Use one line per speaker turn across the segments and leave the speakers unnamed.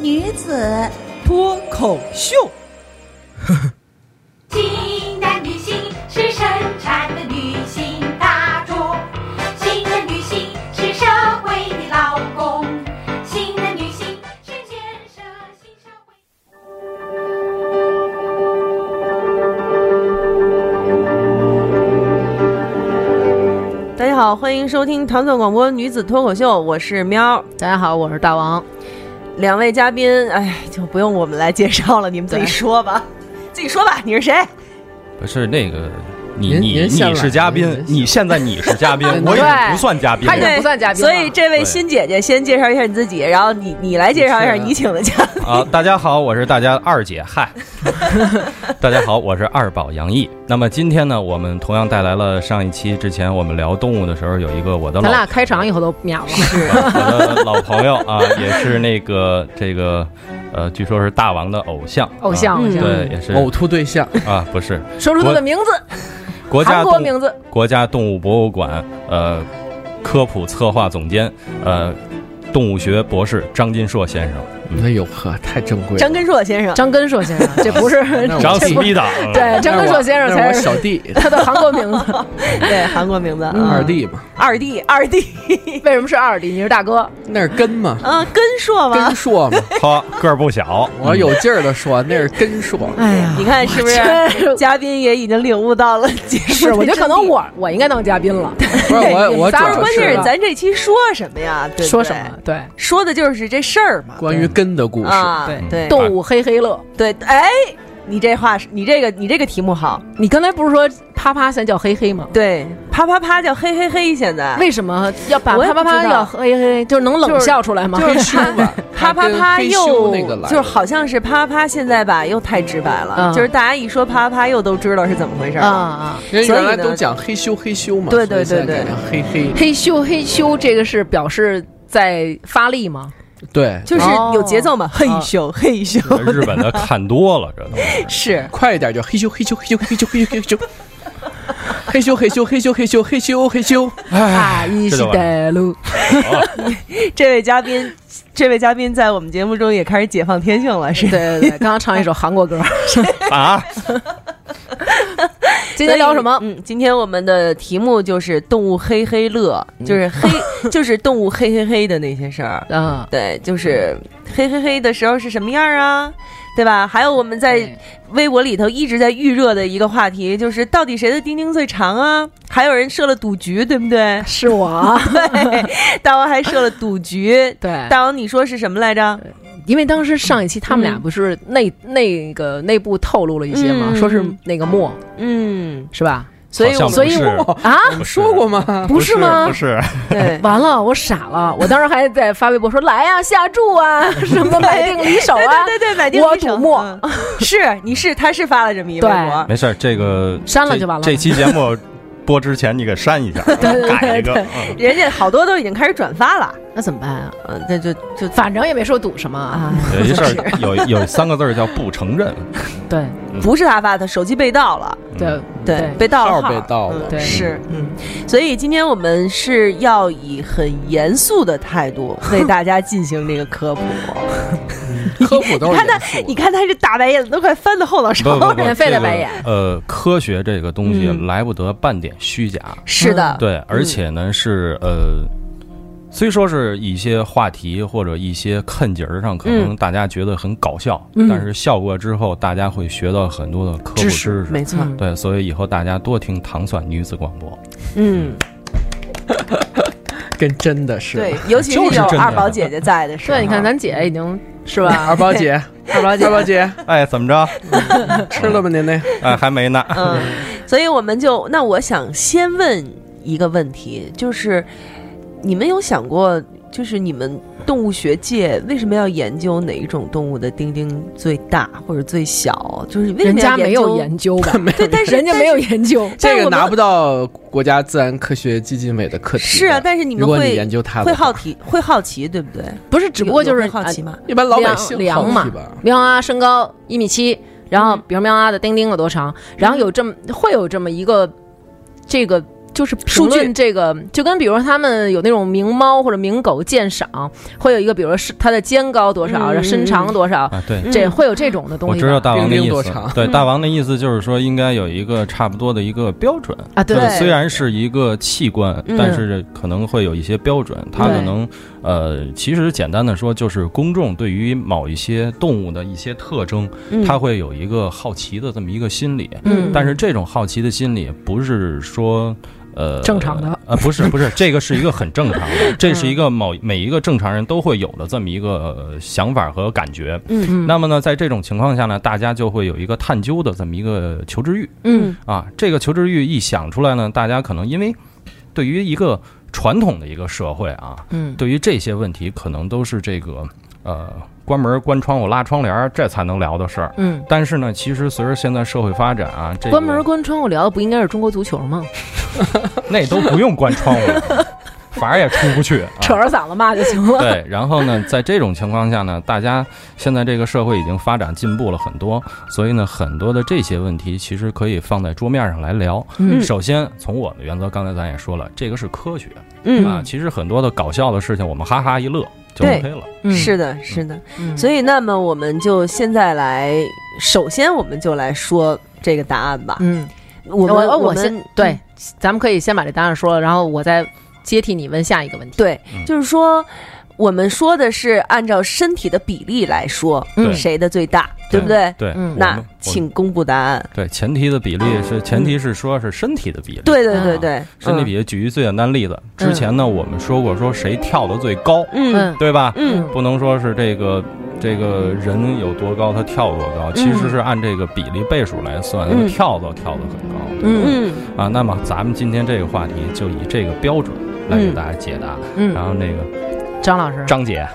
女子
脱口秀，
新的旅行是生产的旅行大众，新的旅行是社会的劳工，新的旅行是建设新社会。
大家好，欢迎收听糖蒜广播女子脱口秀，我是喵。
大家好，我是大王。
两位嘉宾，哎，就不用我们来介绍了，你们自己说吧，自己说吧，你是谁？
不是那个，你
您
你
您先来
你是嘉
您
宾
您，先，
你现在你是嘉宾 我已经
对
不算嘉宾
他已经
了
不算嘉宾啊了
所以这位新姐姐先介绍一下你自己，然后你你来介绍一下你请的嘉宾。
啊！大家好，我是大家二姐， 嗨，大家好，我是二宝杨毅。那么今天呢，我们同样带来了上一期之前我们聊动物的时候，有一个我的
咱
老
俩开场以后都秒了，
我的老朋友啊，也是那个这个呃，据说是大王的偶像，
偶像嗯
啊
偶像
嗯
对，也是
呕吐对象，
啊，不是
说出他的名字，
国家
韩国
动物
名字，
国家动物博物馆呃科普策划总监呃动物学博士张金硕先生。
哎呦呵，太珍贵了
张。根硕先生，
张根硕先生，这不是
那我
长
这
死
不
逼的，
对张根硕先生
那
才
是我
是
小弟
他的韩国名字。
对，韩国名字，
嗯
二弟嘛，
二弟，二弟，
为什么是二弟？你是大哥，
那是根嘛，
啊，根硕吗
根？硕嘛。
他个儿不小，嗯
我有劲儿 的说，那是根硕。
哎呀
你看是不是？嘉宾也已经领悟到了节目的
是，我觉得可
真谛
能我我应该当嘉宾了。
不是我，我主
仨
要
人
是
关键
是
是
吧
咱这期说什么呀？对不对
说什么？？对，
说的就是这事儿嘛。
关于根的故事。
啊，
对
对
动物嘿嘿乐。
对，哎，你这话是，你这个，你这个题目好。
你刚才不是说啪啪现在叫嘿嘿吗？
对，啪啪啪叫嘿嘿嘿，现在
为什么要把
我也
啪
不
啪啪
知道
要嘿嘿，就是能冷笑出来吗？
就是
羞吧，
啪啪
跟
啪
黑
又
羞那个来，
就是好像是啪啪，现在吧又太直白了，
嗯
就是大家一说啪啪又都知道是怎么回事
啊
了。
啊！
人
所以
原来
呢
都讲嘿羞嘿羞嘛，
对对
所以现
对
在
对
改成嘿嘿，
嘿咻嘿咻，这个是表示在发力吗？
对，
就是有节奏嘛，嘿
嗯哦
咻嘿咻，
日本的看多了，这都 是
是
快一点就嘿羞嘿羞嘿羞嘿羞嘿羞嘿羞。嘿羞嘿羞嘿羞嘿羞嘿羞嘿羞，
哎
啊，一
这
起
就完
带路，
这位嘉宾，这位嘉宾在我们节目中也开始解放天性了，是
对对对， 刚刚唱一首韩国歌。
啊，
今天聊什么
所？以嗯，今天我们的题目就是动物嘿嘿乐，就是嘿， 就是动物嘿嘿嘿的那些事儿。
嗯，
对，就是嘿嘿嘿的时候是什么样啊？对吧？还有我们在
对？
微博里头一直在预热的一个话题，就是到底谁的丁丁最长啊？还有人设了赌局，对不对
是我，啊
对，大王还设了赌局。
对，
大王，你说是什么来着？
因为当时上一期他们俩不是内那个内部透露了一些嘛，
嗯
说是那个墨
嗯，
是吧？
所以
好
我
像
们
所以
不是
我
啊，
们说过吗？
不是吗
不？是，
对
完了，我傻了，我当时还在发微博说来呀、下注 啊，什么买定离手啊，
对对对，买定
我
离手
赌墨
嗯是你是他是发了这么一微
对
博，
没事儿，这个
删了
这
就完了
这期节目播之前你给删 一下，改一个。嗯
人家好多都已经开始转发了。
那怎么办啊？
嗯，那就就
反正也没说赌什么
啊，
啊，
有一事儿，有有三个字儿叫不承 认，
对
嗯
不是他发的，手机被盗了。
对
嗯对，被盗了
号被盗了
嗯
对
是，嗯，所以今天我们是要以很严肃的态度为大家进行这个科普。
科普 都
你
是
看他
严肃，的
你看他这大白眼子都快翻到后脑勺
不不
了。
不，
免费的白眼
这个呃，科学这个东西
嗯
来不得半点虚假，
是
嗯
的，
对，而且呢是呃。虽说是一些话题或者一些看节儿上，可能大家觉得很搞笑，
嗯
但是笑过之后，大家会学到很多的科普
知
知
识
识。
没错，
嗯
对，所以以后大家多听糖蒜女子广播。
嗯，
跟真的是。
对，尤其
就是
有
真的
二宝姐姐在的时候，
对，你看咱姐已经是 吧？
二宝姐，二宝姐，二宝姐，
哎，怎么着？
吃
嗯
了吗您那？
哎，还没呢。
嗯，所以我们就那我想先问一个问题，就是你们有想过就是你们动物学界为什么要研究哪一种动物的丁丁最大或者最小？就是为什
人
么要
家没有
研究？
研究吧？
对，但是
人家没有研究，
但是
这
我
个
们
拿不到国家自然科学基金委的课题的。
是啊，但是你
如
们
果你
会
研究它的
会
话
好奇，会好奇，对不对？
不是，只不过就是啊
有会好奇嘛。
一般老百
梁
姓好
梁嘛
奇吧，，
喵啊，身高一米七，然后比如喵啊的丁丁有多长，然后有这么会有这么一个这个。就是评
数据
论这个，就跟比如说他们有那种名猫或者名狗鉴赏，会有一个，比如说是它的肩高多少，
嗯
然后身长多少，
啊，对。
这会有这种的东
我
西吧。
知道大王的
丁丁
意
多
思
长，
对大王的意思就是说，应该有一个差不多的一个标准
啊对
就是虽然是一个器官，
嗯
但是可能会有一些标准，它
对
可能呃，其实简单的说，就是公众对于某一些动物的一些特征，
嗯
他会有一个好奇的这么一个心理，
嗯
但是这种好奇的心理不是说。呃，
正常的
呃，不是不 是，这个是一个很正常
嗯
的，这是一个某每一个正常人都会有的这么一个呃想法和感觉。
嗯
那么呢，在这种情况下呢，大家就会有一个探究的这么一个求知欲
嗯
啊。这个求知欲一想出来呢，大家可能因为对于一个传统的一个社会啊，
嗯
对于这些问题，可能都是这个呃关门关窗户拉窗帘儿这才能聊的事儿。
嗯，
但是呢，其实随着现在社会发展啊，这个
关门关窗户聊的不应该是中国足球吗？
那都不用关窗户， 反正也出不去、啊。
扯着嗓子骂就行 了。
对，然后呢，在这种情况下呢，大家现在这个社会已经发展进步了很多，所以呢，很多的这些问题其实可以放在桌面上来聊。
嗯
首先从我的原则，刚才咱也说了，这个是科学啊。
嗯，
其实很多的搞笑的事情，我们哈哈一乐就
对
OK 了。
嗯
是的，是的。
嗯
所以，那么我们就现在来，首先我们就来说这个答案吧。
嗯，
我
我
们
我
我
先
们
对，咱们可以先把这答案说了，然后我再接替你问下一个问题。
对
嗯，
就是说，我们说的是按照身体的比例来说，
对
谁的最大，对不对？
对，
嗯
我
那
们我
请公布答案。
对前提的比例是前提是说是身体的比例。
对对对
啊
对，
身体比例举一最简单例子，之前呢我们说过说谁跳得最高，
嗯
嗯
对吧？
嗯
不能说是这个这个人有多高，他跳多高，其实是按这个比例倍数来算，
嗯
跳都跳得很高，对吧
嗯
啊。那么咱们今天这个话题就以这个标准来给
嗯
大家解答。
嗯
然后那个
张老师，
张姐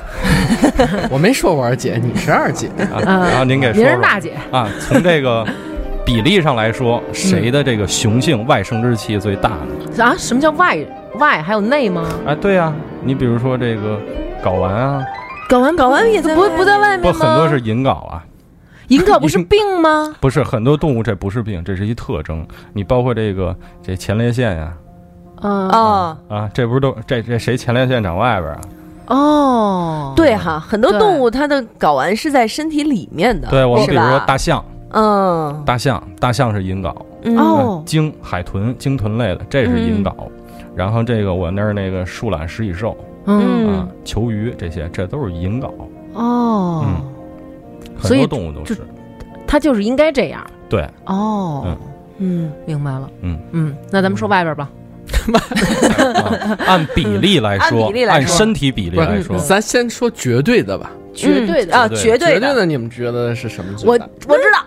我没说我二姐，你是二姐，
啊，
嗯
然后您给说
您是
说
大姐，
啊，从这个。比例上来说，谁的这个雄性外生殖器最大呢？
啊？什么叫外外还有内吗？
啊，对啊，你比如说这个睾丸啊，
睾丸睾丸也在
不不在外
不
面吗？
很多是隐睾啊，
银睾不是病吗？
不是很多动物这不是病，这是一特征。你包括这个这前列腺呀、
嗯
哦，
啊，这不是都这这谁前列腺长外边啊？
哦，
对哈，很多
对
动物它的睾丸是在身体里面的，
对我们比
哦是
如
吧
说大象，
嗯
大象，大象是银睾，
嗯
哦
嗯鲸、海豚、鲸豚类的这是银睾，然后这个我那儿那个树懒、食蚁兽
嗯
啊
嗯、
球鱼这些，这都是银睾，
哦，
很
所以
多动物都。
就是他就是应该这样。
对，
哦，
嗯，
明白了。
嗯
嗯，那咱们说外边吧。
啊按比例来
嗯按
说
比例，来
按
说
身体比例
不
来
是
说，，
咱先说绝对的吧。
绝对的
嗯啊，
绝
绝
绝
对
对
的，
的，你们觉得是什么最
我
大？
我知道。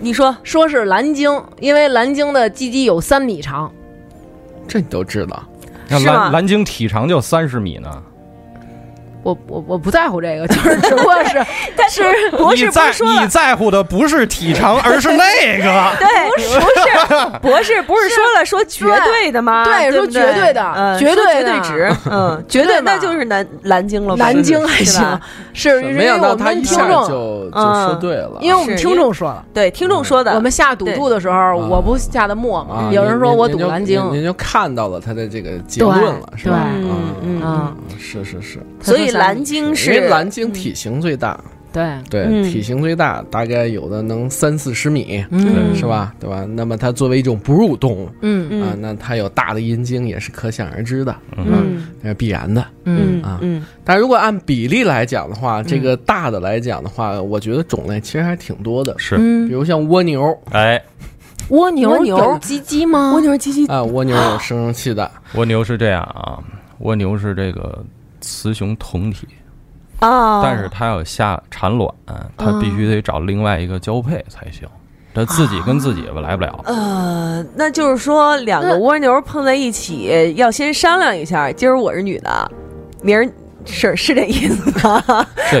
你说
说是蓝鲸，因为蓝鲸的鸡鸡有三米长，
这你都知道，
那
是吗
蓝蓝鲸体长就三十米呢，
我我我不在乎这个，就是只不过是
是博士
你
不
在
是说
你
了，
在乎的不是体长，而是那个。
对，不是博 士 不是说了说绝对的吗？
对
对不
说绝对的
嗯
绝
说
对
绝
的
对值， 嗯，绝
绝对
对
嘛
那就是蓝蓝鲸了吧，
蓝鲸还
是
行
吧，
是因
没
为
想
我
到他
们
一
听
下
众，嗯
就就说对了。
因为我们
是
听众说了，
对听众说的，
我们下赌注的时候，
对
我不下的默嘛
啊，
有人说
您
我
您
赌
就
蓝鲸，
您就看到了他的这个结论了，是吧？
对
嗯嗯
啊，
嗯是是是，
所以蓝鲸
因
是
为蓝
嗯
鲸体型最大，
对，
对，
嗯
体型最大，大概有的能三四十米，
嗯
是？吧？对吧？那么它作为一种哺乳动物
嗯
啊，
嗯
那它有大的阴茎也是可想而知的，
嗯
那是必然的。
嗯
嗯
啊
嗯
但如果按比例来讲的话，这个大的来讲的话，我觉得种类其实还挺多的，
是，
比
嗯，
如像蜗牛
哎，
蜗牛
蜗牛
有鸡鸡吗？
蜗牛鸡鸡
啊，蜗牛有生殖器的，
蜗牛是这样啊，蜗牛是这个雌雄同体，
啊，
哦
但是它要下产卵，它必须得找另外一个交配才行。它自己跟自己吧来不了，
啊
呃，那就是说两个
那
蜗牛碰在一起，要先商量一下。今儿我是女的，明儿是是这意思吗？
对，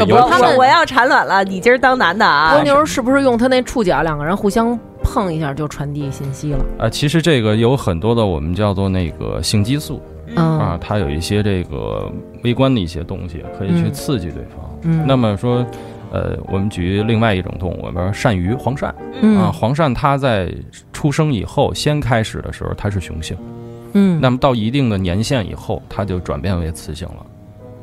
呃不
有
要
我
他们
我我要产卵了，你今儿当男的啊
蜗？牛是不是用它那触角，两个人互相碰一下就传递信息了？
啊，其实这个有很多的，我们叫做那个性激素
嗯
啊，它有一些这个微观的一些东西可以去
嗯
刺激对方。
嗯
那么说，呃，我们举另外一种动物，我们说鳝鱼、黄鳝啊，
嗯
黄鳝它在出生以后，先开始的时候它是雄性，
嗯，
那么到一定的年限以后，它就转变为雌性了，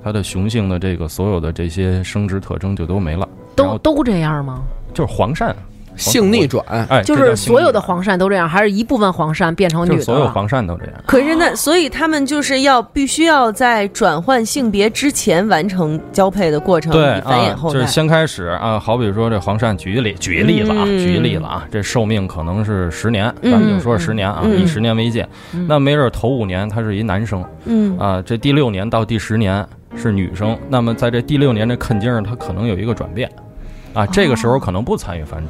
它的雄性的这个所有的这些生殖特征就都没了，然
都
后
都这样吗？
就是黄鳝，
性逆转，
哎，
就
这叫
是
性
所有
逆
的
转，
黄鳝都这样，还是一部分黄鳝变成
就是
女的
所有
了？
黄鳝都这样。
可是那，所以他们就是要必须要在转换性别之前完成交配的过程，
对
以繁衍
啊，
后
就
代。
是先开始啊，好比说这黄鳝，举例举例子啊，
嗯
举例子啊，这寿命可能是十年，
嗯
咱们就说是十年啊，
嗯
以十年为界，
嗯
那没准头五年它是一男生
嗯
啊，这第六年到第十年是女生，那么在这第六年这肯定它可能有一个转变。啊，这个时候可能不参与繁殖，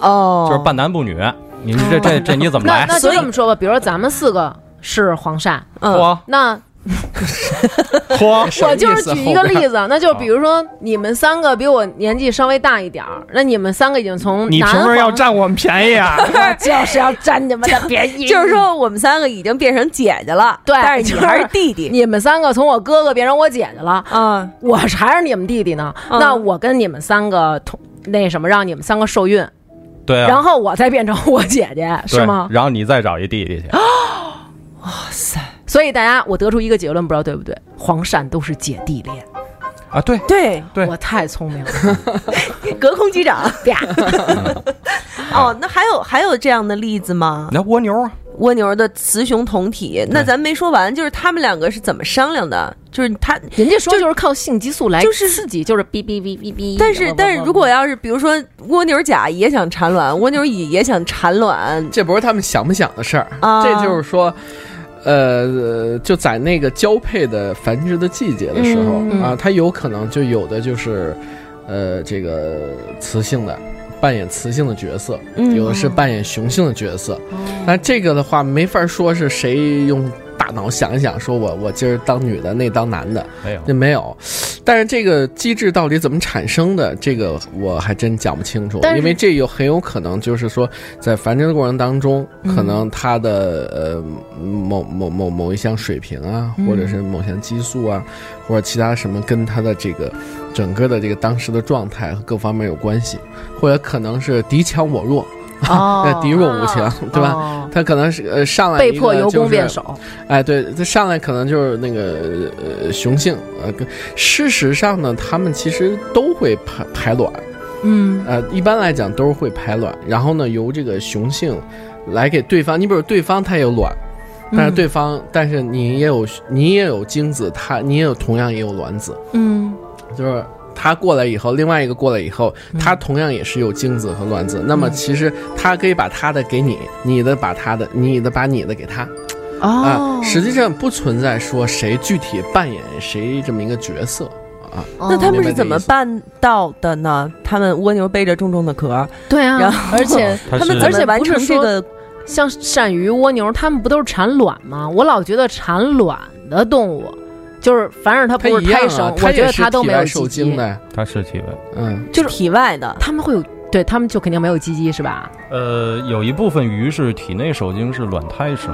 哦，
就是半男不女。你这这这你怎么
那
来？
那就
所以
这么说吧，比如说咱们四个是黄鳝，
嗯
嚯
那
嚯，
什么
我
意思
就是举一个例
后
子，那
啊
就比如说你们三个比我年纪稍微大一点儿，那你们三个已经从
你凭
男
什么要
黄
占我们便宜 啊？
就是要占 你们的便
嗯
宜
就是说我们三个已经变成姐姐了，
对
但是
就
你
是
还是弟弟
你们三个从我哥哥变成我姐姐了，
啊。
我还是你们弟弟呢。
嗯
那我跟你们三个同那什么，让你们三个受孕，
对啊，
然后我再变成我姐姐，
对
是吗？啊
然后你再找一弟弟去，
所以大家，我得出一个结论，不知道对不对？黄鳝都是姐弟恋，
啊，对，
对，
对
我太聪明了，
隔空击掌。
啪！
哦，那还有还有这样的例子吗？
那蜗牛啊，
蜗牛的雌雄同体，那咱没说完，就是他们两个是怎么商量的？就是他，
人家说就是靠性激素来
就是
刺激，就是哔哔哔哔哔。
但是但是如果要是比如说蜗牛甲也想产卵，蜗牛乙也想产卵，
这不是他们想不想的事儿，
啊
这就是说。呃，就在那个交配的繁殖的季节的时候、
嗯嗯
啊，它有可能就有的就是，呃，这个雌性的扮演雌性的角色，
嗯哦
有的是扮演雄性的角色。那、这个的话，没法说是谁用大脑想一想，说我我今儿当女的，那当男的，
没有
这没有。但是这个机制到底怎么产生的，这个我还真讲不清楚
但，是
因为这有很有可能就是说，在繁殖的过程当中，
嗯
可能它的呃某某某某一项水平啊，或者是
嗯
某项激素啊，或者其他什么跟它的这个整个的这个当时的状态和各方面有关系，或者可能是敌强我弱，
哦
那敌弱我强，对吧？
哦
他可能是呃上来
被
一
迫
个
由
就
攻
是
变守，
哎，对，它上来可能就是那个呃雄性，呃，跟事实上呢，他们其实都会排排卵，
嗯
呃，一般来讲都会排卵，然后呢，由这个雄性来给对方，你比如对方他有卵，但是对方，但是你也有你也有精子，他你也有同样也有卵子，
嗯
就是。他过来以后，另外一个过来以后，他同样也是有精子和卵子。那么其实他可以把他的给你，你的把他的，你的把你的给他。啊
哦，，
实际上不存在说谁具体扮演谁这么一个角色啊。
那他们
明白
是
这
怎么
意思
办到的呢？他们蜗牛背着重重的壳，
对啊
然，后
而且
它
他们
是
怎
而且
么完
不是
成这
说
个？
像鳝鱼、蜗牛，它们不都是产卵吗？我老觉得产卵的动物，就是凡是它
它
不
一
是胎
样
生，
啊，
我觉
也
得
是
它都
体
没
外
有
受
鸡
精
鸡，
的，
它是体温。
嗯，
就是体外的，
它们会有，对它们就肯定没有鸡鸡是吧？
呃，有一部分鱼是体内受精，是卵胎生。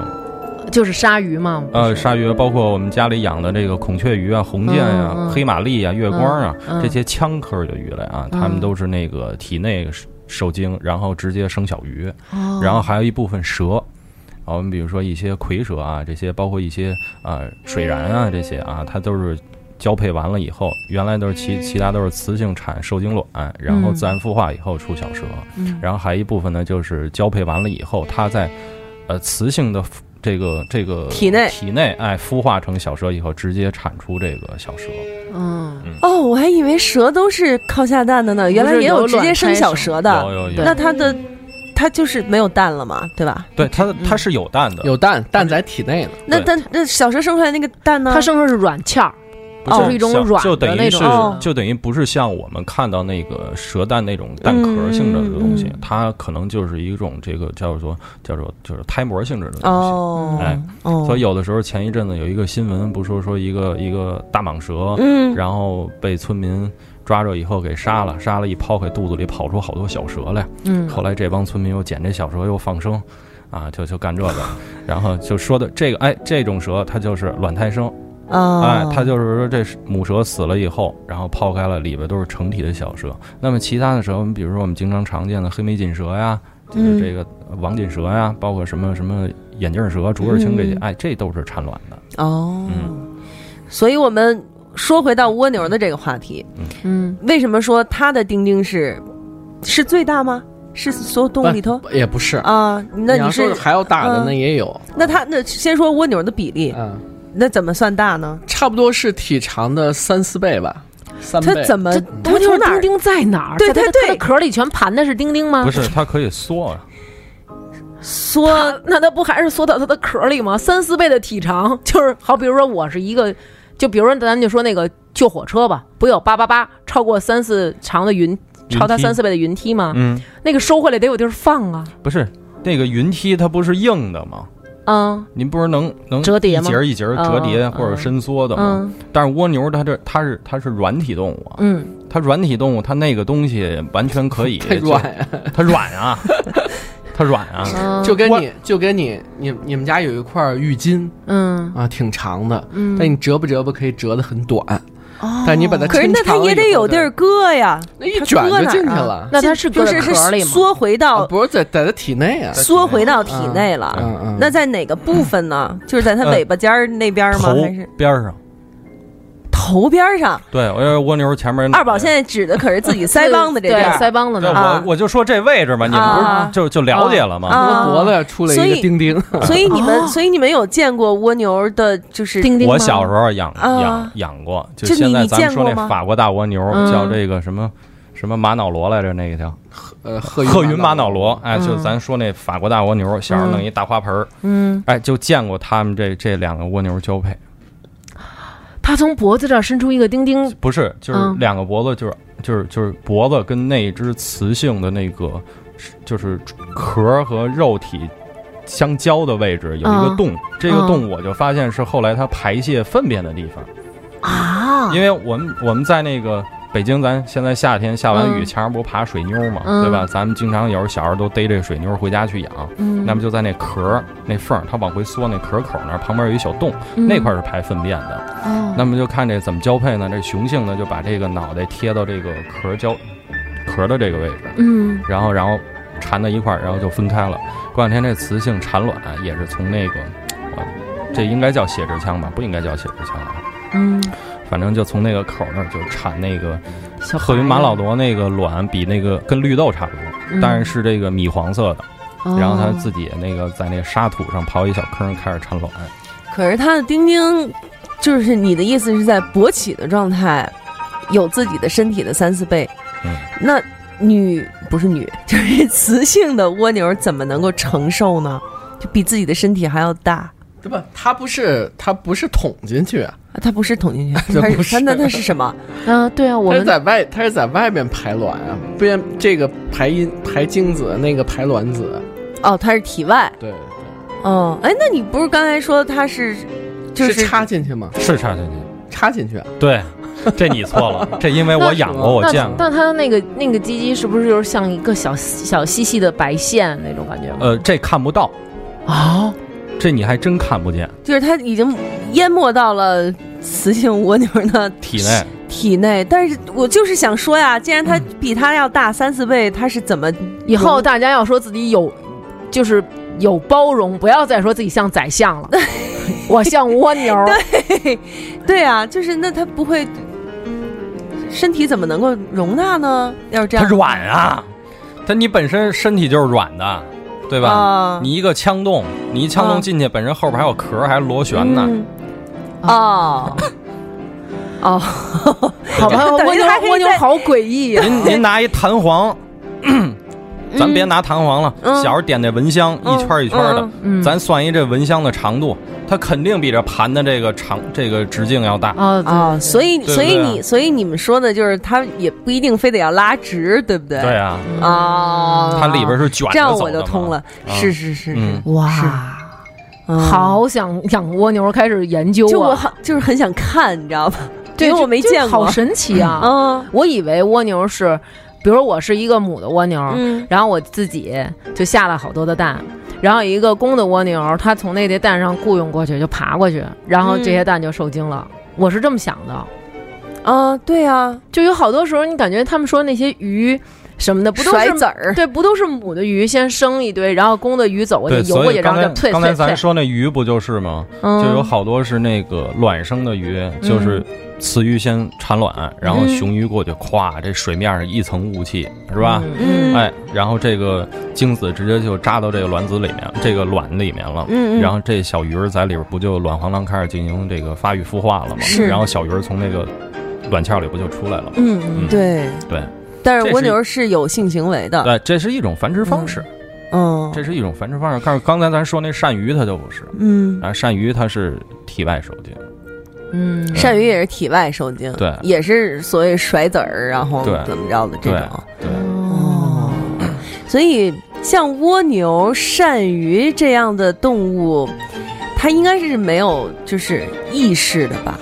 就是鲨鱼嘛，
呃，鲨鱼包括我们家里养的这个孔雀鱼啊、红箭呀、
嗯嗯
黑玛丽啊、月光啊、
嗯嗯嗯
这些枪科的鱼类啊，它们都是那个体内受精，然后直接生小鱼。
哦
然后还有一部分蛇。啊，我们比如说一些蝰蛇啊，这些包括一些啊、水蚺啊这些啊，它都是交配完了以后，原来都是其其他都是雌性产受精卵，然后
嗯
自然孵化以后出小蛇，
嗯
然后还一部分呢就是交配完了以后，它在呃雌性的孵这个这个
体内
体内哎孵化成小蛇以后，直接产出这个小蛇。
嗯，
哦，我还以为蛇都是靠下蛋的呢，原来
不是
也
有
直接
卵
生
胎
小
生
蛇的。
有有有，
对
那它的它就是没有蛋了嘛，对吧？
对它它是有蛋的，
有蛋，蛋在体内呢。
那
对
但那小蛇生出来那个蛋呢？
它生的是软壳儿，
不是
哦就是一种
像
软
就
的
等
那
于
种哦
是就等于不是像我们看到那个蛇蛋那种蛋壳性质的东
嗯
西，它可能就是一种这个叫做叫做就是胎膜性质的东西。
哦，
哎
哦，
所以有的时候前一阵子有一个新闻，不说说一个一个大蟒蛇，
嗯
然后被村民抓着以后给杀了，杀了一抛开，肚子里跑出好多小蛇来。
嗯，
后来这帮村民又捡这小蛇又放生，啊，就就干这个，然后就说的这个，哎，这种蛇它就是卵胎生，哎
哦
啊，，
它就是说这母蛇死了以后，然后抛开了，里边都是成体的小蛇。那么其他的蛇，我们比如说我们经常常见的黑眉锦蛇呀，
嗯
就是这个王锦蛇呀，包括什么什么眼镜蛇、竹耳青这些，
嗯
哎，这都是产卵的。
哦，
嗯
所以我们说回到蜗牛的这个话题，
嗯，
为什么说它的丁丁是是最大吗？是所有动物里头
不也不是，
啊？那
要
你
说
是
还要大的那
嗯
也有，
那它那先说蜗牛的比例，
嗯，
那怎么算大呢？
差不多是体长的三四倍吧，三
它
倍。
怎么
这
它
蜗牛
从哪
丁
儿？
丁在哪儿？
对
在它的
对
它的
对
壳里全盘的是丁丁吗？
不是，它可以缩啊，
缩
它，那它不还是缩到它的壳里吗？三四倍的体长，就是好，比如说我是一个，就比如说咱就说那个救火车吧，不有八八八超过三四长的云，
云
超它
梯
三四倍的云梯吗？
嗯，
那个收回来得有地儿放啊，
不是那个云梯，它不是硬的吗？
嗯
您不是能能
折叠吗
一节儿一节儿折叠
嗯
或者伸缩的吗？
嗯
但是蜗牛它这它是它是软体动物啊，
嗯，
它软体动物，它那个东西完全可以
太软呀、
就，它软啊，它软 啊，
嗯
就跟你就跟你你你们家有一块浴巾
嗯
啊，挺长的，
嗯
但你折吧折吧可以折得很短，但你把它
哦可是那它
抻长了
也得
以后
有地儿，搁呀，
那一卷就
它
进去
搁哪儿啊
了，
那它是
就
搁在
是是
壳里吗？
缩回
啊
到
不是在在它体内啊，
缩回到体内了。
嗯
嗯嗯，
那在哪个部分呢？就是在它
呃
尾巴尖儿那边吗？
头
还是
边儿上。
头边儿上？
对，我要蜗牛前
嗯
面
二宝现在指的可是自己腮帮子这边
对腮
儿，
帮子
对
那
啊
儿，
我我就说这位置嘛，你们不
啊
是就就了解了吗？
啊
那脖子上出来
所
一
以
个 钉钉，
所以你
哦
们，所以你们有见过蜗牛的，就是
丁丁吗。
我小时候养
啊
养养过，就
就你
现在
你
咱们
见
说
过
那
吗
法国大蜗牛
嗯
叫这个什么什么玛瑙螺来着那一条。
呃，鹤
鹤云
云
玛瑙
螺，
螺，哎，就
嗯
咱说那法国大蜗牛，小时候弄一大花盆儿，
嗯，
哎，就见过他们这这两个蜗牛交配，
它从脖子这儿伸出一个丁丁，
不是，就是
嗯
两个脖子，就是就是就是脖子跟那只雌性的那个，就是壳儿和肉体。相交的位置有一个
嗯
洞，这个
嗯
洞我就发现是后来它排泄粪便的地方，
啊，
因为我们我们在那个北京，咱现在夏天下完雨，
嗯
墙上不是爬水妞嘛，
嗯
对吧？咱们经常有时候小时候都逮这水妞回家去养，
嗯
那么就在那壳儿那缝儿，它往回缩，那壳口那儿旁边有一小洞，
嗯
那块儿是排粪便的。
哦
那么就看这怎么交配呢？这雄性呢就把这个脑袋贴到这个壳儿交壳儿的这个位置，
嗯
然后然后缠到一块儿，然后就分开了。过两天这雌性产卵啊也是从那个，呃这应该叫血殖腔吧？不应该叫血殖腔啊，
嗯，
反正就从那个口儿那儿就产那个
小
鹤云
白
玛瑙
的，
螺那个卵比那个跟绿豆差不多，
嗯
但是是这个米黄色的。然后
哦
它
哦
自己那个在那个沙土上刨一小坑，开始产卵。
可是它的丁丁，就是你的意思是在勃起的状态，有自己的身体的三四倍。
嗯
那女不是女，就是雌性的蜗牛怎么能够承受呢？就比自己的身体还要大。
对吧？它不是它不是捅进去啊，
啊它不是捅进去，
这
它
不
它
是
那它是什么？
嗯啊，对啊，我
它是
们
在外它是在外面排卵啊，变这个排阴排精子，那个排卵子，
哦，它是体外。
对，
哦，哎，那你不是刚才说它是，就是
插进去吗？
是插进去？
插进去啊，
对，这你 错了，这因为我养过，我
那
见过。
那它那个那个鸡鸡是不是就是像一个小小细细的白线那种感觉吗？
呃，这看不到，
哦，
这你还真看不见
就是它已经淹没到了雌性蜗牛的
体内。
体内。但是我就是想说呀，既然
嗯
它比它要大三四倍，它是怎么
以后大家要说自己有，就是有包容，不要再说自己像宰相 了，我像蜗牛。
对啊？就是那它不会。身体怎么能够容纳呢？要是这
它
样，
软啊，它你本身身体就是软的，对吧？
啊
你一个腔洞，你一腔
啊
洞进去，本身后边还有壳，还螺旋呢。
嗯哦哦，
好吧，
等
蜗
于
牛
还可以
蜗牛
再
好诡异呀、
您您拿一弹簧，咱别拿弹簧了，
嗯
小时候点那蚊香一圈儿一圈儿的，
嗯
咱算一这蚊香的长度，它肯定比这盘的这个长这个直径要大。
啊
啊、所以
对
所以
对啊
你所以你们说的就是它也不一定非得要拉直，对不对？
对啊，
啊，
它里边是卷着
这样
走
我
的
就
嘛
通了，
啊
是是是是
嗯，
哇，
嗯，
好想养蜗牛，开始研究
就我
啊，
好就是很想看，你知道吧？
对，
因为
就
我没
就
见过
好，神奇啊！
嗯
我以为蜗牛是，比如我是一个母的蜗牛，
嗯
然后我自己就下了好多的蛋，然后一个公的蜗牛，它从那些蛋上雇佣过去，就爬过去，然
嗯
后这些蛋就受精了。我是这么想的，
啊，对啊，
就有好多时候你感觉他们说那些鱼什么的，不都
甩
是
籽儿，
对，不都是母的鱼先生一堆，然后公的鱼走过
对，
去游过
所
去，
以刚
然后再
才
退
刚才
退
咱
退，
说那鱼不就是吗？
嗯，
就有好多是那个卵生的鱼，就是雌鱼先产卵，然后
嗯
雄鱼过去，咵，这水面上一层雾气，是吧？
嗯
哎，然后这个精子直接就扎到这个卵子里面，这个卵里面了。
嗯嗯
然后这小鱼儿在里边不就卵黄囊开始进行这个发育孵化了吗？
是
然后小鱼儿从那个卵鞘里不就出来了吗？
嗯嗯
嗯
对，
对
但是
这
蜗
是
牛是有性行为的，
对，这是一种繁殖方式，
嗯
这是一种繁殖方式。但是刚才咱说那鳝鱼它就不是，
嗯，
啊，鳝鱼它是体外受精，
嗯，
鳝鱼也是体外受精，
对
也是所谓甩籽儿，然后
对
怎么着的这
对
种，
对，
哦，所以像蜗牛、鳝鱼这样的动物，它应该是没有就是意识的吧？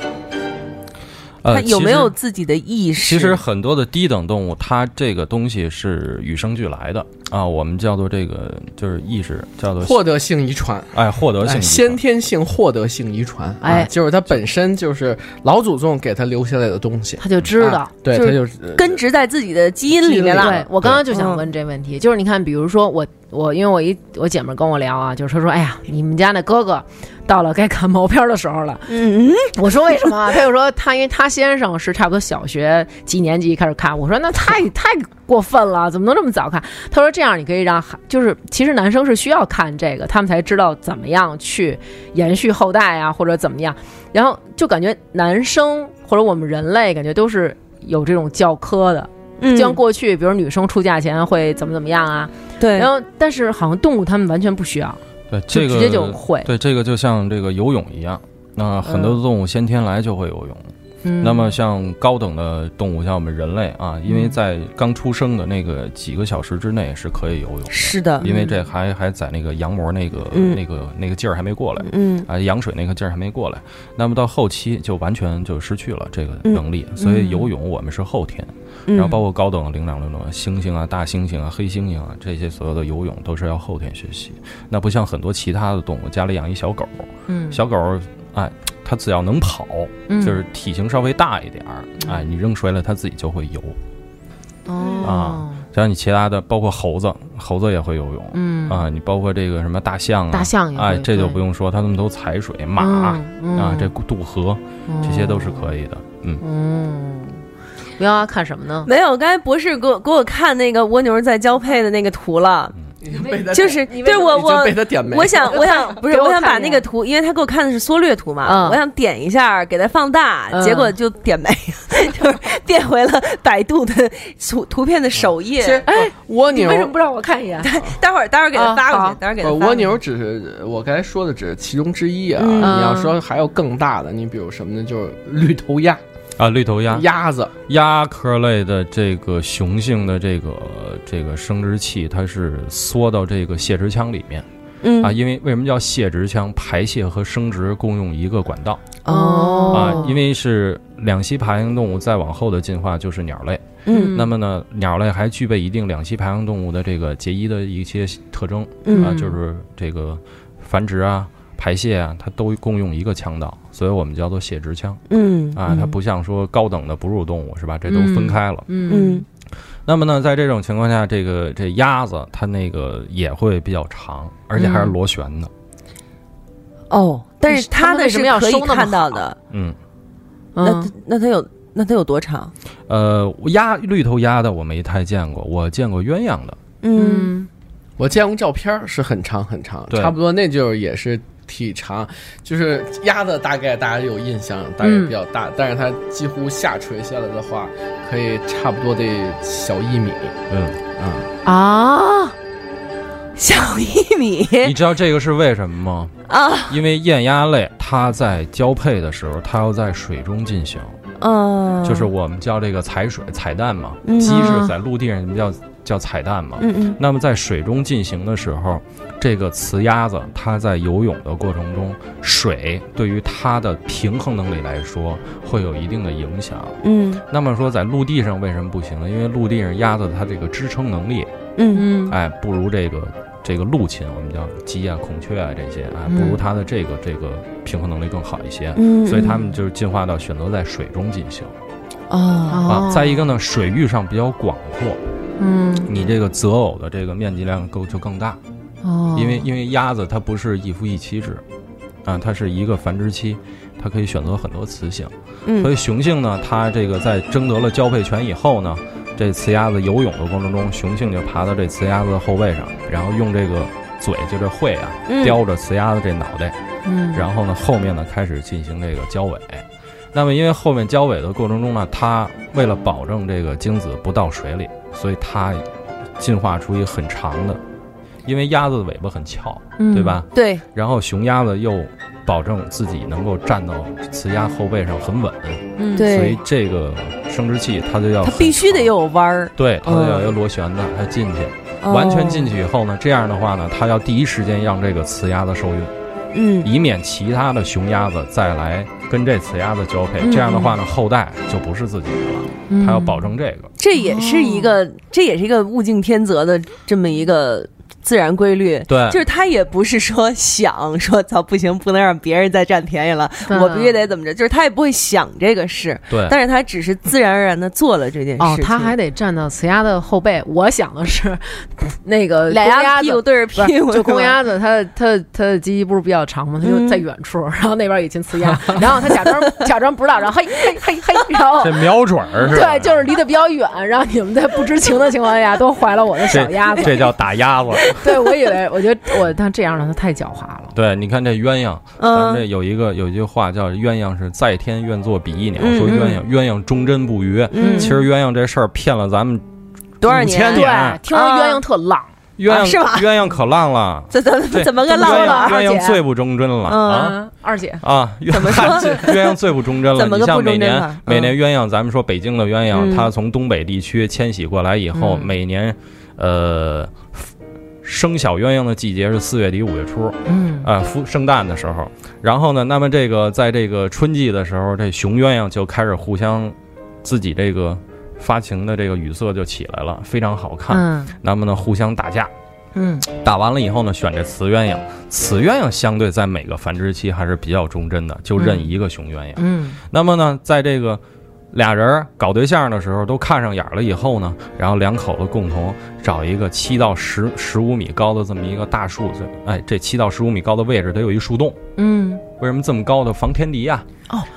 它
呃，
有没
其实
有自己的意识？
其实很多的低等动物，它这个东西是与生俱来的啊，我们叫做这个就是意识，叫做
获得性遗传，
哎获得性遗
哎
传
先天性获得性遗传，啊
哎
就是它本身就是老祖宗给它留下来的东西，
他就知道
啊。对，
就
它
是
就是呃
根植在自己的基因里面
啊
基因里
了。
对我刚刚就想问这问题，就是你看，比如说我我因为我一我姐们儿跟我聊啊，就是她说，哎呀，你们家那哥哥到了该看毛片儿的时候了。
嗯，
我说为什么啊？她就说她因为她先生是差不多小学几年级开始看。我说那太 太过分了，怎么能这么早看？她说这样你可以让孩就是其实男生是需要看这个，他们才知道怎么样去延续后代啊，或者怎么样。然后就感觉男生或者我们人类感觉都是有这种教科的。
嗯
就像过去，比如女生出嫁前会怎么怎么样啊，
对，
然后但是好像动物它们完全不需要，
对
就
这个
直接就会。
对这个就像这个游泳一样，那很
嗯
多动物先天来就会游泳。
嗯
那么像高等的动物，像我们人类啊，
嗯
因为在刚出生的那个几个小时之内是可以游泳的，
是的，
因为这还还在那个羊膜那个、
嗯
那个那个劲儿还没过来。
嗯
啊，羊水那个劲儿还没过来，那么到后期就完全就失去了这个
嗯
能力，所以游泳我们是后天，
嗯，
然后包括高等的灵长类动物，猩猩啊、大猩猩啊、黑猩猩啊，这些所有的游泳都是要后天学习。那不像很多其他的动物，家里养一小狗，
嗯
小狗儿哎，它只要能跑，
嗯
就是体型稍微大一点儿，哎，你扔水里它自己就会游。
哦，
像你其他的，包括猴子，猴子也会游泳。
嗯
啊，你包括这个什么大象啊，
大象也会
哎，这就
对
不用说，它们都踩水，马、
嗯
啊
嗯，哦
这渡河，这些都是可以的。嗯，
嗯，不要看什么呢？
没有，刚才博士给我给我看那个蜗牛在交配的那个图了，
已经
呃
被它
就是
已经
对我我
被它点没了，
我想，我 想不是，
给我
我想
看
把
一
那
眼
个图，因为他给我看的是缩略图嘛，
嗯
我想点一下，给它放大，
嗯
结果就点没， 就是变回了百度的图图片的首页。
嗯
哎
其实蜗
你
牛
为什么不让我看一 眼？
待会儿，待会儿给它
啊
发过
好
去，待会儿给它
呃，
发过去。
蜗牛只是我刚才说的只是其中之一啊。
嗯
你要说还有更大的，你比如什么呢？就是绿头鸭、
啊，绿头鸭，
鸭子，
鸭科类的这个雄性的这个这个生殖器，它是缩到这个泄殖腔里面
嗯
啊，因为为什么叫泄殖腔？排泄和生殖共用一个管道
哦，
啊，因为是两栖爬行动物再往后的进化就是鸟类。
嗯
那么呢，鸟类还具备一定两栖爬行动物的这个结衣的一些特征啊，
嗯
就是这个繁殖啊、排泄啊，它都共用一个腔道，所以我们叫做泄殖腔
嗯
啊。它
嗯
不像说高等的哺乳动物是吧？这都分
嗯
开了。
嗯
嗯
那么呢，在这种情况下，这个这鸭子它那个也会比较长，而且还是螺旋的。
哦，但是
他
它
们
的
为什
是
么要
可以
收那么
看到
好
的，
嗯，
那
嗯，
那它有那它有多长？
呃，鸭绿头鸭的我没太见过，我见过鸳鸯的。
嗯
嗯
我见过照片儿是很长很长，
对
差不多那就是也是体长，就是鸭子大概大家有印象，大概
嗯
比较大，但是它几乎下垂下来的话，可以差不多得小一米。
嗯，
啊，
啊，
小一米
你知道这个是为什么吗？
哎啊，
因为雁鸭类它在交配的时候，它要在水中进行，
嗯，
就是我们叫这个采水彩蛋嘛，
嗯
鸡是在陆地上叫叫彩蛋嘛。
嗯嗯
那么在水中进行的时候，这个雌鸭子它在游泳的过程中，水对于它的平衡能力来说会有一定的影响。
嗯
那么说在陆地上为什么不行呢？因为陆地上鸭子它这个支撑能力
嗯
嗯
哎，不如这个这个陆禽，我们叫鸡啊、孔雀啊这些啊，
嗯
不如它的这个这个平衡能力更好一些，
嗯，
所以它们就是进化到选择在水中进行
哦，
啊
哦。，
再一个呢，水域上比较广阔，
嗯
你这个择偶的这个面积量够就更大，
哦，
因为因为鸭子它不是一夫一妻制。啊，它是一个繁殖期，它可以选择很多雌性，所
嗯
以雄性呢，它这个在争得了交配权以后呢，这雌鸭子游泳的过程中，雄性就爬到这雌鸭子的后背上，然后用这个嘴就这喙啊，
嗯
叼着雌鸭子这脑袋，
嗯
然后呢，后面呢开始进行这个交尾。那么因为后面交尾的过程中呢，它为了保证这个精子不到水里，所以它进化出一个很长的，因为鸭子的尾巴很翘，对吧？？
嗯对，
然后雄鸭子又保证自己能够站到雌鸭后背上很稳，
嗯
对
所以这个生殖器它就要
它
很
必须得
长，
有弯儿，
对，它就要
嗯哦
有螺旋的，它进去。完全进
去，
去以后呢，这样的话呢，它要第一时间让这个雌鸭子受孕，
嗯
以免其他的雄鸭子再来跟这雌鸭子交配。这样的话呢，
嗯
后代就不是自己的了。它要保证这个。
这也是一个，
哦
这也是一个物竞天择的这么一个自然规律。
对
就是他也不是说 想说操不行，不能让别人再占便宜了，
对
我必须得怎么着，就是他也不会想这个事，
对，
但是他只是自然而然的做了这件事
哦
情。，
他还得站到雌鸭的后背。我想的是， 那个
俩
公
鸭子
鸭子
屁股对着
不
屁
是
股，
就公鸭子，它嗯的它的它的鸡鸡不是比较长吗？它就在远处，然后那边有一群雌鸭，然后它假装假装不知道，然后嘿嘿嘿嘿，然 后
这瞄准儿是吧？
对，就是离得比较远，然后你们在不知情的情况下都怀了我的小鸭
这
子。
这叫打鸭子。
对，我以为我觉得我但这样让它太狡猾了。
对，你看这鸳鸯，咱们 这
嗯，
有一个有一句话叫“鸳鸯是在天愿做比翼鸟”，
嗯
说鸳
嗯
鸯鸳鸯忠贞不渝。
嗯
其实鸳鸯这事儿骗了咱们
多少
5000
对
年？
年，
听说鸳鸯特浪，
鸳鸯、
啊是吗
鸳鸯可浪了，
这怎么
对
怎么个
怎么
浪
说
法？
呢
鸳
二
鸯
姐
最不忠贞了、
嗯
啊。
嗯，二姐，
啊，鸳
怎么说
鸳鸯最不忠贞了。
怎么
你
个
像
不忠
每
贞
年、
法
每年鸳鸯，咱们说北京的鸳鸯，
嗯
它从东北地区迁徙过来以后，
嗯
每年呃生小鸳鸯的季节是四月底五月初，
嗯
啊，孵生蛋的时候。然后呢，那么这个在这个春季的时候，这雄鸳鸯就开始互相自己这个发情的这个羽色就起来了，非常好看。
啊
嗯
那么呢，互相打架，
嗯
打完了以后呢，选这雌鸳鸯。雌鸳鸯相对在每个繁殖期还是比较忠贞的，就认一个雄鸳鸯。
嗯
那么呢，在这个俩人儿搞对象的时候都看上眼儿了以后呢，然后两口子共同找一个七到十十五米高的这么一个大树，这哎，这七到十五米高的位置得有一树洞。
嗯，
为什么这么高的防天敌呀、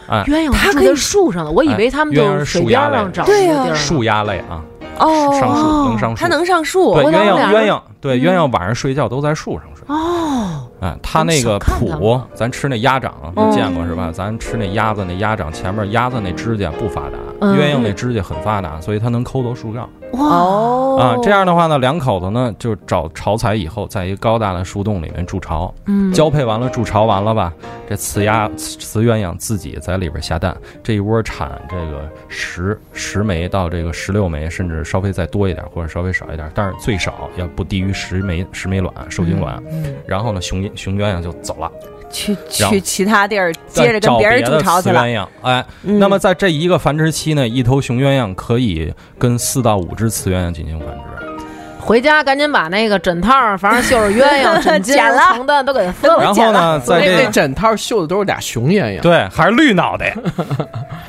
鸳鸯
它
住
可以
在树上的，我以为它们
哎鸳鸯
就是水
树
边
鸭
儿
类
上
的
长一个
对
地
啊
儿。
树鸭类啊，上
哦，
树能上树
它。能上树，
对
我当
鸳
时
鸯
俩
鸳
人
鸯对鸳鸯晚上睡觉都在树上睡。
哦，
哎，它那个
看到哦
蹼，咱吃那鸭掌，
嗯
你见过是吧？咱吃那鸭子，那鸭掌前面鸭子那指甲不发达，
嗯
鸳鸯那指甲很发达，所以它能抠到树干
哇，
哦
啊。这样的话呢，两口子呢就找巢材以后，在一个高大的树洞里面筑巢，
嗯，
交配完了筑巢完了吧，这雌鸭雌雌鸳鸯自己在里边下蛋，这一窝产这个十十枚到这个十六枚，甚至稍微再多一点或者稍微少一点，但是最少要不低于十枚十枚卵受精卵。
嗯
然后呢，雄雄鸳鸯就走了。
去
然后
去其他地儿接着
再找
跟别人
的
筑巢去
雌
了。
鸳鸯，哎，
嗯
那么在这一个繁殖期呢，一头雄鸳鸯可以跟四到五只雌鸳鸯进行繁殖，
回家赶紧把那个枕套儿，反正就是 鸳鸯、枕巾、
剪了
床单都给它 分了
然后呢，在这
那
个
枕套绣的都是俩雄鸳鸯，
对还是绿脑袋，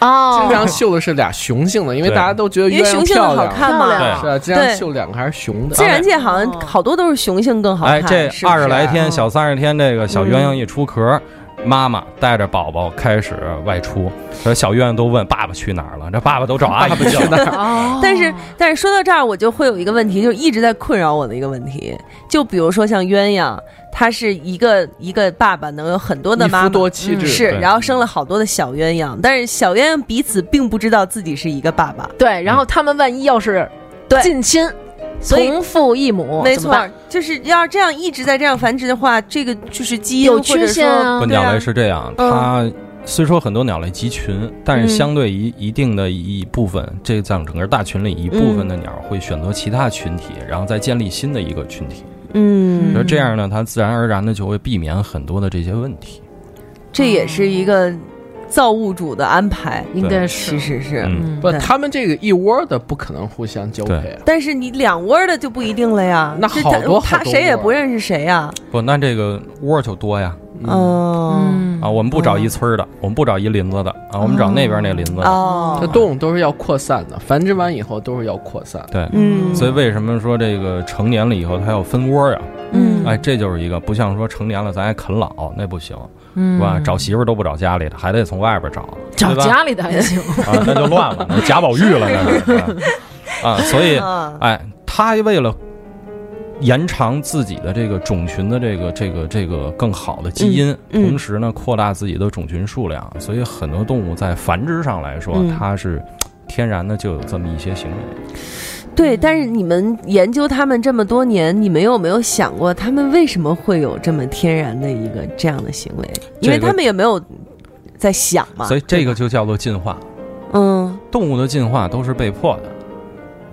哦
经常绣的是俩雄性的，因为
对
大家都觉得
因为
鸳鸯
雄性的
漂
好
亮，
看
漂
嘛
亮，
是吧？经常
对
绣两个还是雄的啊
自。然界好像
哦
好多都是雄性更好看。
啊哎，这
是不
二
是啊嗯
十来天
嗯
小三十天，这个小鸳鸯一出壳。妈妈带着宝宝开始外出，这小鸳鸯都问爸爸去哪儿了，这爸爸都找阿姨去了。
哦
但是，但是说到这儿，我就会有一个问题，就是一直在困扰我的一个问题，就比如说像鸳鸯，它是一个一个爸爸能有很多的
一
妈
夫
妈，
多妻制，
是，
对嗯
然后生了好多的小鸳鸯，但是小鸳鸯彼此并不知道自己是一个爸爸，
对，然后他们万一要是
对
近亲，
所以
同父异母，
没
怎么
错
办，
就是要这样一直在这样繁殖的话，这个就是基因
有缺陷
或者说
啊
不，
对
鸟
啊
类是这样，它虽说很多鸟类集群，但
嗯
是相对一一定的一部分，这在整个大群里一部分的
嗯
鸟会选择其他群体，然后再建立新的一个群体。
嗯，
那这样呢，它自然而然的就会避免很多的这些问题。
这也是一个造物主的安排，
应该
其
是。
实是。
嗯
嗯，
不，
对
他们这个一窝的不可能互相交配
对
啊。
但是你两窝儿的就不一定了呀，
那
这
好
他
多好
他
多
谁也
窝儿
不认识谁呀，
不，那这个窝就多呀。
嗯
哦
嗯
啊，我们不找一村儿的，我们不找一林子的啊，我们找那边那林子的。
这
嗯
哦，
动物都是要扩散的，繁殖完以后都是要扩散。
对，
嗯，
所以为什么说这个成年了以后它要分窝呀、
嗯
哎，这就是一个不像说成年了咱还啃老，那不行，是
嗯
吧？找媳妇儿都不找家里的，还得从外边找，
找
对吧？
家里的还行，
啊，那就乱了，那贾宝玉了，那是啊，所以
啊
哎，他为了延长自己的这个种群的这个这个这个更好的基因，
嗯嗯
同时呢扩大自己的种群数量，所以很多动物在繁殖上来说，
嗯
它是天然的就有这么一些行为。
对，但是你们研究他们这么多年，你们有没有想过他们为什么会有这么天然的一个这样的行为？因为
这个
他们也没有在想嘛。
所以这个就叫做进化。
嗯
动物的进化都是被迫的，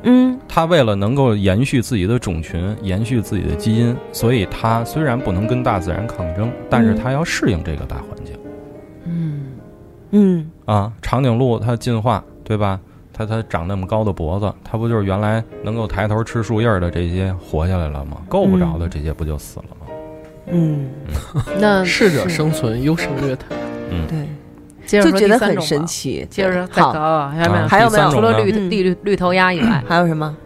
嗯
它为了能够延续自己的种群，延续自己的基因，所以它虽然不能跟大自然抗争，但
嗯
是它要适应这个大环境。
嗯，
嗯
啊，长颈鹿它进化，对吧？它它长那么高的脖子，它不就是原来能够抬头吃树叶儿的这些活下来了吗？够不着的这些不就死了吗？
嗯，
那
适者
是
生存，优胜劣汰。
对，
接着
就
说
觉
第
得
三
很
种吧
神。奇。
接着说再搞
好，
搞，还有没有
啊？
还有没有
第三种
除了
呢
绿
嗯
绿绿头鸭以外，
还有什么？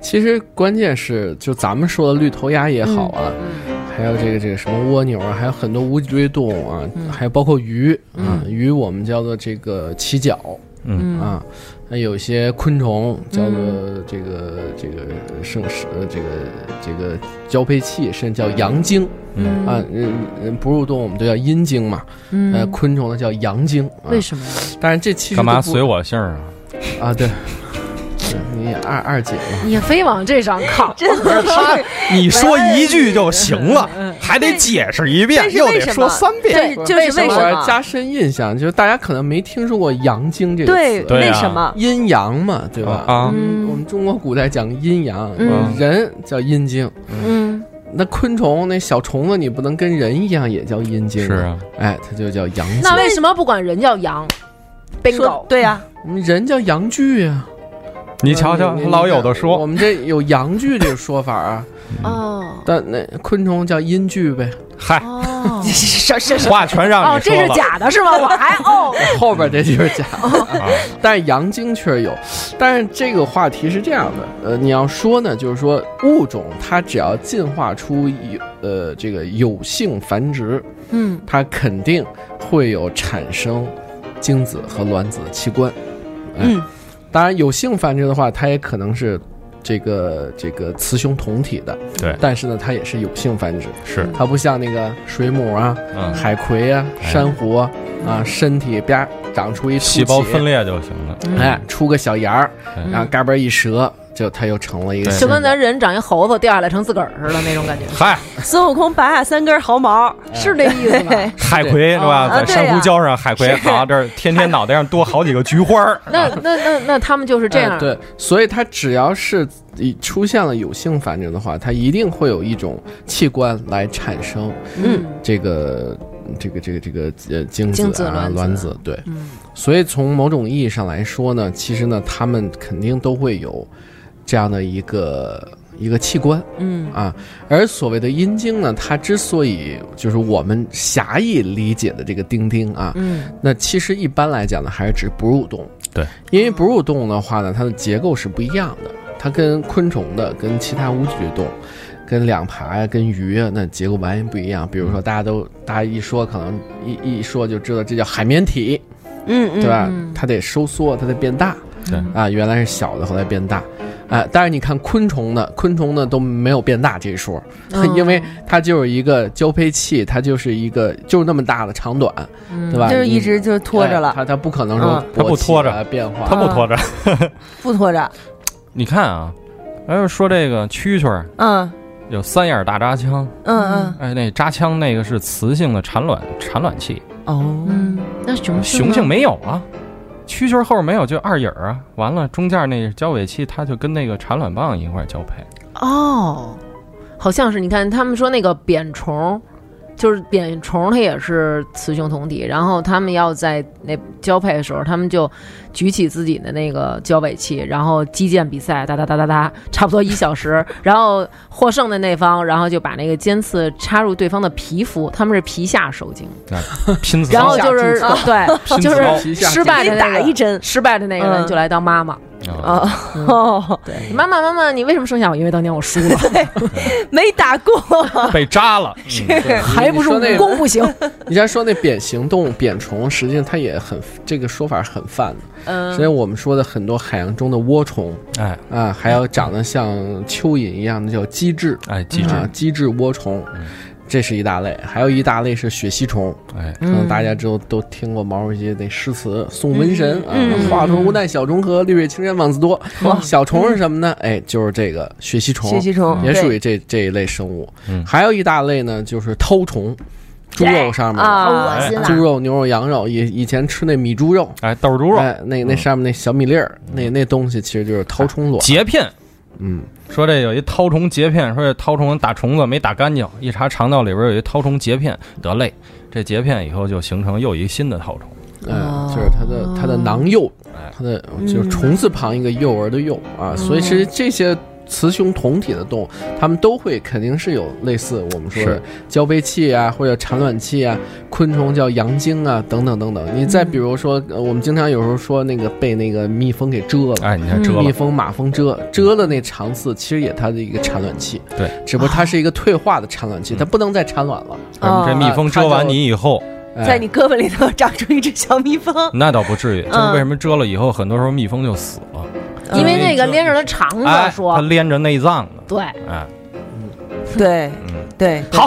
其实关键是，就咱们说的绿头鸭也好啊，
嗯
还有这个这个什么蜗牛啊，还有很多无脊椎动物啊，
嗯
还有包括鱼，
嗯
鱼我们叫做这个鳍脚
嗯，
嗯
啊，那有些昆虫
嗯
叫做这个、这个生食呃这个这个交配器，甚至叫阳茎
嗯
啊，呃呃哺乳动物我们都叫阴茎嘛，呃，
嗯，
昆虫呢叫阳茎啊
为，什么呀？
但是这其实
干嘛
都不
随我姓儿啊？
啊？对，对你二二姐嘛。
你非往这上靠，
真的是，
你说一句 就行 了，还得解释一
这是为什么？对，
不
就是为什
我
么？
加深印象，就是大家可能没听说过“阳经”这个
对，嗯
词，
对
为
啊
什么？
阴阳嘛，对吧？
啊
我们中国古代讲阴阳，
嗯
人叫阴经，
嗯，
那昆虫那小虫子，你不能跟人一样也叫阴经，
是啊，
哎，它就叫阳经。
那为什么不管人叫羊
说
？bingo，
对啊 呀，
嗯人叫阳具啊，
你瞧瞧，
你你
老有的
我
说，
们这有阳具这个说 法啊，
哦
但那昆虫叫阴具呗，
嗨，
哦
什什
话全让
哦
你，
这
说
是
了。
假的是吗？我还哦，
后边这就是假
啊
但是阳经确实有，但是这个话题是这样的，呃，你要说呢，就是说物种它只要进化出有呃这个有性繁殖，
嗯
它肯定会有产生精子和卵子的器官。哎
嗯，
当然，有性繁殖的话，它也可能是这个这个雌雄同体的，
对
但是呢，它也是有性繁殖，
是，
它不像那个水母啊、
嗯，
海葵啊、
哎
珊瑚啊，啊身体边长出一凸
细胞
起
分裂就行了。
哎，出个小芽儿，
嗯
然后嘎嘣儿一折，就它又成了一个
对
新
就
的。
跟咱人长一猴子掉下来成自个儿似的那种感觉，
嗨，
孙悟空拔下三根毫毛，
是这意思吧？
海葵是吧？
啊
在
对
珊瑚
呀
礁上，海葵好，这儿天天脑袋上多好几个菊花儿。
那那那那他们就是这样
哎，对，所以它只要是一出现了有性繁殖的话，它一定会有一种器官来产生
嗯
这个这个这个这个呃精子啊
精子卵子
卵子。对，
嗯
所以从某种意义上来说呢，其实呢，它们肯定都会有这样的一个一个器官。
嗯
啊，而所谓的阴茎呢，它之所以就是我们狭义理解的这个丁丁啊，
嗯
那其实一般来讲呢，还是指哺乳动物。
对，
因为哺乳动物的话呢，它的结构是不一样的，它跟昆虫的、跟其他无脊椎动物、跟两爬呀、跟鱼啊，那结构完全不一样。比如说，大家都大家一说，可能一一说就知道这叫海绵体，
嗯
对
嗯，
吧？
嗯
它得收缩，它得变大。
对
啊，原来是小的，后来变大。啊，但是你看昆虫呢，昆虫呢都没有变大这一说，
嗯
因为它就是一个交配器，它就是一个就是那么大的长短，
嗯
对吧？
就是一
你
直就是拖着
哎
了，
它它不可能说
嗯
它不
勃起啊
拖着
啊变化，
它不拖着。
不拖着，
你看啊，然后说这个蛐蛐儿
嗯
有三眼大扎枪，
嗯
哎，那扎枪那个是雌性的产卵产卵器，
嗯，哦，
嗯，那雄
雄性
呢
没有啊，蛐蛐儿后面没有，就二眼儿啊。完了，中间那交尾器，它就跟那个产卵棒一块儿交配。
哦，好像是。你看他们说那个扁虫，就是扁虫，它也是雌雄同体。然后他们要在那交配的时候，他们就举起自己的那个交尾器，然后击剑比赛，哒哒哒哒哒， 差不多一小时。然后获胜的那方，然后就把那个尖刺插入对方的皮肤，他们是皮下受精。
嗯
那拼死
然
猫
后就是
下
对，
拼
就
刺猫
是失败的
给
那
打
个
一针
失败的那个人
嗯
就来当妈妈。
啊，
啊，哦，
嗯对，妈妈妈妈，你为什么生下我？因为当年我输了。
没打过，
被扎了。嗯
对
还不是
你说那
武
个
功不行。
你刚才说那扁形动物、扁虫，实际上它也很这个说法很泛的。实际
嗯，
上我们说的很多海洋中的涡虫
哎
啊，还有长得像蚯蚓一样的叫机雉
哎，机智，
啊，机雉涡虫
嗯，
这是一大类。还有一大类是血吸虫，
哎，
可
嗯
能大家之后都听过毛主席那诗词《送瘟神》
嗯
啊，画中无奈小虫和，绿水青山枉自多。小虫是什么呢？哎，就是这个血吸虫
学，习虫
也属于这这一类生物
嗯。
还有一大类呢，就是绦虫，猪肉上面的。
啊，
哎
猪肉、牛肉、羊肉，以以前吃那米猪肉，
哎，豆儿猪肉
哎，那那上面那小米粒儿，那那东西其实就是绦虫卵。
截片，
嗯，
说这有一绦虫截片，说这绦虫打虫子没打干净，一查肠道里边有一绦虫截片，得嘞，这截片以后就形成又一新的绦虫。
嗯，就是它的它的囊幼，
哎
它的就是虫字旁一个幼儿的幼啊，所以其实这些雌雄同体的动物，它们都会肯定是有类似我们说的
是
交配器啊，或者产卵器啊，昆虫叫阳茎啊，等等等等。你再比如说，呃我们经常有时候说那个被那个蜜蜂给蛰了。
哎，你看
嗯
折
蜜
了，
蜂、马蜂蛰蛰了那肠刺，其实也它的一个产卵器，
对，嗯
只不过它是一个退化的产卵器，它不能再产卵了。
啊
这蜜蜂蛰完你以后，
哎
在你胳膊里头长出一只小蜜蜂，
那倒不至于，就是
嗯
为什么蛰了以后，很多时候蜜蜂就死了，
嗯
因为那个连着他肠
哎它
子，说，
连着内脏呢，
对，
哎，
对
嗯，
对，
好，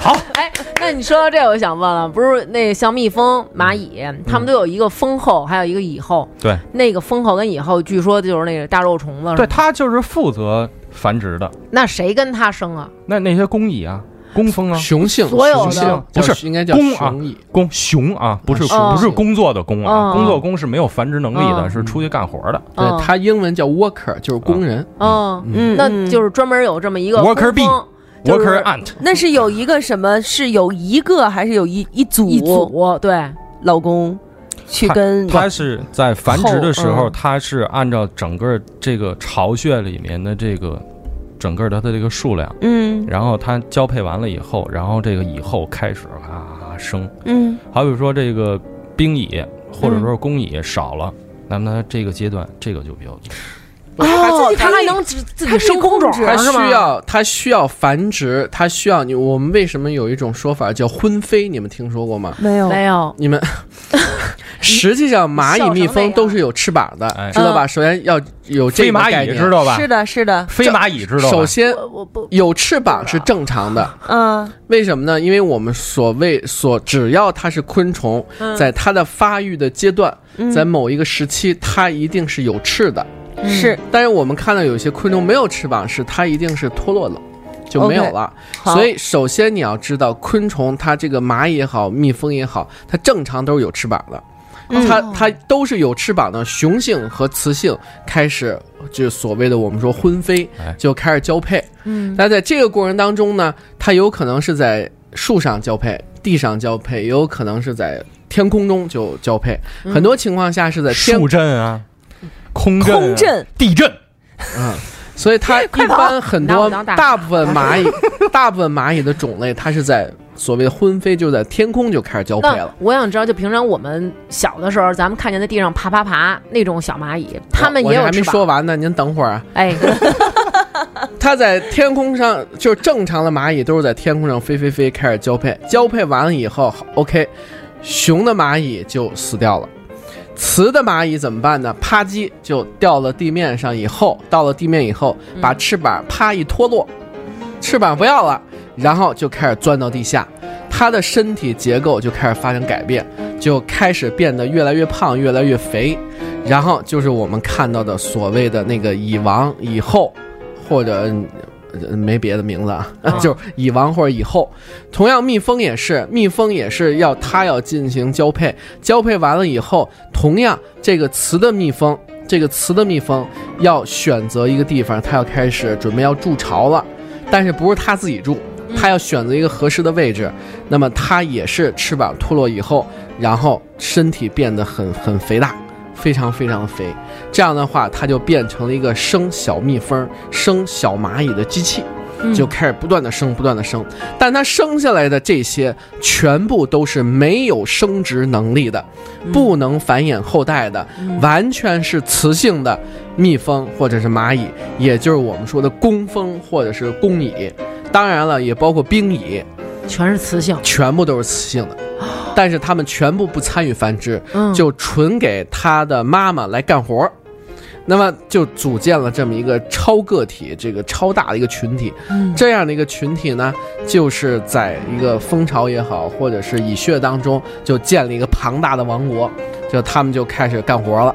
好，
哎，那你说到这，我就想问了，不是那像蜜蜂、蚂蚁，
嗯
它们都有一个蜂后，还有一个蚁后，
对，
那个蜂后跟蚁后，据说就是那个大肉虫子，
对，，它就是负责繁殖的，
那谁跟它生啊？
那那些工蚁啊，工蜂啊，
雄性，
所有的
雄性
不是
叫应该叫
公啊
雄蚁，
工熊啊，不是
啊
不是工作的工啊，
嗯
工作工是没有繁殖能力的，
嗯
是出去干活的。
嗯
对，它英文叫 worker，就是工人。
啊
嗯，
嗯，
那就是专门有这么一个
Worker bee
蜂蜂嗯就是
Worker ant，
那是有一个什么？是有一个还是有一一组
一组，对，
老公去
他
跟
它是在繁殖的时
后
候，
嗯
它是按照整个这个巢穴里面的这个整个它的这个数量，
嗯
然后它交配完了以后，然后这个以后开始啊生。
嗯
好比说这个兵蚁或者说是
嗯
工蚁少了，那么它这个阶段这个就比
啊
较多。
哦
它还能自自己生空种，
它
是吗
需要它需要繁殖，它需要你。我们为什么有一种说法叫婚飞？你们听说过吗？
没有
没有？
你 们实际上蚂
笑
蚁、
成
蜜
那
蜂
样
都是有翅膀
哎
的，知道
嗯
吧？首先要有这
飞
个
蚂
概
蚁
念
知。道吧？
是的，是的，
飞蚂蚁知道吧
首？先
我我不
有翅膀是正常的，
嗯
为什么呢？因为我们所谓所只要它是昆虫，在它的发育的阶段，在某一个时期，它一定是有翅的。
嗯
是
但是我们看到有些昆虫没有翅膀时，它一定是脱落了，就没有了。
好
所以首先你要知道，昆虫它这个蚂蚁也好，蜜蜂也好，它正常都是有翅膀的，它它都是有翅膀的，雄性和雌性开始就所谓的我们说婚飞
哎，
就开始交配。嗯，那在这个过程当中呢，它有可能是在树上交配，地上交配，也有可能是在。天空中就交配，很多情况下是在天
树震啊，空震、
空震、
地震，
嗯所以它一般很
拿
多
我当大
大部分 蚂蚁，大部分蚂蚁的种类，它是在所谓的婚飞，就在天空就开始交配
那
了。
我想知道，就平常我们小的时候，咱们看见在地上爬爬爬那种小蚂蚁，它们
我
也
这
有
还没
翅
说
膀。
完呢，您等会儿啊。
哎，
它在天空上，就是正常的蚂蚁都是在天空上飞飞飞，开始交配。交配完了以后，OK，雄的蚂蚁就死掉了。雌的蚂蚁怎么办呢？啪叽就掉了地面上以后，到了地面以后，把翅膀啪一脱落，翅膀不要了，然后就开始钻到地下，它的身体结构就开始发生改变，就开始变得越来越胖，越来越肥，然后就是我们看到的所谓的那个以王以后，或者呃没别的名字啊， 就是以王或者以后。同样，蜜蜂也是，蜜蜂也是要它要进行交配，交配完了以后，同样这个雌的蜜蜂，这个雌的蜜蜂要选择一个地方，它要开始准备要筑巢了，但是不是它自己筑。它要选择一个合适的位置，那么它也是翅膀脱落以后，然后身体变得很很肥大，非常非常肥。这样的话，它就变成了一个生小蜜蜂、生小蚂蚁的机器，
嗯
就开始不断的生、不断的生。但它生下来的这些，全部都是没有生殖能力的，
嗯
不能繁衍后代的，完全是雌性的蜜蜂或者是蚂蚁，也就是我们说的工蜂或者是工蚁。当然了，也包括兵蚁，
全是雌性，
全部都是雌性的，但是它们全部不参与繁殖，
嗯，
就纯给它的妈妈来干活儿。那么就组建了这么一个超个体，这个超大的一个群体。
嗯
这样的一个群体呢，就是在一个蜂巢也好，或者是蚁穴当中，就建立一个庞大的王国，就他们就开始干活了，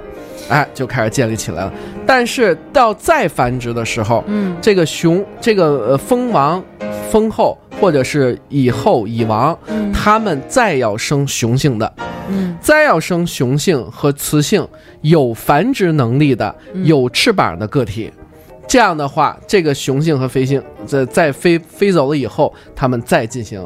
哎，就开始建立起来了。但是到再繁殖的时候，
嗯
这个熊，这个呃蜂王、蜂后或者是蚁后、蚁王，
嗯
他们再要生雄性的，
嗯
再要生雄性和雌性有繁殖能力的、
嗯
有翅膀的个体。这样的话，这个雄性和飞性在在飞飞走了以后，它们再进行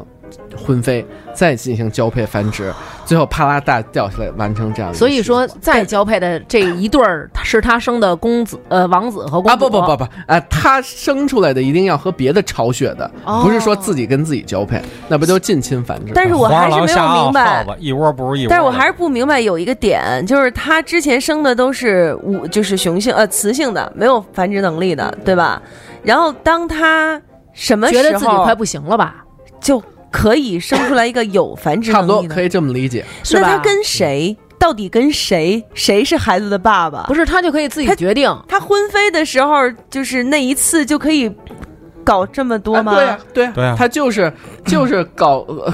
婚飞，再进行交配繁殖，最后啪啦大掉下来，完成这样的一个
所以
循
说
环。
再交配的这一对儿是他生的公子呃王子和公主
啊不不不不啊，它生出来的一定要和别的巢穴的，
哦
不是说自己跟自己交配，那不就近亲繁殖吗？
但是我还
黄
是
狼
没
下
有
耗
明白
耗，子一窝不如一窝的。
但是我还是不明白有一个点，就是它之前生的都是无，就是雄性呃雌性的，没有繁殖能力的，对吧？然后当它什么时
觉
候
得自己快不行了吧？
就可以生出来一个有繁殖
差不多
能力的，
可以这么理解。
是
那
吧
它跟谁？到底跟谁？谁是孩子的爸爸？
不是，他就可以自己
他
决定。
他婚飞的时候，就是那一次就可以搞这么多吗？
啊对呀、对呀、
对啊
他就是就是搞、呃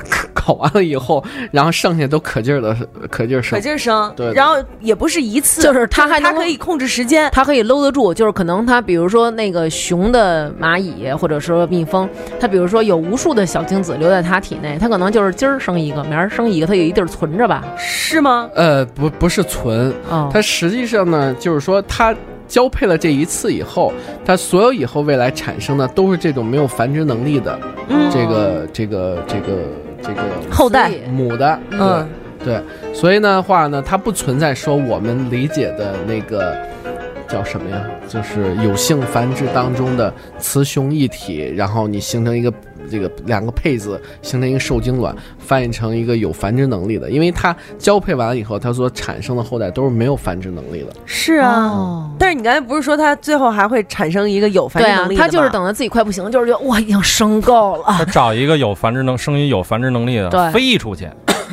搞完了以后，然后剩下都可劲儿的可劲儿
可
生。
劲儿生，
对对
然后也不是一次，
就是他还能
他可以控制时间，
它可以搂得住，就是可能它，比如说那个雄的蚂蚁或者说蜜蜂，它比如说有无数的小精子留在它体内，它可能就是今儿生一个，明儿生一个，它有一地儿存着吧。
是吗？
呃，不不是存，
哦，
它实际上呢，就是说它交配了这一次以后，它所有以后未来产生的都是这种没有繁殖能力的
嗯
这个这个这个这个
后代
所，以
母的，对
嗯，
对，所以呢话呢，它不存在说我们理解的那个叫什么呀？就是有性繁殖当中的雌雄一体，然后你形成一个这个两个配子，形成一个受精卵，翻译成一个有繁殖能力的，因为它交配完了以后，它所产生的后代都是没有繁殖能力的。
是啊。
哦
但是你刚才不是说它最后还会产生一个有繁
对
殖
啊
能力，的吗
它就是等到自己快不行，就是觉得我已经生够 了。
他找一个有繁殖能、生育有繁殖能力
对
的飞出 去，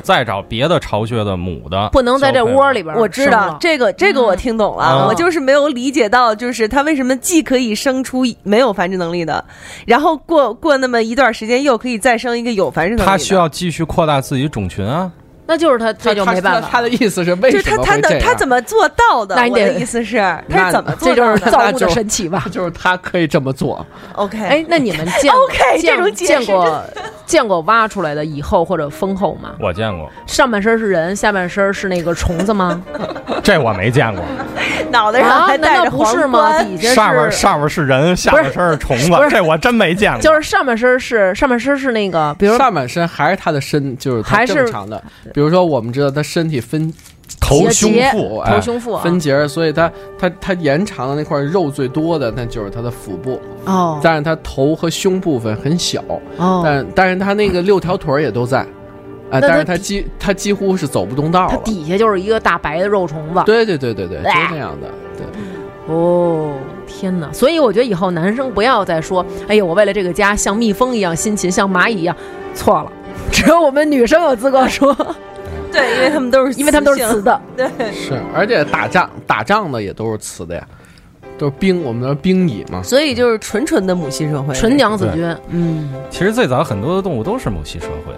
再找别的巢穴的母的，
不能在这窝里边儿
我知
生
道
了
这个，这个我听懂了，
嗯
嗯我就是没有理解到，就是它为什么既可以生出没有繁殖能力的，然后过过那么一段时间又可以再生一个有繁殖能力的。
它需要继续扩大自己种群啊。
那就是它，这就没办
他
法
他
了。
的意思是为
就是
什
他
么
他
会这
能
样？
他怎么做到的？
那你
我的
得
意思是，他是怎么
这
做
就
到
是
的
造物
那就？
的神奇吧
就是他可以这么做，
？OK，
哎，那你们见
OK，这种解
见
释
见过见过挖出来的蚁后或者蜂后吗？
我见过，
上半身是人，下半身是那个虫 子吗？
这我没见过。
脑袋上
啊，
还
难
戴
道
着
不
皇
是吗？
冠，
底下
上面
是
上面是人，下面是虫子
不是，
这我真没见过。
就是上半身是上半身是那个，比如
上半身还是他的身，就是他
还是
正常的。比如说，我们知道他身体分
头
结
胸
节
腹，哎
头，胸腹啊
分节儿，所以它它它延长的那块肉最多的，那就是它的腹部，
哦
但是它头和胸部分很小，
哦，
但但是它那个六条腿儿也都在，啊，
那它
但是它
底
几它几乎是走不动道
它
了。
底下就是一个大白的肉虫子。
对对对对对，就是那样的。对，
哦，天哪！所以我觉得以后男生不要再说，哎呦，我为了这个家像蜜蜂一样辛勤，像蚂蚁一样，错了。只有我们女生有资格说，
对，因为他们都是，
因为他们都是雌，的。
是，而且打仗打仗的也都是雌的呀，都是兵，我们说兵蚁嘛。
所以就是纯纯的母系社会，
纯。娘子军，嗯，
其实最早很多的动物都是母系社会，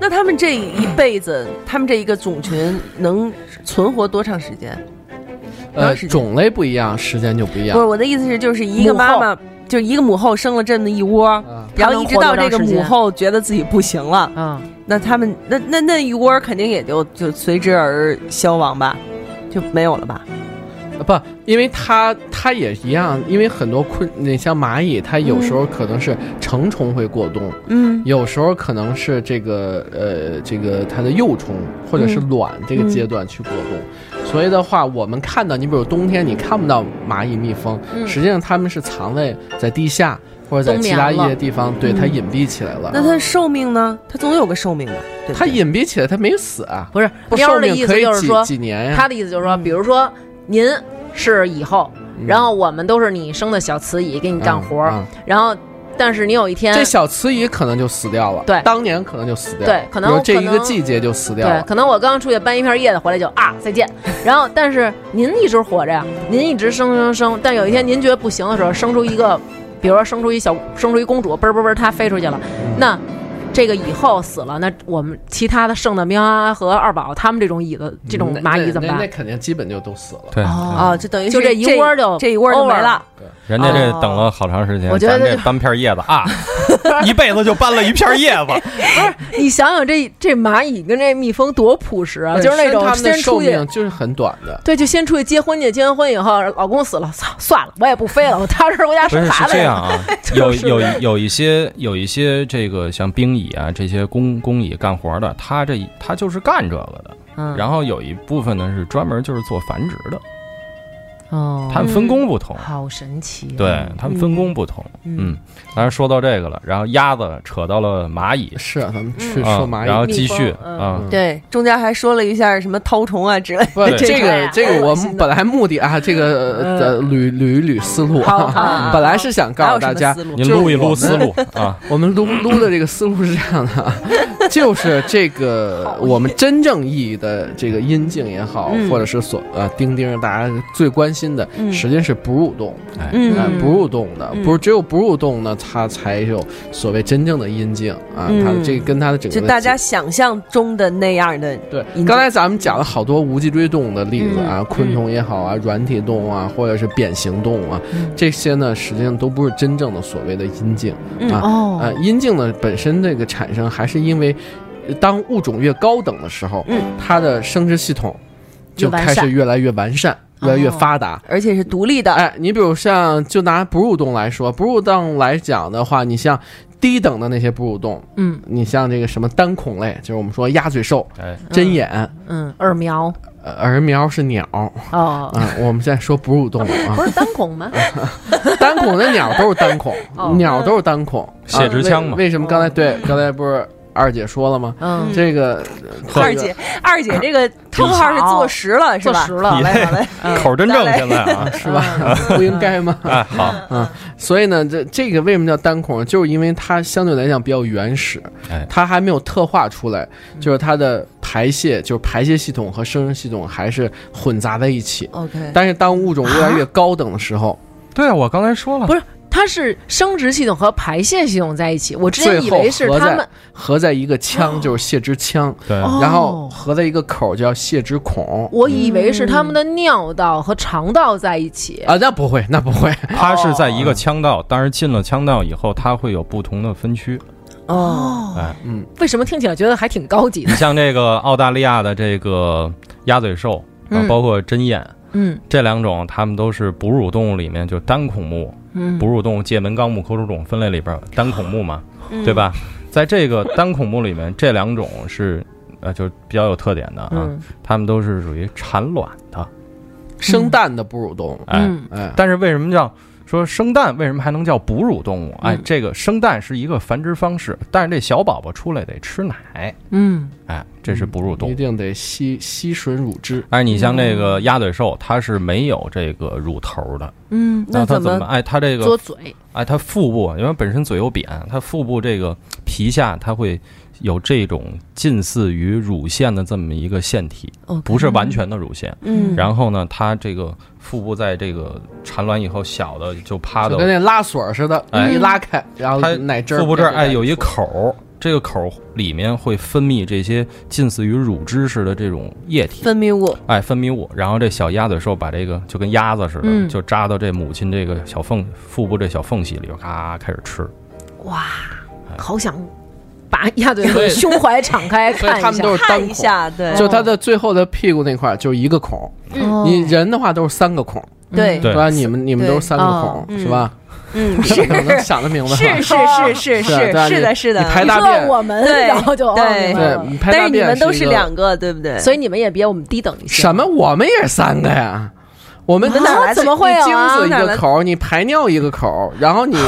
那他们这一辈子，他们这一个种群能存活多长时间？多
呃，
长时间？
种类不一样，时间就不
不
一
是
样。
我的意思是，就是一个
母
妈
后
妈，就一个母后生了这么一窝，
啊，
然后一直到这个母后觉得自己不行了，
嗯，
那他们那那那一窝肯定也就就随之而消亡吧，就没有了吧？
呃不，因为它它也一样，因为很多昆，你像蚂蚁，它有时候
嗯
可能是成虫会过冬，
嗯
有时候可能是这个呃这个它的幼虫或者
嗯
是卵这个阶段去过冬，所以的话，我们看到你比如冬天你看不到蚂蚁、蜜蜂，
嗯
实际上它们是藏在在地下或者在
冬
其
眠
他一些
了嗯
地方，对它隐蔽起来了。
那它的寿命呢？它总有个寿命吧？对不
它
对
隐蔽起来，它没死啊，
不是
不
喵
寿
儿的
命
意
可
思
以
就是
几
说，
几年嗯呀、
他的意思就是说，比如说您是蚁后，然后我们都是你生的小雌蚁，给你
嗯
干活儿，
嗯
然后但是你有一天
这小雌蚁可能就死掉了，
对
当年可能就死掉了，
对可能
比如这一
可
个
能
季节就死掉
对，
了。
可能我刚刚出去搬一片叶子回来就 啊再见，然后但是您一直活着呀，您一直生生生，但有一天您觉得不行的时候，生出一个，比如说生出一小生出一公主，嘣儿嘣儿嘣儿，它飞出去了，
嗯
那。这个蚁后死了，那我们其他的剩的喵啊和二宝他们这种蚁子这种
那
蚂蚁怎么
那那
办？
肯定基本就都死了。
对，
哦
啊，就等于
就是这一窝儿就
这一窝儿就没
over
了
了。
人家这等了好长时间，
哦我觉得
咱这
就
搬片叶子 啊，一辈子就搬了一片叶子，
你想想这这蚂蚁跟这蜜蜂多朴实啊，
本
就是那
身
种
它们的
先
寿
出去
命就是很短的。
对，就先出去结婚去，结完婚以后，老公死了，操，算了，我也不飞了，我踏实回家
不
生
是
孩
是
子去。
这样 啊，有有有一些有一些这个像兵蚁啊这些工工蚁干活的，他这他就是干这个的。
嗯
然后有一部分呢是专门就是做繁殖的，
哦
他们分工不同，
嗯
好神奇、啊。
对他们分工不同。嗯，当然说到这个了，然后鸭子扯到了蚂蚁
是啊，咱们去
啊
说，蚂
然后
蚁。嗯
继续
蜜蜂
啊，
对，中间还说了一下什么绦虫啊之类的。
不，
对
这
这
个
个
这个我
恶心
们
的
本来目的啊，这个呃呃捋捋一捋思路
好好
啊
好，
本来是想告诉大家
还有什么思，
您
就是
撸一
我
撸
们
思路啊，
我们撸撸的这个思路是这样的啊， 就是这个我们真正意义的这个阴茎也好，
嗯
或者是所呃钉钉大家最关心的，
嗯
实际是哺乳动物，
哎
哎
嗯，
哺乳动物的，
嗯
不是只有哺乳动物呢，它才有所谓真正的阴茎啊，
嗯
它的这个跟它的整个
就
的
大家想象中的那样的，
对
引，
刚才咱们讲了好多无脊椎动物的例子
嗯
啊，昆虫也好啊，软体动物啊，或者是扁形动物啊，
嗯
这些呢，实际上都不是真正的所谓的阴茎
嗯
啊。
哦
啊，阴茎呢本身这个产生还是因为，呃当物种越高等的时候，
嗯
它的生殖系统就
越完
开始
善
越来越完善，越来越
哦
发达。
而且是独立的。
哎，你比如像就拿哺乳动物来说，哺乳动物来讲的话，你像低等的那些哺乳动物，
嗯，
你像这个什么单孔类，就是我们说鸭嘴兽、
哎，
针眼、
嗯，耳苗
呃耳苗是鸟啊、
哦，
我们现在说哺乳动物啊
不，是单孔吗？
单孔的鸟都是单孔，
哦
鸟都是单孔，
蟹
啊
殖腔嘛
为为什么刚才对刚才不是二姐说了吗？
嗯，
这个
呵
二姐，二姐这个称号是坐实
嗯
了，是
啊坐
吧？
实了嗯
好嘞，好嘞，
口真正现在啊，
是吧？不应该吗？嗯
哎 好，
所以呢，这这个为什么叫单孔？就是因为它相对来讲比较原始
哎，
它还没有特化出来，就是它的排泄，就是排泄系统和生殖系统还是混杂在一起。
OK，
但是当物种越来越高等的时候，
对我刚才说了
哦
不，是，它是生殖系统和排泄系统在一起。我之
最
前以
后
为是
合
他
在
们
合在一个腔，就是泄殖腔，
对，
哦
然后合在一个口叫泄殖孔。
我以为是他们的尿道和肠道在一起。
啊，那不会，那不会，
嗯
它是
哦
在一个腔道，但是进了腔道以后，它会有不同的分区。
嗯
哦，
哎
为什么听起来觉得还挺高级的
你？像这个澳大利亚的这个鸭嘴兽，啊
嗯，
包括针鼹
嗯
这两种，它们都是哺乳动物里面就单孔目，
嗯
哺乳动物界门纲目科属种分类里边儿单孔目嘛，
嗯
对？吧？在这个单孔目里面，这两种是呃，就是比较有特点的啊，
嗯
它们都是属于产卵的，
生蛋的哺乳动物，
哎，
嗯
哎，
但是为什么叫说生蛋？为什么还能叫哺乳动物？哎，
嗯
这个生蛋是一个繁殖方式，但是这小宝宝出来得吃奶，
嗯
哎，这是哺乳动
一
物。
定得吸吸吮乳汁。
哎，你像那个鸭嘴兽，它是没有这个乳头的，
嗯，
那
它
怎
怎么
么？
办？哎，它这
嘬
个
嘴，
哎，它腹部因为本身嘴又扁，它腹部这个皮下它会有这种近似于乳腺的这么一个腺体，
哦
不是完全的乳腺。
嗯，
然后呢，它这个腹部在这个产卵以后，小的就趴
就
到
跟那拉锁似的，
哎
一拉开，然后
它
奶汁儿
腹部这儿
就在
哎有一
出来
口儿，这个口里面会分泌这些近似于乳汁似的这种液体，
分泌物，
哎，分泌物。然后这小鸭嘴兽把这个就跟鸭子似的，
嗯
就扎到这母亲这个小缝腹部这小缝隙里边，咔开始吃。
哇，好想把鸭嘴 兽胸怀敞开
所以
看
他们
一下
都。是单
看一
孔，
下，对
就它的最后的屁股那块儿就一个孔，
哦
你人的话都是三个孔，
对
对
是吧？你们你们都是三个
哦
孔，是吧？
嗯，
是能想得明白
是
吗？
是是是
对啊
是是的，
你
是
你排
的。
你
大
说
便
到，我们，
对
然后就哦
对
明白了
对，你排
但是
大
你
便
们都
是
是
一个
两个，对不对？
所以你们也比我们低等一些。
什么？我们也是三个呀。我们
你们哪来的
怎么会
你精
精
子
子
一
一
个
个口，你排尿一个口，然后你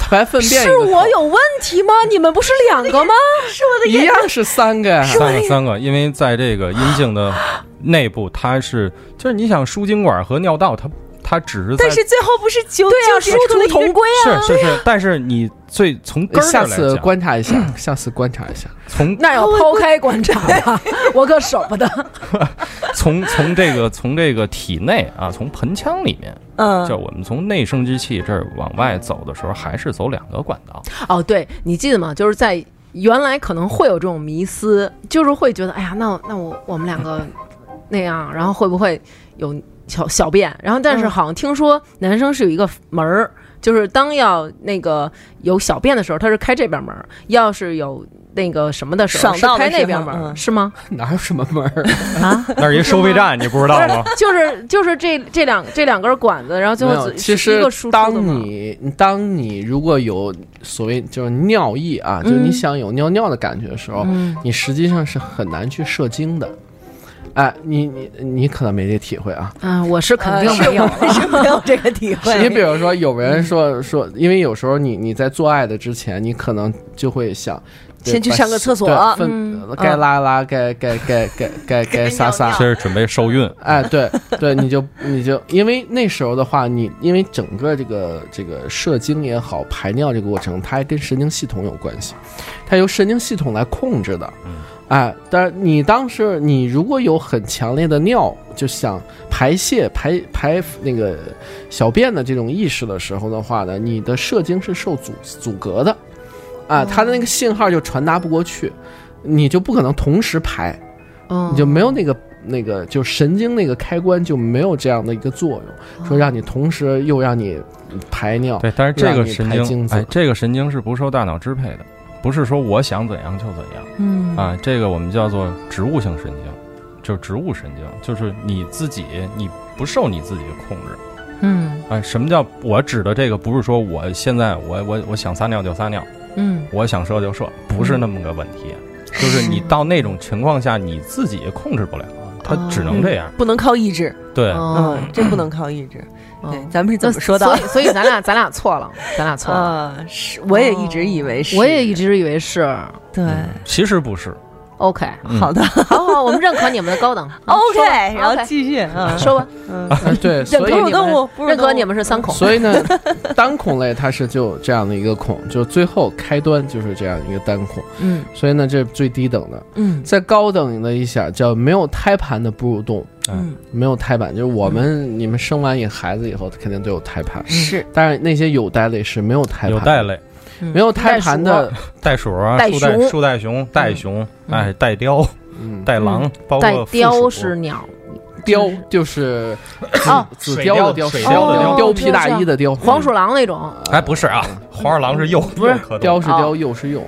排粪便一
是
个口
我有问题吗？你们不是两个吗？
一样是三个呀。
三个三个，因为在这个阴茎的内部，它是就是你想输精管和尿道，它它只是在
但是最后不是纠
对啊，
纠
殊
结出了一
途
个
同归啊。
是是是，但是你最从根儿上
哎下
来
次
讲，
观察一下，下次观察一下。
从
那要抛开观察呀， 我可舍不得。
从从这个从这个体内啊，从盆腔里面，就
嗯，
我们从内生殖器这儿往外走的时候，还是走两个管道。
哦，对，你记得吗？就是在原来可能会有这种迷思，就是会觉得，哎呀，那那我我们两个那样，然后会不会有小小便？然后但是
嗯
好像听说男生是有一个门儿，就是当要那个有小便的时候，他是开这边门儿；要是有那个什么的时候，
爽
是
到的
开那
时
边
候
门儿，
嗯
是吗？
哪有什么门儿？
啊，
那是一收费站，你不知道吗？
就是就是这这两这两根管子，然后最
没
后
有，
只
其
是一
实
个输出的
当
嘛
你当你如果有所谓就是尿意啊，就是你想有尿尿的感觉的时候，
嗯
你实际上是很难去射精的。哎，你你你可能没这体会啊。
啊，我是肯定没有了。
呃 是 是嗯没有这个体
你
会。
比如说，有人说说，因为有时候你你在做爱的之前，你可能就会想
先去上个厕所啊
对粪
嗯
该拉拉，该该该该 该该撒撒，
这是准备受孕，
哎，对对，你就你就因为那时候的话，你因为整个这个这个射精也好，排尿这个过程，它还跟神经系统有关系，它由神经系统来控制的。
嗯，
哎，但是你当时你如果有很强烈的尿，就想排泄排排那个小便的这种意识的时候的话呢，你的射精是受阻阻隔的，啊，它的那个信号就传达不过去，你就不可能同时排。
嗯，
你就没有那个那个，就神经那个开关就没有这样的一个作用，说让你同时又让你排尿。
对，但是这个神
啊让你排
经
精，子
哎，这个神经是不受大脑支配的，不是说我想怎样就怎样。
嗯
啊，这个我们叫做植物性神经，就是植物神经，就是你自己，你不受你自己的控制。
嗯
啊，什么叫我指的这个？不是说我现在我我我想撒尿就撒尿，
嗯
我想射就射，不是那么个问题，就是你到那种情况下你自己也控制不了，它只能这样。
不能靠意志，
对，
哦
嗯，这不能靠意志。对，
哦
咱们是
那
怎么说到
所以，？所以咱俩咱俩错了，咱俩错了。
啊，是，我也哦一直以为是，
我也一直以为是
对。
其实不是。
OK，
嗯
好的
好好，我们认可你们的高等。嗯
哦，OK，然后
OK
继续啊，
说吧，
嗯，
哎对，
认
所
可
以
哺乳
你
动
们
物，，哺乳
认
动物
可你们是三孔。
所以呢， 单孔类它是就这样的一个孔，就最后开端就是这样一个单孔。
嗯
所以呢，这是最低等的。
嗯
再高等的一下叫没有胎盘的哺乳动物，
嗯，
没有胎盘，就是我们你们生完以孩子以后肯定都有胎盘，
是
但是那些有袋类是没有胎盘，
有袋，类，
嗯
没有胎盘的，
袋鼠啊，
袋
树袋
熊
树袋熊、袋熊，哎，袋雕、
嗯，
袋狼，包
带
括
雕
负鼠
是鸟，
貂就是
哦
紫
水貂
貂的貂，
水
貂的貂
貂皮大衣的嗯貂，
黄鼠狼那种。
哎，不是啊，黄二郎是右，不
是貂
哦
是貂，鼬是鼬。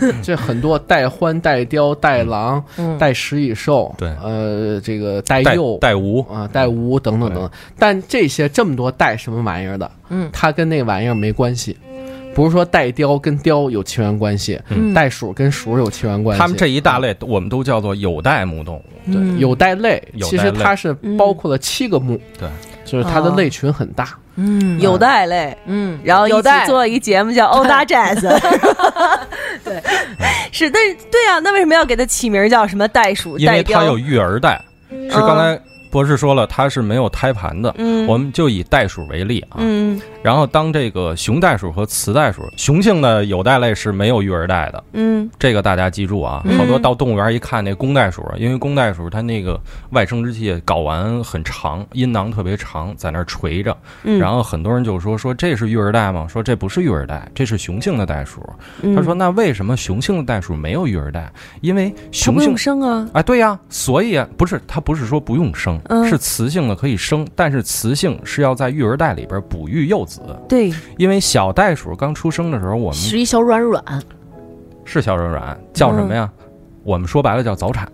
嗯 这很多带獾、带貂、带狼、
嗯
带食蚁兽，
对
呃，这个带
带
鼬
带无，
啊、带乌等等等等。但这些这么多带什么玩意儿的，
嗯
它跟那玩意儿没关系。不是说带貂跟貂有亲缘关系，
嗯
带鼠跟鼠有亲缘关系。
他们这一大类我们都叫做有袋目动物，
嗯
有袋类，
有
其
袋
实
类
它是包括了七个目，
对，
就是它
哦
的类群很大。
嗯
有袋类，
嗯，
然后一
有
起
带
做一节 目叫《欧大 Jazz》。
对，
是，但是对啊，那为什么要给它起名叫什么袋鼠、
因为
袋
它
貂？
有育儿袋，是刚才博士说了，它是没有胎盘的。
嗯
我们就以袋鼠为例啊，
嗯
然后当这个雄袋鼠和雌袋鼠，雄性的有袋类是没有育儿袋的，
嗯
这个大家记住啊。好多到动物园一看那公袋鼠，啊因为公袋鼠它那个外生殖器睾丸很长，阴囊特别长，在那儿垂着，
嗯，
然后很多人就说说这是育儿袋吗？说这不是育儿袋，这是雄性的袋鼠。
嗯
他说那为什么雄性的袋鼠没有育儿袋？因为
他
雄
不
性
用生啊，
啊，对呀、所以啊不是它不是说不用生，
嗯
是雌性的可以生，但是雌性是要在育儿袋里边哺育幼子，
对，
因为小袋鼠刚出生的时候，我们
是一小软软，
是小软软，叫什么呀？
嗯
我们说白了叫早产，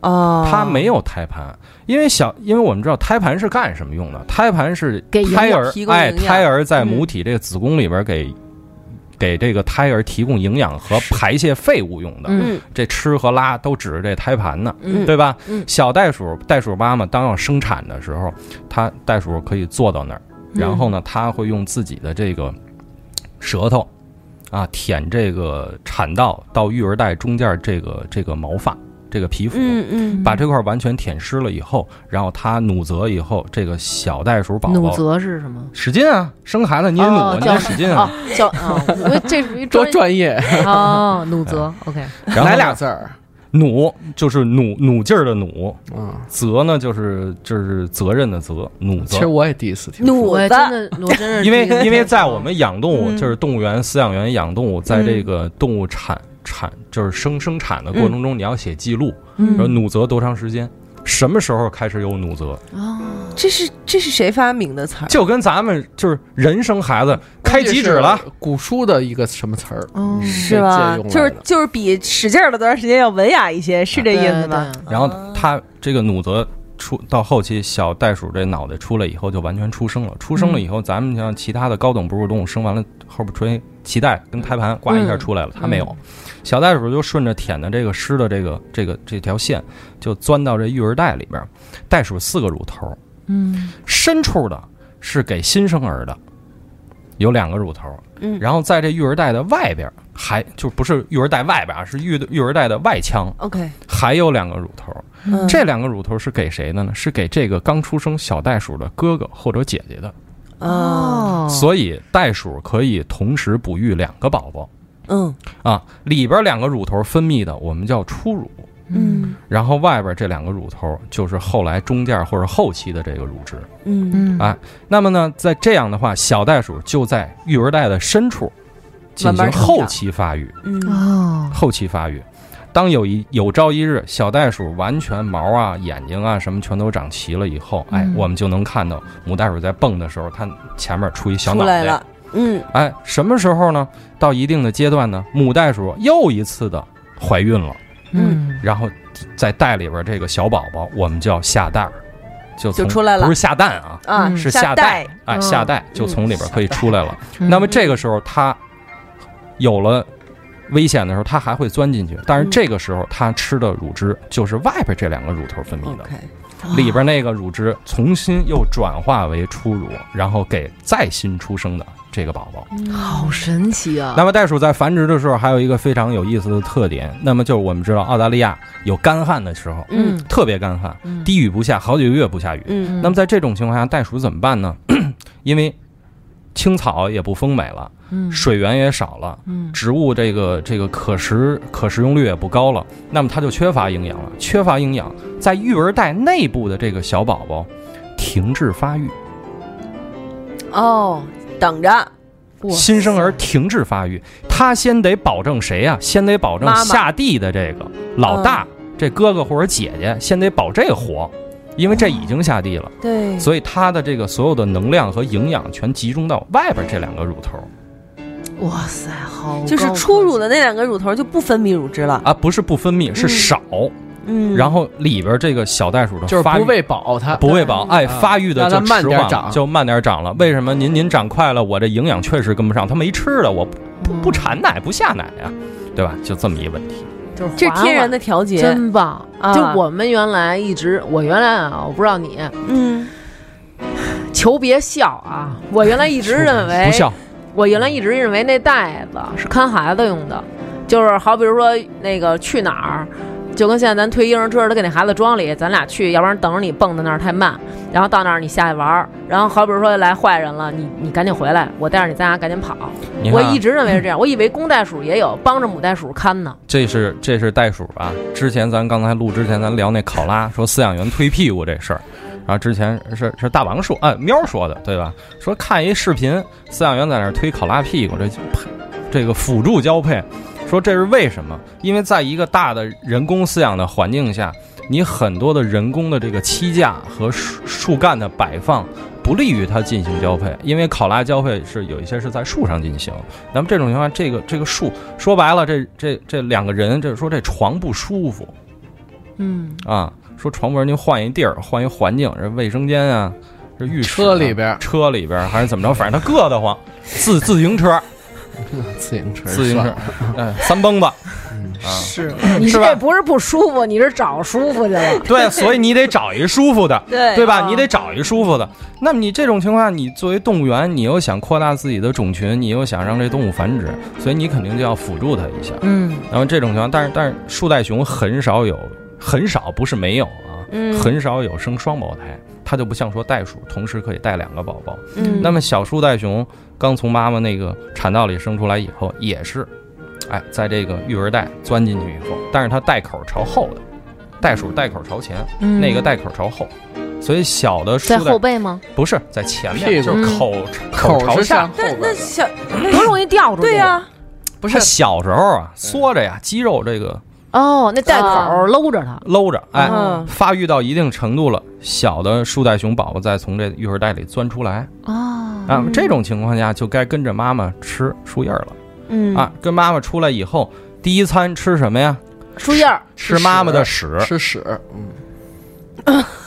哦，
它没有胎盘，因为小，因为我们知道胎盘是干什么用的？胎盘是
给营养嗯
胎儿
提，供
哎，
营养
胎儿在母体这个子宫里边给、给这个胎儿提供营养和排泄废物用的，
嗯
这吃和拉都指着这胎盘呢。
嗯
对吧？
嗯
小袋鼠袋鼠妈妈当要生产的时候，它袋鼠可以坐到那儿，然后呢，
嗯
它会用自己的这个舌头啊舔这个产道到育儿袋中间这个这个毛发这个皮肤。
嗯嗯，
把这块完全舔湿了以后，然后它努责以后，这个小袋鼠宝
努
宝
责是什么？
使劲啊，生孩子你得努啊，
哦
你得使劲
哦
啊，，
叫啊，我这属于
多
专
专业，
哦，努责，OK，
然后呢
来俩字儿，
努就是努努劲儿的努，
嗯，
责呢就是就是责任的责，努责
其实。我也第一次听说，
努
我
子，
真的，我真是
因为
第一个
因为
听
在
说
我们养动物，
嗯
就是动物园、饲养员养动物，在这个动物产产就是生生产的过程中，你要写记录，说
嗯，
努责多长时间，什么时候开始有努责，
哦，
这是这是谁发明的词儿？
就跟咱们就是人生孩子开几指了，，
古书的一个什么词儿，
哦
嗯
是吧
借用？来
就是
的
就是比使劲儿了多长时间要文雅一些，是这意思吧？
对？对
然后它这个努责。出到后期，小袋鼠这脑袋出来以后就完全出生了。出生了以后，咱们像其他的高等哺乳动物生完了后边垂脐带跟胎盘呱一下出来了，它没有。小袋鼠就顺着舔的这个湿的这个这个这条线，就钻到这育儿袋里边。袋鼠四个乳头，
嗯，
深处的是给新生儿的，有两个乳头。
嗯
然后在这育儿袋的外边还就不是育儿袋外边啊，是育育儿袋的外腔
OK，
还有两个乳头。
嗯
这两个乳头是给谁的呢？是给这个刚出生小袋鼠的哥哥或者姐姐的。
哦，
所以袋鼠可以同时哺育两个宝宝
嗯
啊，里边两个乳头分泌的我们叫初乳，
嗯
然后外边这两个乳头就是后来中间或者后期的这个乳汁。
嗯，
嗯
啊那么呢，在这样的话，小袋鼠就在育儿袋的深处进
慢慢
行
成长
后期发育。
嗯
哦，
后期发育。当有一有朝一日，小袋鼠完全毛啊、眼睛啊什么全都长齐了以后，哎，
嗯
我们就能看到母袋鼠在蹦的时候，它前面出一小
出
脑
来
袋。
了，嗯
哎，什么时候呢？到一定的阶段呢，母袋鼠又一次的怀孕了，
嗯，
然后在袋里边这个小宝宝，我们叫下蛋儿，就
就
从
出来了
不是下蛋啊，
啊，
嗯
是
下
蛋
带，，
哎，
嗯
下蛋就从里边可以出来了。
嗯
那么这个时候它有了危险的时候，它还会钻进去，
嗯
但是这个时候它吃的乳汁就是外边这两个乳头分泌的，
OK，
里边那个乳汁重新又转化为初乳，然后给再新出生的这个宝宝。
嗯
好神奇啊！
那么袋鼠在繁殖的时候还有一个非常有意思的特点，那么就是我们知道澳大利亚有干旱的时候，
嗯
特别干旱，
嗯
低雨不下，好几个月不下雨。
嗯
那么在这种情况下，袋鼠怎么办呢？ 因为青草也不丰美了，
嗯
水源也少了，
嗯
植物这个这个可食可食用率也不高了，那么它就缺乏营养了。缺乏营养，在育儿袋内部的这个小宝宝停滞发育，
哦，等着，
哇
新生儿停滞发育，他先得保证谁呀、先得保证
妈妈
下地的这个老大，这哥哥或者姐姐，先得保这活，因为这已经下地了。
对，
所以它的这个所有的能量和营养全集中到外边这两个乳头
哇塞，好
就是
高
初乳
科
的那两个乳头就不分泌乳汁了，
啊，不是不分泌，是少。
嗯，
然后里边这个小袋鼠的
就是
发
不
育。
喂饱 它，
不喂饱，哎，
啊
发育的
让它
就
慢
迟
点
缓了，
长
就慢点长了。为什么？您您长快了，我这营养确实跟不上，它没吃的，我不
嗯
不不产奶，不下奶啊，对吧？就这么一问题。
技，
这是天然
的。
的调节，
真棒！
啊
就我们原来一直，我原来啊，我不知道你，
嗯
求别笑啊！我原来一直认 为，
不笑，
我原来一直认为那袋子是看孩子用的，就是好比如说那个去哪儿，就跟现在咱推婴儿车，他给那孩子装里，咱俩去，要不然等着你蹦到那儿太慢，然后到那儿你下去玩儿，然后好比说来坏人了，你你赶紧回来，我带着你咱俩赶紧跑。
你
我
看啊
一直认为是这样，我以为公袋鼠也有帮着母袋鼠看呢。
这是这是袋鼠啊！之前咱刚才录之前，咱聊那考拉说饲养员推屁股这事儿，然后之前是是大王说，啊，喵说的对吧？说看一视频，饲养员在那儿推考拉屁股，这呸这个辅助交配，说这是为什么？因为在一个大的人工饲养的环境下，你很多的人工的这个栖架和树树干的摆放。不利于它进行交配，因为考拉交配是有一些是在树上进行。那么这种情况下，这个这个树说白了，这这这两个人，这说这床不舒服
嗯，
啊，说床不人就换一地儿，换一环境，这卫生间啊，这浴室啊、
车里边儿
车里边儿还是怎么着，反正他硌得慌。自自行车，
自行车，
自行车，哎，三蹦子，
是
你
是
这
吧
不是不舒服，你是找舒服去了。
对，所以你得找一舒服的，
对啊
对吧？你得找一舒服的。那么你这种情况下，你作为动物园，你又想扩大自己的种群，你又想让这动物繁殖，所以你肯定就要辅助它一下。
嗯，
然后这种情况，但是但是树袋熊很少有，很少不是没有啊，
嗯
很少有生双胞胎，它就不像说袋鼠同时可以带两个宝宝。
嗯
那么小树袋熊刚从妈妈那个产道里生出来以后，也是，哎，在这个育儿袋钻进去以后，但是它袋口朝后的，袋鼠袋口朝前，
嗯
那个袋口朝后，所以小的树
在
袋
后背吗？
不是在前
屁
面，
股
就是口
口
朝
是
下
向。后
但
边
那
的，
小
多容易掉出去。
对呀、
不是小时候啊，缩着呀，肌肉这个
哦，那袋口
啊
搂着它。
搂着，哎，
嗯
发育到一定程度了，小的树袋熊宝宝再从这育儿袋里钻出来
哦，
啊，这种情况下就该跟着妈妈吃树叶儿了
嗯
啊。跟妈妈出来以后，第一餐吃什么呀？
树叶儿。
吃妈妈的屎，
吃屎，嗯，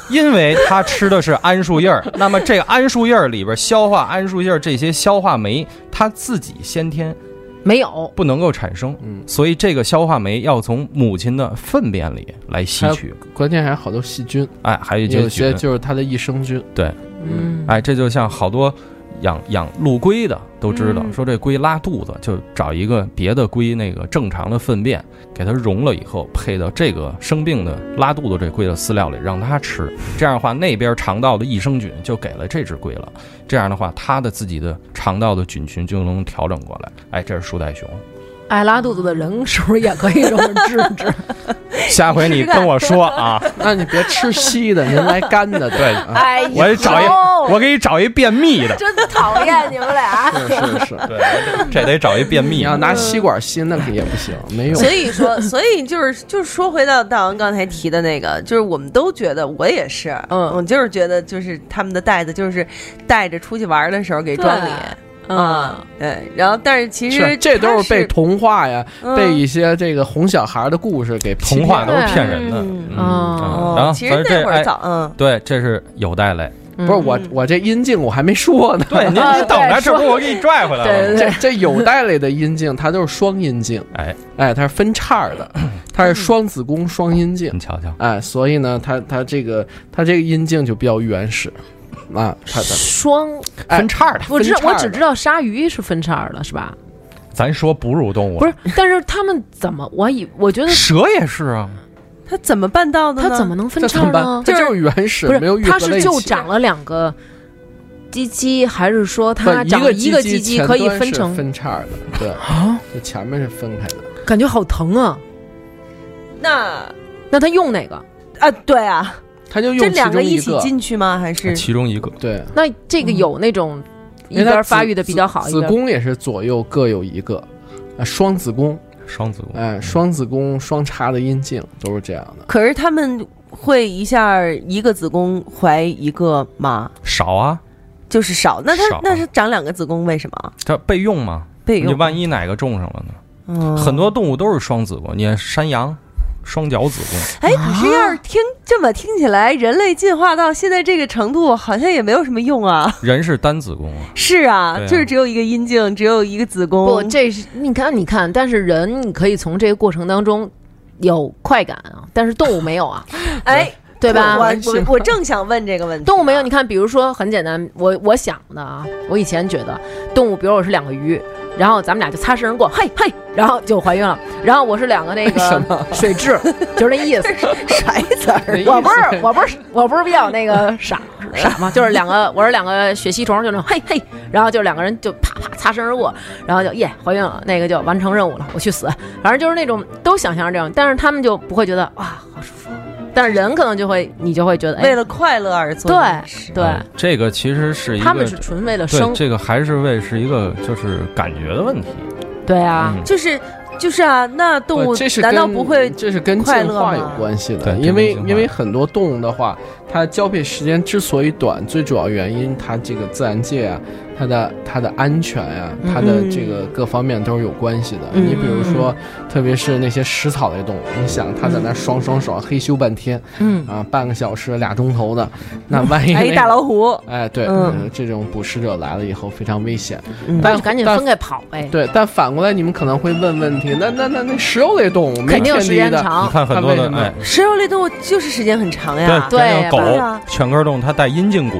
因为它吃的是桉树 叶儿。那么这个桉树叶儿里边消化桉树叶儿这些消化酶，它自己先天
没有，
不能够产生
嗯，
所以这个消化酶要从母亲的粪便里来吸取。
关键还有好多细菌，
哎，还有一
有
些
些
菌
就是它的益生菌，
嗯，
哎，这就像好多养养陆龟的都知
嗯
道，说这龟拉肚子，就找一个别的龟那个正常的粪便，给它溶了以后，配到这个生病的拉肚子这龟的饲料里，让它吃。这样的话，那边肠道的益生菌就给了这只龟了。这样的话，它的自己的肠道的菌群就能调整过来。哎，这是树袋熊。
爱拉肚子的人是不是也可以这么治治？
下回你跟我说啊，
那你别吃稀的，您来干的， 对，啊
哎呦，
我得找一，
哦
我给你找一便秘的。
真讨厌你们俩。
是 是是，
对，这得找一便秘
你
的
要。拿吸管吸那个也不行，没用
所。以说，所以就是就是说回到大王刚才提的那个，就是我们都觉得，我也是，
嗯
我就是觉得，就是他们的袋子就是带着出去玩的时候给装里，
嗯，
对，然后但是其实
是，这都
它
是被童话呀，
嗯
被一些这个哄小孩的故事给
童
欺骗
话
了
都是骗人的，
嗯
嗯
哦
然后
其
反
实
正
那
这
会儿
哎，
早，嗯，
对，这是有带类。
嗯
不是我，我这阴茎我还没说呢。
对，您
啊
您等着，
对
这不是我给你拽回来
对
了
对
吗？
这这有袋类的阴茎，它都是双阴茎，
哎，
哎，它是分叉儿的，它是双子宫双阴茎，
你瞧瞧，
哎，所以呢，它它这个它这个阴茎就比较原始，啊，它的
双，
哎
分叉的，
我知
分叉
我
的
只知道鲨鱼是分叉的，是吧？
咱说哺乳动物，
不是，但是他们怎么？我以我觉得
蛇也是啊，
他怎么办到的呢？
它怎么能分
这怎
叉
么办？
呢？
它就是原始
不，
没有
是，
愈
它
合在
是
一
就
起。
长 了两个鸡鸡，还是说它
不
长了一个
鸡鸡
鸡鸡
前
可以
端
分
是
成？
分叉的，对啊，这前面是分开的。
感觉好疼啊！
那
那它用哪个？
啊？对啊，
它就
这
用其
两
中
一
一
起
个，啊
进去吗？还是
其中一个
对，
那这个有那种一
因为它
边发
子
育的比较好，一
子
边
宫也是左右各有一个，啊，双子宫，
双子宫，
哎，双子宫双叉的阴茎都是这样的。
可是他们会一下一个子宫怀一个吗？
少啊，
就是少，那
少
他
啊
那是长两个子宫，为什么
这备用嘛，
备
你
用？
万一哪个种上了呢？
嗯
很多动物都是双子宫，你看山羊。双脚子 宫，
哎，可是要是听这么听起来，人类进化到现在这个程度，好像也没有什么用啊。
人是单子宫啊，
是啊，
对啊
就是只有一个阴茎，只有一个子宫。
不，这是你看，你看，但是人你可以从这个过程当中有快感啊，但是动物没有啊，
哎，
对 吧？
我我我正想问这个问题。
动物没啊有，你看，比如说很简单，我我想的啊，我以前觉得动物，比如我是两个鱼，然后咱们俩就擦身而过，嘿嘿，然后就怀孕了。然后我是两个那
什
个
嗯
水蛭，就是那意思。
甩子儿，
我不是我不是我不是比较那个傻傻吗？就是两个我是两个血吸虫，就那种嘿嘿，然后就两个人就啪啪擦身而过，然后就耶怀孕了，那个就完成任务了，我去死！反正就是那种都想象这样，但是他们就不会觉得哇好舒服，但是人可能就会你就会觉得
为
哎
了快乐而做
对
的事。
对
啊，这个其实是一
他们
个
是纯为了
对
生，
这个还是为是一个就是感觉的问题。
对啊，
嗯
就是就是啊，那动物
呃这是
难道
跟
不 会
这是跟进
快乐
化
吗
有关系
对
的，
这
因
跟
为
进化
因为很多动物的话，它交配时间之所以短，最主要原因它这个自然界啊，它的它的安全啊，它的
嗯
这个各方面都是有关系的。
嗯
你比如说，特别是那些食草类动物，你想它在那
嗯
爽爽爽嘿咻半天
嗯，
啊，半个小时俩钟头的，那万一那
哎，
个
大老虎，
哎对，
嗯
呃这种捕食者来了以后非常危险。
嗯
那
但
就赶紧
但
分开跑呗，
对，但反过来你们可能会问问题，那那那那食肉类动物没
肯定
天
时
敌
间
的
你
长，
看很多
它为
的
什么
哎，
食肉类动物就是时间很长哎呀。
对
对
那个狗
呀
犬哥动物它带阴茎骨，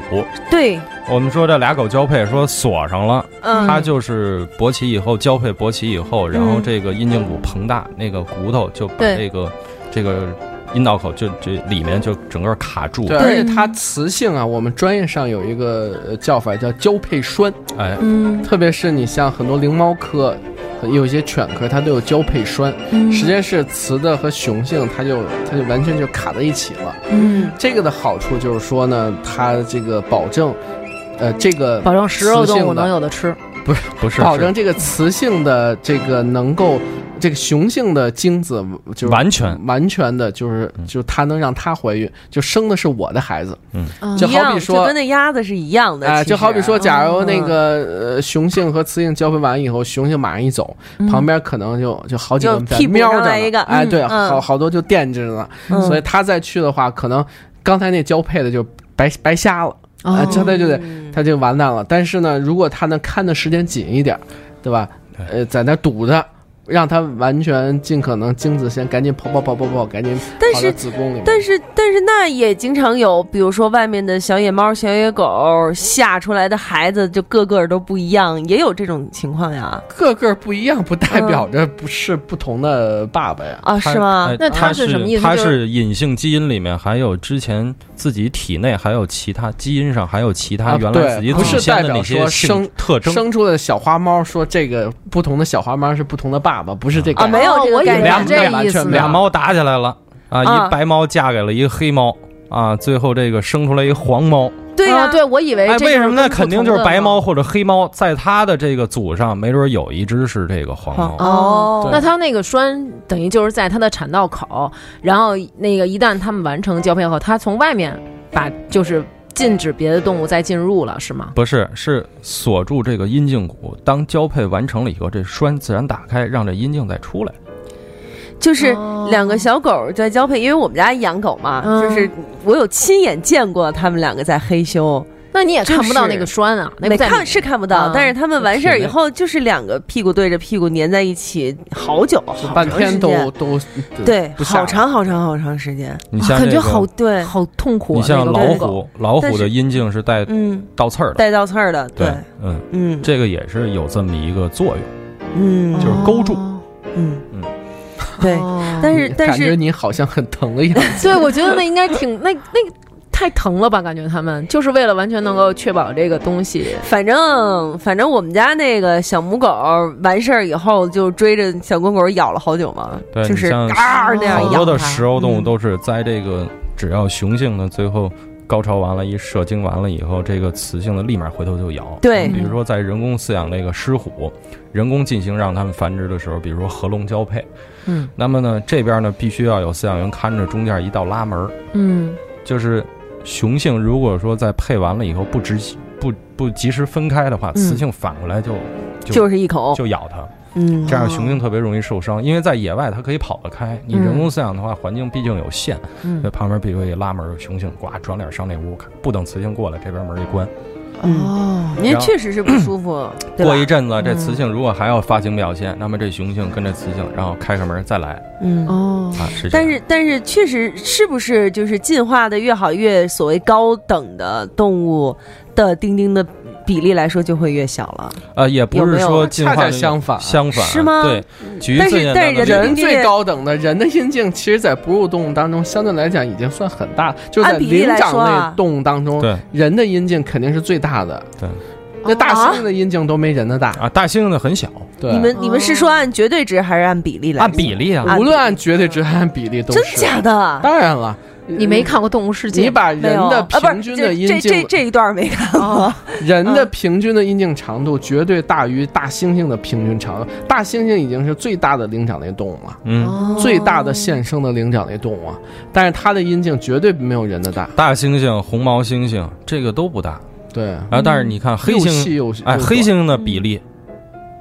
对，
我们说这俩狗交配说锁上了，
嗯，
它就是勃起以后交配勃起以后，然后
嗯
这个阴茎骨膨大，那个骨头就把
对
这个这个阴道口就这里面就整个卡住
对，，
对
而且它雌性啊，我们专业上有一个呃叫法叫交配栓，
哎，
嗯
特别是你像很多灵猫科。很有一些犬科它都有交配栓，
嗯
实际上是雌的和雄性，它就它就完全就卡在一起了。
嗯
这个的好处就是说呢，它这个保证，呃，这个
保证食
雌
肉动
性
物
的
能有的吃，
不是
保
是
证这个雌性的这个能够，这个雄性的精子就是
完全
完全的，就是就它能让它怀孕，就生的是我的孩子。
嗯一
就好比
样
说
就跟那鸭子是一样的
啊、
其实
就好比说，假如那
嗯嗯
个呃雄性和雌性交配完以后，雄性马上一走，旁边可能就就好几个
就
在
屁股
瞄
上
着
来
呢
一个
哎，
嗯
对，
嗯
好好多就惦记着呢，
嗯
所以他再去的话，可能刚才那交配的就白白瞎了，啊、
哦
他他就得他就完蛋了。但是呢，如果他能看的时间紧一点，对吧？呃，在那堵着。让他完全尽可能精子先赶紧跑跑跑跑跑，赶紧
但
跑
是
到子宫里面。
但是但是那也经常有，比如说外面的小野猫、小野狗吓出来的孩子，就个个都不一样，也有这种情况呀。
个个不一样，不代表着不是不同的爸爸呀。
啊，
它
是吗
哎？
那它
它
是什么意思
它
就是
隐性基因里面还有之前自己体内还有其他基因上还有其他
啊
原来
对
自己
不是
祖先的
代
那
表
些
说
性
生
特征。
生出来的小花猫说这个不同的小花猫是不同的爸爸，不是这个
啊没有这个
我以
概念
为
俩
是这
俩
意思
全
呢，
俩猫打起来了啊！
啊
一白猫嫁给了一个黑猫啊，最后这个生出来一黄猫。
对呀、
啊对，我以为
哎，
这
为
就
什么
是
呢？
跟不
肯定
同
就是
的
白猫。或者黑猫，在它的这个祖上，没准有一只是这个黄
黄
猫。
哦，
那它那个栓等于就是在它的产道口，然后那个一旦它们完成交配后，它从外面把就是禁止别的动物再进入了，是吗？
不是，是锁住这个阴茎骨。当交配完成了以后，这栓自然打开，让这阴茎再出来。
就是
哦
两个小狗在交配，因为我们家养狗嘛，
嗯
就是我有亲眼见过它们两个在嘿咻，
那你也
就
看不到那
是
个栓啊，那
没
个在
看
里
是看不到，
嗯
但是它们完事儿
体
以
内
后，就是两个屁股对着屁股粘在一起，好久，好
半
长
天
时
都
间
都
对，
不下
好长好长好长时间，
你
啊
像
感
这
觉
个，
好
对，
好痛苦、啊。
你像
那
老
个狗狗，
虎，老
但
虎的
是
阴茎是带
嗯，
倒刺儿的。
带倒刺儿的，对，，
嗯，
嗯
这个也是有这么一个作用。
嗯，
就是勾住
哦
嗯
嗯
对，
哦
但是但
感觉
是
你好像很疼的样子。
对，我觉得那应该挺那那太疼了吧？感觉他们就是为了完全能够确保这个东西。
反正反正我们家那个小母狗完事儿以后就追着小公狗咬了好久嘛，
对
就
你
是
像
嘎儿那样
好
咬
多的
它
食肉动物
嗯
都是在这个只要雄性的最后高潮完了，一射精完了以后，这个雌性的立马回头就咬。
对
比如说在人工饲养这个狮虎，人工进行让它们繁殖的时候，比如说合笼交配，
嗯
那么呢这边呢必须要有饲养员看着，中间一道拉门儿，
嗯
就是雄性如果说在配完了以后不直不不及时分开的话，
嗯哦
雌性反过来就就
就是一口，
就咬它。
嗯
这样雄性特别容易受伤，因为在野外它可以跑得开，你人工饲养的话，环境毕竟有限，那
嗯
旁边必须得拉门，雄性呱转脸上那屋，不等雌性过来，这边门一关。
嗯，
哦，
因为确实是不舒服，对吧
过一阵子，这
嗯
雌性如果还要发情表现，那么这雄性跟这雌性，然后开开门再来
嗯。
哦，
啊，是这
但
样。
是，但是，确实是不是就是进化的越好，越所谓高等的动物的丁丁的比例来说就会越小了。
呃，也
有
不
没
是
有
说进
恰
化
恰
率
相反啊
相反啊
是吗
对，举一
但是
最简
但是
单的
人
例
类
子
人最高等的人的阴茎，其实，在哺乳动物当中，相对来讲已经算很大，就在
按比例
灵
来
长
说啊
类动物当中，
对
人的阴茎肯定是最大的。
对，
那大
啊
猩猩的阴茎都没人的大。
啊，大猩猩的很小，
对，
你
哦
们你们是说按绝对值还是按比例来？
按比例啊，
按
无论按绝对值还是按比例都是
真假的？
当然了，呃
你没看过《动物世界》？
你把人
没有
的
啊，不
平
是
均的阴
这这这嗯
茎，
这一段没看过。
人的平均的阴茎长度绝对大于大猩猩的平均长度。大猩猩已经是最大的灵长类动物了，
嗯，
哦
最大的现生的灵长类动物啊，但是它的阴茎绝对没有人的大。
大猩猩、红毛猩猩这个都不大，
对，
然后但是你看黑
又
猩，
细又
哎，
又
黑
短
猩猩的比例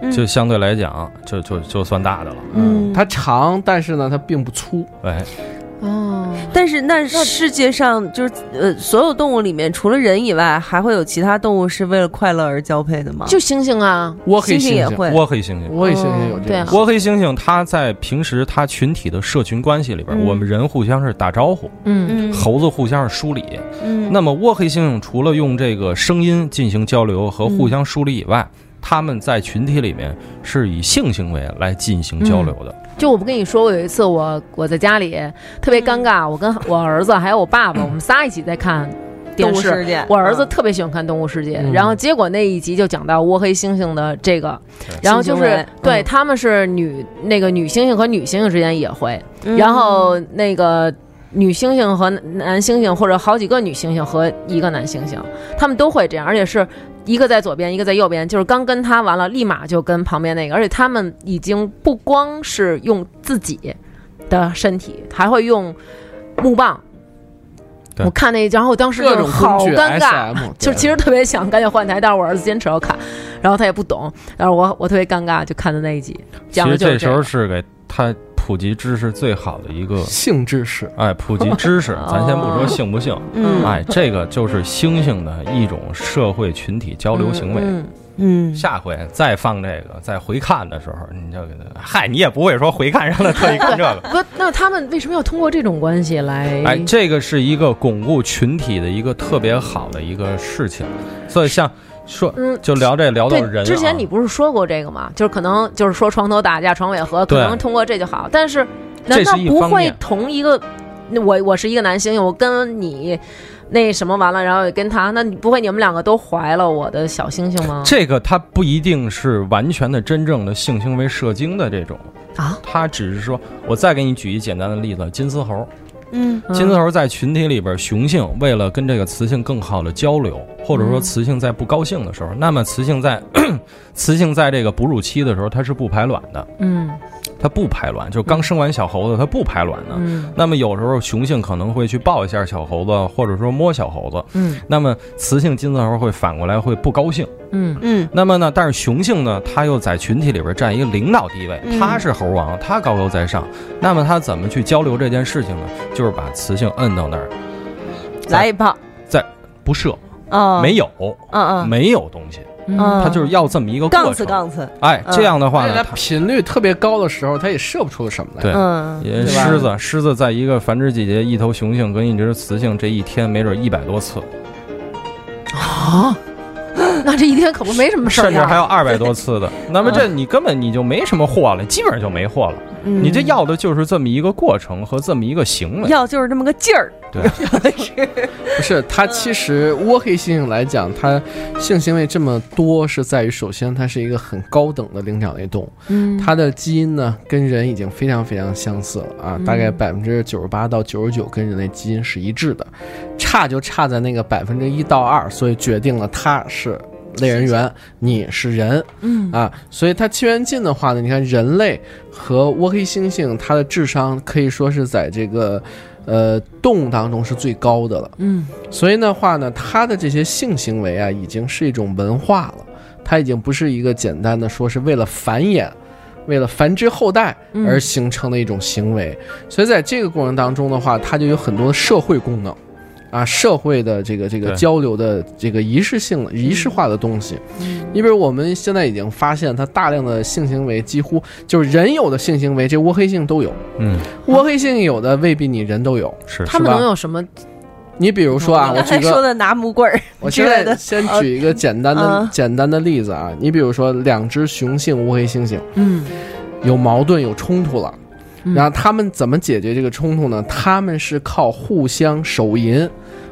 嗯
就相对来讲就就就算大的了，
嗯，
嗯
它长，但是呢，它并不粗。
哎，
哦，
但是那世界上就是呃，所有动物里面除了人以外，还会有其他动物是为了快乐而交配的吗？
就猩猩啊，
窝
猩
黑猩
猩也
猩，
会。
窝黑猩猩。
窝黑猩猩有
哦
这
对啊
个，
窝黑猩猩，它在平时它群体的社群关系里边，
嗯
我们人互相是打招呼，
嗯，
嗯
猴子互相是梳理。
嗯
那么窝黑猩猩除了用这个声音进行交流和互相梳理以外，
嗯
它们在群体里面是以性行为来进行交流的。
就我不跟你说，我有一次我我在家里特别尴
嗯
尬，我跟 我儿子还有我爸爸，我们仨一起在看
动
电
物
视
世。界，
我儿子
嗯
特别喜欢看《动物世界》
嗯
然后结果那一集就讲到窝黑猩猩的这个，
对
然后就
性
是、
行为
对
嗯
他们是女那个女猩猩和女猩猩之间也会，
嗯
然后那个女猩猩和男男猩猩，或者好几个女猩猩和一个男猩猩，他们都会这样，而且是一个在左边，一个在右边，就是刚跟他完了，立马就跟旁边那个，而且他们已经不光是用自己的身体，还会用木棒。
对
我看那，然后我当时就
各
是
种
好
工具
尴尬，
SM，
就
对
其实特别想赶紧换台，但是我儿子坚持要看，然后他也不懂，然后我我特别尴尬，就看的那一集，
其
讲的
实
就是
这时
个
候是给它普及知识最好的一 个，
性知识。
哎，普及知识
哦。
咱先不说性不 性，
嗯
哎，这个就是猩猩的一种社会群体交流行为。
嗯
嗯，
下回再放这个，再回看的时候，你就给他，嗨，你也不会说回看让他特意看这个。
不，那他们为什么要通过这种关系来？嗯
哎，这个是一个巩固群体的一个特别好的一个事情，所以像说
嗯
就聊这聊到
对
人、啊，
之前你不是说过这个吗？就是可能就是说床头打架床尾和，可
对
能通过这就好。但是难
这
道
是一
不
方
会
面
同一个？那我我是一个男猩猩，我跟你那什么完了，然后也跟他，那你不会你们两个都怀了我的小星星吗？
这个它不一定是完全的真正的性行为射精的这种
啊，
它只是说，我再给你举一简单的例子，金丝猴，
嗯
嗯
金丝猴在群体里边，雄性为了跟这个雌性更好的交流，或
嗯
者说雌性在不高兴的时候，那么雌性在 雌性在这个哺乳期的时候，它是不排卵的，
嗯
它不排卵，就
嗯
刚生完小猴子，它不排卵的。
嗯
那么有时候雄性可能会去抱一下小猴子，或者说摸小猴子。
嗯
那么雌性金丝猴会反过来会不高兴。
嗯
嗯
那么呢，但是雄性呢，它又在群体里边占一个领导地位，
嗯
它是猴王，它高高在上。那么它怎么去交流这件事情呢？就是把雌性摁到那儿，
来一炮
不射，
啊，
没有，
嗯嗯
没有东西，
啊
嗯，
它就是要这么一个
杠
过
次
程。
杠次，
哎，
嗯
这样的话
而且
呢，
它
它
频率特别高的时候，它也射不出什么来。
对
嗯
也
对吧
狮子，狮子在一个繁殖季节，一头雄性跟一只雌性这一天没准一百多次，
啊， 那这一天可不没什么事儿
甚至还
呀。
有二百多次的。那么这你根本你就没什么货了，基本上就没货了。
嗯
你这要的就是这么一个过程和这么一个行为。
要就是这么个劲儿，
不是，它其实窝黑猩猩来讲，它性行为这么多，是在于首先它是一个很高等的灵长类动物，
嗯
它的基因呢跟人已经非常非常相似了啊，大概
嗯
百分之九十八到九十九跟人类基因是一致的，差就差在那个百分之一到二，所以决定了它是类人猿，你是人，
嗯
啊，所以它亲缘近的话呢，你看人类和窝黑猩猩，它的智商可以说是在这个呃动物当中是最高的了。
嗯
所以的话呢，它的这些性行为啊，已经是一种文化了，它已经不是一个简单的说是为了繁衍。为了繁殖后代
嗯
而形成的一种行为，所以在这个过程当中的话，它就有很多的社会功能，啊，社会的这个这个
对
交流的这个仪式性、
嗯
仪式化的东西。你比如我们现在已经发现，它大量的性行为几乎就是人有的性行为，这窝黑性都有，
嗯，
窝黑性有的未必你人都有。
是
啊他们
是吧
能有什么
你比如 说啊，我
刚
举
才 说
个，
的拿木棍儿
我
之
现
类的
在，先举一个简单的
嗯
简单的例子啊，你比如说两只雄性乌黑猩猩
嗯
有矛盾有冲突了。
嗯
然后他们怎么解决这个冲突呢？他们是靠互相手淫、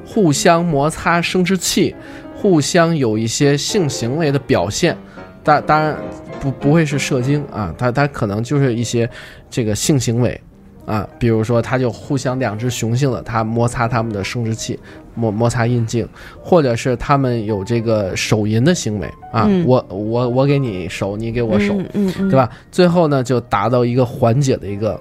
互相摩擦生殖器、互相有一些性行为的表现。当当然不不会是射精啊，他他可能就是一些这个性行为啊，比如说他就互相两只雄性的，他摩擦他们的生殖器，摩摩擦阴茎，或者是他们有这个手淫的行为啊，
嗯
我我我给你手，你给我手，
嗯嗯嗯，
对吧？最后呢，就达到一个缓解的一个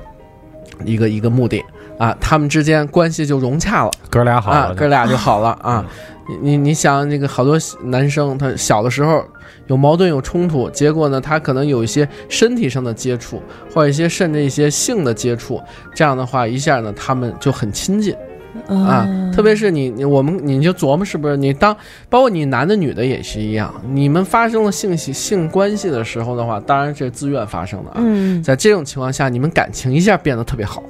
一个一个目的啊，他们之间关系就融洽了
哥俩好
啊
了，，嗯
哥俩就好了啊。你你你想，那个好多男生，他小的时候有矛盾有冲突，结果呢，他可能有一些身体上的接触，或者一些甚至一些性的接触，这样的话，一下呢，他们就很亲近。啊，
嗯
特别是你你我们你就琢磨是不是你当包括你男的女的也是一样，你们发生了性喜性关系的时候的话，当然这是自愿发生的啊。
嗯，
在这种情况下，你们感情一下变得特别好，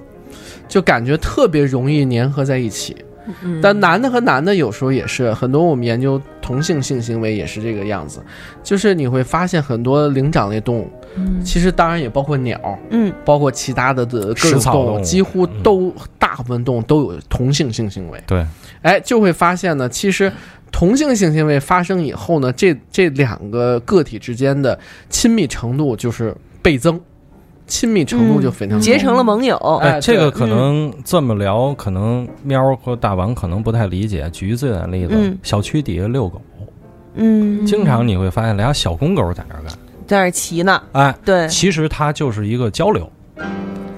就感觉特别容易粘合在一起。
嗯
但男的和男的有时候也是，很多我们研究同性性行为也是这个样子，就是你会发现很多灵长类动物，其实当然也包括鸟，
嗯，
包括其他的的各
食
种
草
动
动
物，
物
几乎都、大部分动物都有同性性行为。
对，
哎，就会发现呢，其实同性性行为发生以后呢，这这两个个体之间的亲密程度就是倍增，亲密
嗯
程度就非常高
结成了盟友，
哎
这
对
个可能这么聊，可能喵和大王可能不太理解。举一最简单的例子
嗯，
小区底下遛狗，
嗯，
经常你会发现俩小公狗在那儿干，
在那儿骑呢，
哎，
对，
其实它就是一个交流。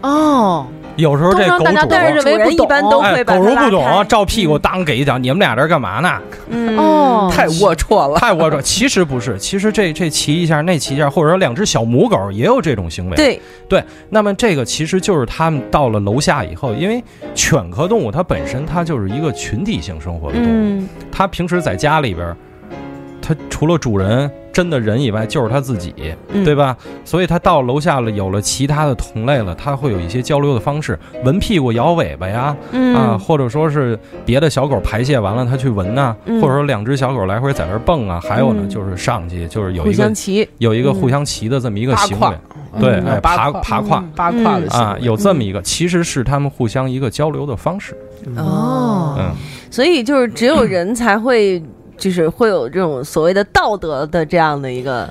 哦，
有时候这
通常
狗主啊
大家都
但
是
是
认为
主
不
人一般
懂
都
哎，
会把
狗
它
如
拉
不懂，
开
照屁股当给一脚，你们俩这儿干嘛呢？
嗯
哦
太龌龊了。
太龌龊。其实不是，其实这这骑一下，那骑一下，或者说两只小母狗也有这种行为。，
对，
那么这个其实就是他们到了楼下以后，因为犬科动物它本身它就是一个群体性生活的动物，
嗯
它平时在家里边儿，它除了主人真的人以外，就是它自己。
嗯，
对吧？所以他到楼下了，有了其他的同类了，他会有一些交流的方式，闻屁股、摇尾巴呀，
嗯
啊，或者说是别的小狗排泄完了，它去闻呐、
嗯
或者说两只小狗来回在那儿蹦啊，还有呢，
嗯
就是上去，就是有
互
一个
相骑，
有一个
嗯
互相骑的这么一个
八
行为
胯，，
对，
嗯
哎
八
爬
胯
爬胯。
八胯的行为
啊，有这么一个，其实是他们互相一个交流的方式。
嗯
哦
嗯，
所以就是只有人才会，就是会有这种所谓的道德的这样的一个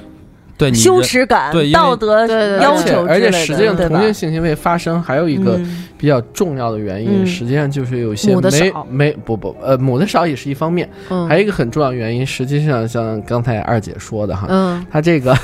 对，你
羞耻感
对因、为
道德
对对对
要
而且
求之类
而且
的
实际上
对吧
同性性行为发生还有一个
嗯
比较重要的原因，
嗯
实际上就是有一些
母的
没
少
没不不呃母的少也是一方面，
嗯
还有一个很重要的原因，实际上像刚才二姐说的哈，
嗯，
他这 个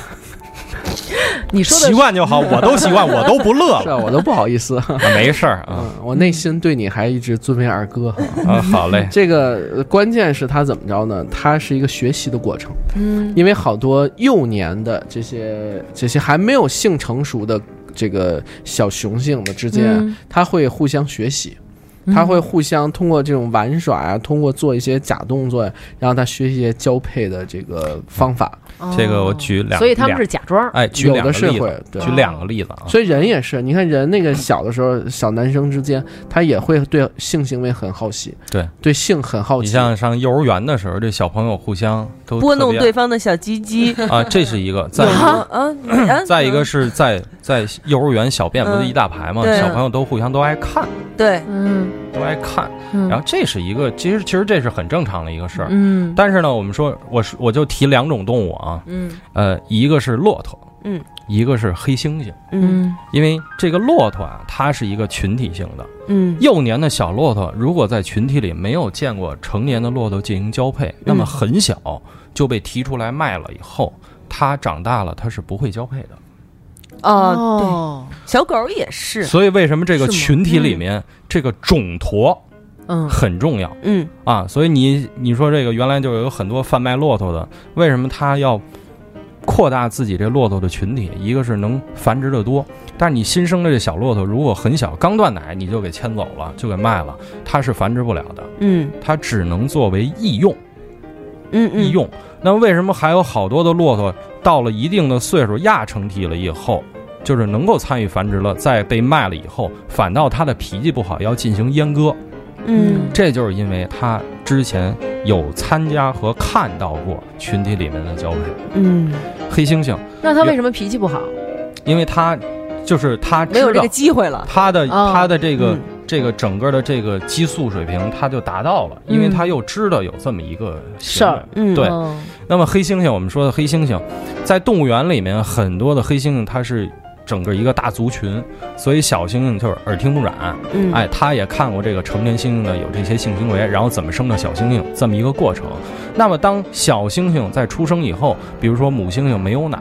你说的
习惯就好，我都习惯，我都不乐
是
了，
啊我都不好意思。
啊没事儿啊
嗯，我内心对你还一直尊为二哥。
嗯
啊，好嘞，
这个呃关键是他怎么着呢？他是一个学习的过程，嗯，因为好多幼年的这些这些还没有性成熟的这个小雄性的之间，
嗯
他会互相学习。他会互相通过这种玩耍啊，通过做一些假动作呀，然后他学习一些交配的这个方法。
这个我举两，
哦所以他们是假装
两，哎，举
有
两
的
个
是
例
会
子，
对
举两个例子啊，
所以人也是，你看人那个小的时候，小男生之间，他也会对性行为很好奇，
对
对性很好
你
奇。
像上幼儿园的时候，这小朋友互相都
拨弄
特别
对方的小鸡 鸡，
啊，这是一个。 再一个
啊啊，
再一个是在在幼儿园小便不是
嗯
一大排嘛，
对啊
小朋友都互相都爱看，
对，
嗯
都爱看。
嗯
然后这是一个，其实其实这是很正常的一个事儿。
嗯
但是呢，我们说，我是我就提两种动物啊，
嗯
呃，一个是骆驼，
嗯，
一个是黑猩猩。
嗯
因为这个骆驼啊，它是一个群体性的。
嗯
幼年的小骆驼，如果在群体里没有见过成年的骆驼进行交
嗯
配，那么很小就被提出来卖了以后，它长大了它是不会交配的。
哦，对，小狗也是，
所以为什么这个
是吗
群体里面这个种驼
嗯
很重要
嗯
啊？所以你你说这个原来就有很多贩卖骆驼的，为什么他要扩大自己这骆驼的群体？一个是能繁殖的多，但是你新生的这小骆驼如果很小，刚断奶你就给牵走了，就给卖了，它是繁殖不了的，
嗯
它只能作为易用。
嗯嗯，
易用。那为什么还有好多的骆驼到了一定的岁数亚成体了以后，就是能够参与繁殖了，再被卖了以后，反倒它的脾气不好，要进行阉割，
嗯
这就是因为他之前有参加和看到过群体里面的交配。
嗯，
黑猩猩，
那他为什么脾气不好？
因为他就是他
没有
知
这
道
个机会了。
他的、
哦
他的这个、
嗯
这个整个的这个激素水平，他就达到了，因为
嗯
他又知道有这么一个
事儿
行为
嗯，
对
嗯
那么黑猩猩，我们说的黑猩猩，在动物园里面很多的黑猩猩，它是整个一个大族群，所以小猩猩就是耳听目染。
嗯，
哎，他也看过这个成年猩猩的有这些性行为，然后怎么生的小猩猩这么一个过程。那么当小猩猩在出生以后，比如说母猩猩没有奶，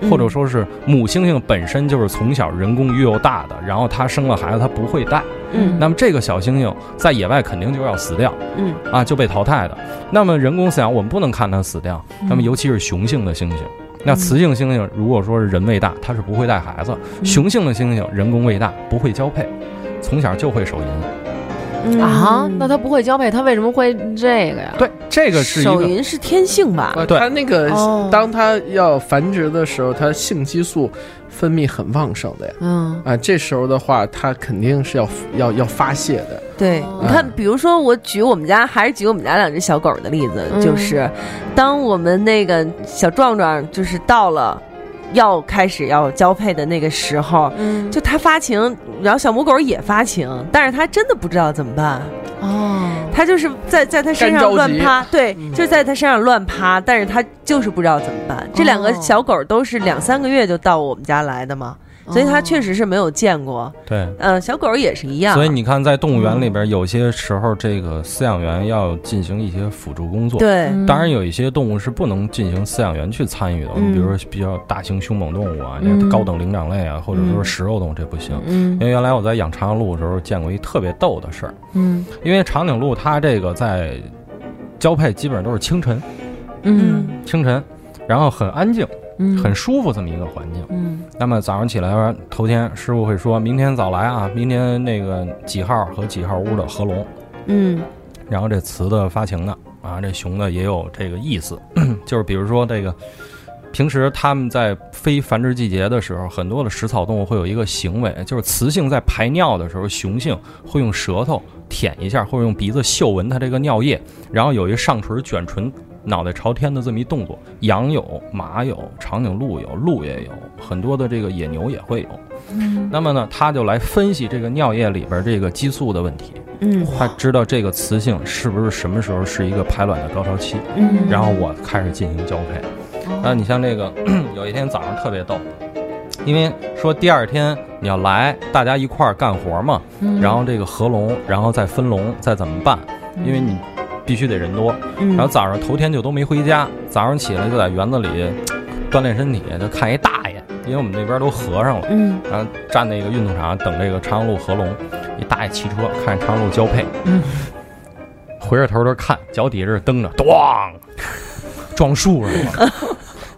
嗯
或者说是母猩猩本身就是从小人工育幼大的，然后它生了孩子它不会带，
嗯
那么这个小猩猩在野外肯定就要死掉
嗯
啊，就被淘汰的。那么人工饲养我们不能看它死掉，那么尤其是雄性的猩猩。那雌性猩猩如果说是人喂大，它是不会带孩子；雄性的猩猩人工喂大，不会交配，从小就会手淫。
嗯
啊，那他不会交配，他为什么会这个呀？
对，这个是一
手
个
淫是天性吧？
呃
对
它那个
哦
当它要繁殖的时候，它性激素分泌很旺盛的呀。
嗯，
啊，这时候的话，它肯定是要要要发泄的。
嗯
对，你看，比如说我举我们家，还是举我们家两只小狗的例子，
嗯
就是当我们那个小壮壮就是到了要开始要交配的那个时候，
嗯，
就它发情，然后小母狗也发情，但是它真的不知道怎么办，
哦，
它就是在在它身
干
上
着
乱
急
趴，对，
嗯
就是在它身上乱趴，但是它就是不知道怎么办。这两个
哦
小狗都是两三个月就到我们家来的嘛，所以
哦
它确实是没有见过。
对。
嗯、小狗也是一样，
所以你看，在动物园里边，有些时候这个饲养员要进行一些辅助工作。，
对。
嗯，
当然有一些动物是不能进行饲养员去参与的，我们
嗯
比如说比较大型凶猛动物啊，
嗯
高等灵长类啊，或者说
嗯
食肉动物，这不行。
嗯
因为原来我在养长颈鹿的时候见过一特别逗的事儿，
嗯
因为长颈鹿它这个在交配基本上都是清晨，
嗯
清晨，然后很安静，
嗯，
很舒服这么一个环境。
嗯
那么早上起来头天，师傅会说明天早来啊，明天那个几号和几号屋的合笼，
嗯
然后这雌的发情的啊，这雄的也有这个意思， 就是比如说这个，平时它们在非繁殖季节的时候，很多的食草动物会有一个行为，就是雌性在排尿的时候，雄性会用舌头舔一下，或者用鼻子嗅闻它这个尿液，然后有一上唇卷唇。脑袋朝天的这么一动作，羊有，马有，长颈鹿有，鹿也有，很多的这个野牛也会有。那么呢，他就来分析这个尿液里边这个激素的问题。
嗯
他知道这个雌性是不是什么时候是一个排卵的高潮期，
嗯哦
然后我开始进行交配。那你像这个， 有一天早上特别逗，因为说第二天你要来，大家一块儿干活嘛，
嗯
然后这个合笼，然后再分笼，再怎么办？因为你必须得人多。
嗯
然后早上头天就都没回家，早上起来就在园子里锻炼身体，就看一大爷，因为我们那边都合上了。
嗯
然后站那个运动场等这个长颈鹿合笼，一大爷骑车看长颈鹿交配，回着头儿这看，脚底下这蹬着，咣，撞树上 了。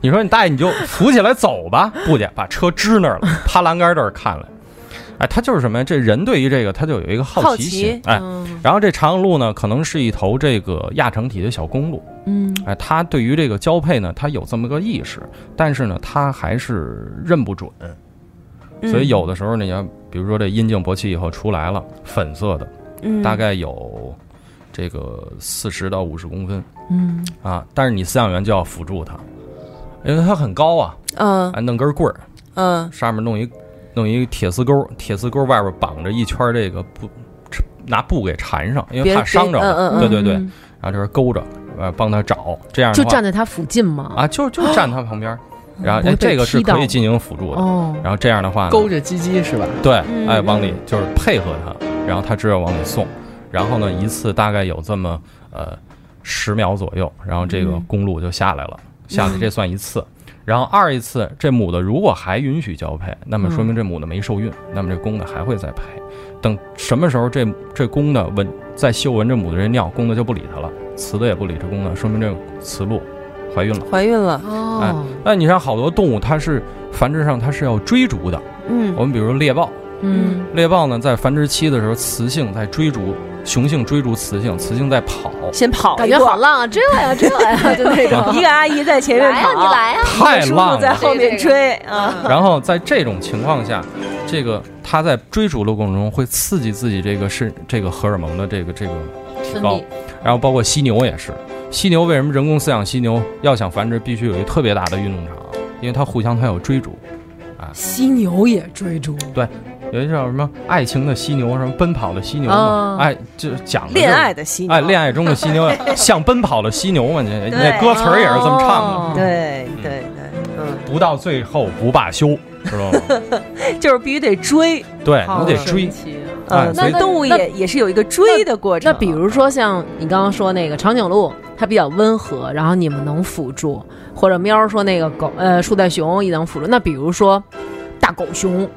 你说你大爷你就扶起来走吧，不去，把车支那儿了，趴栏杆这儿看了。哎，他就是什么呀？这人对于这个他就有一个好奇心，哎，
嗯
然后这长颈鹿呢，可能是一头这个亚成体的小公鹿，
嗯
哎，它对于这个交配呢，它有这么个意识，但是呢，它还是认不准。
嗯
所以有的时候呢，你要比如说这阴茎勃起以后出来了，粉色的，
嗯
大概有这个四十到五十公分
嗯
啊，但是你饲养员就要辅助它，因为它很高啊，
嗯
啊弄根棍儿，
嗯
上面弄一弄一铁丝钩，铁丝钩外边绑着一圈这个布，拿布给缠上，因为
别
怕伤着
别嗯嗯
了，
嗯
对对对，然后这边勾着，呃，帮它找，这样的
就
话
站在他附近嘛。
啊，就就站它旁边儿，然后
哦不会
哎，
被
这个是
踢到
可以进行辅助的，
哦，
然后这样的话呢
勾着鸡鸡是吧？
对，
嗯
哎，
嗯
往里就是配合他，然后他知道往里送，然后呢，一次大概有这么呃十秒左右，然后这个
嗯
公鹿就下来了，下来这算一次。然后二一次，这母的如果还允许交配，那么说
嗯
明这母的没受孕，那么这公的还会再配。等什么时候这这公的闻再嗅闻这母的这尿，公的就不理它了，雌的也不理这公的，说明这雌鹿怀孕了。
怀孕了，
哦，
那你像好多动物，它是繁殖上它是要追逐的，
嗯
我们比如说猎豹，
嗯
猎豹呢，在繁殖期的时候，雌性在追逐雄性，追逐雌性，雌性在跑，
先跑
感
一
觉
段
好浪啊，追我呀，追我呀，就 那种。
一个阿姨在前面
来呀，啊嗯
跑，
你来呀！
太
叔
浪嗯
叔在
了。
后面追啊，
然后在这种情况下，这个它在追逐的过程中会刺激自己这个是这个荷尔蒙的这个这个提
分
高
泌，，
然后包括犀牛也是，犀牛为什么人工饲养犀牛要想繁殖必须有一个特别大的运动场，因为它互相它有追逐，
犀牛也追逐，
有一叫什么爱情的犀牛，什么奔跑的犀牛嘛
嗯，
哎，就是讲的就
哦
是
恋爱的犀牛，
哎，恋爱中的犀 牛像奔跑的犀牛嘛，你你那歌词儿也是这么唱的，
哦
对
嗯
对对，嗯，
不到最后不罢休，知道吗？
就是必须得追，
对
好
你得
神
追，
奇啊
哎
嗯，
所
所
以
以动物
那
也也是有一个追的过程。
那比如说像你刚刚说那个长颈鹿，它比较温和，然后你们能辅助，或者喵儿说那个狗呃树袋熊也能辅助。那比如说大狗熊、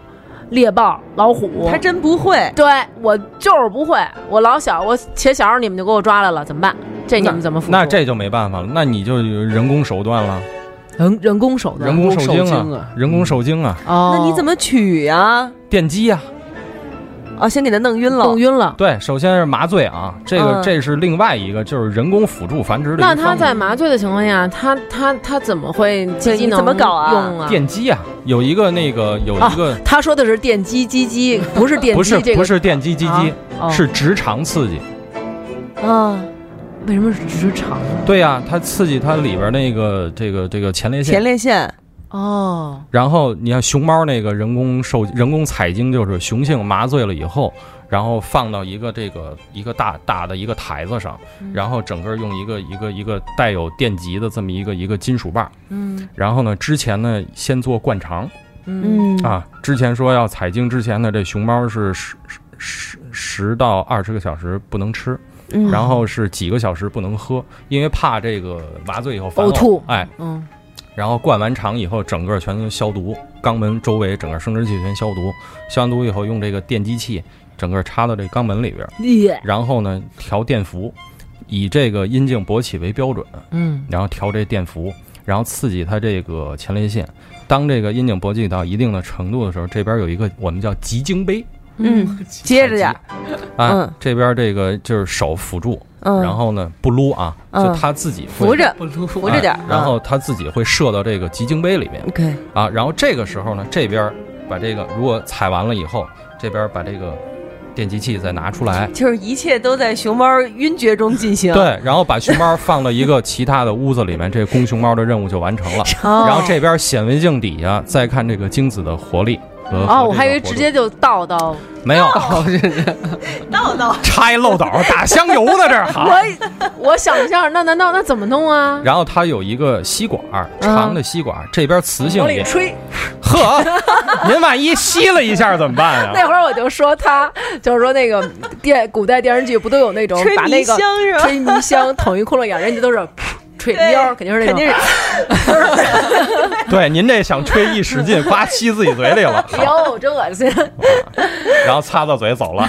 猎豹、老虎，
它真不会，
对我就是不会，我老小我且小时候你们就给我抓来了，怎么办？这你们怎么辅助？
那这就没办法了，那你就有人工手段了，
人人工手段
人工
手
精
精
啊
啊，
人工受精啊，
哦，
那你怎么取呀？
电击啊，
哦，先给它弄晕了，
弄晕了？
对，首先是麻醉啊，这个
嗯
这是另外一个就是人工辅助繁殖的一
那
方面。
他在麻醉的情况下，他他他怎么会
对
积极
你
能
怎么搞啊
用啊？
电击啊，有一个那个有一个、
他说的是电击击击，不是啊电
不
击
是
这个
不是电击击击，
哦
是直肠刺激。
啊，
为什么是直肠呢？
对呀、它刺激它里边那个这个这个前列腺。
前列腺
哦，
然后你看熊猫那个人工受人工采精，就是雄性麻醉了以后，然后放到一个这个一个大大的一个台子上，
嗯
然后整个用一个一个一个带有电极的这么一个一个金属棒，
嗯
然后呢，之前呢先做灌肠
嗯，
啊，之前说要采精之前呢，这熊猫是十十十十到二十个小时不能吃，
嗯
然后是几个小时不能喝，因为怕这个麻醉以后反
呕吐
哎，
嗯，
然后灌完肠以后，整个全都消毒，肛门周围整个生殖器全消毒，消完毒以后用这个电击器整个插到这肛门里边，
耶，
然后呢调电伏，以这个阴茎勃起为标准，
嗯
然后调这电伏，然后刺激它这个前列腺。当这个阴茎勃起到一定的程度的时候，这边有一个我们叫集精杯，
嗯， 接着点儿，
啊，
嗯
这边这个就是手辅助，
嗯，
然后呢不撸啊，
嗯
就它自己会
扶着
扶
扶着点儿，嗯
然后它自己会射到这个集精杯里面。
OK，
啊，然后这个时候呢，这边儿把这个如果采完了以后，这边儿把这个电击器再拿出来，
就是一切都在熊猫晕厥中进行。
对，然后把熊猫放到一个其他的屋子里面，这公熊猫的任务就完成了。
哦
然后这边显微镜底下再看这个精子的活力和。呃和
哦，我还以为
这个活
直
动
接就倒到
没有
哦
闹闹，
拆漏斗打香油呢， 这儿好。
我想一下，那难道那怎么弄啊？
然后它有一个吸管儿，
嗯
长的吸管儿，这边雌性
往里
也
吹，
呵，您万一吸了一下怎么 办呀？
那会儿我就说他，就是说那个电古代电视剧不都有那种
吹
把
迷
那
香
个
是吧？
吹迷香捅一窟窿眼，人家都是 噗吹腰，肯定是那
肯
种
定是
对，您这想吹一使 劲，呱吸自己嘴里了，好
哟，真恶心，
然后擦擦嘴走 了。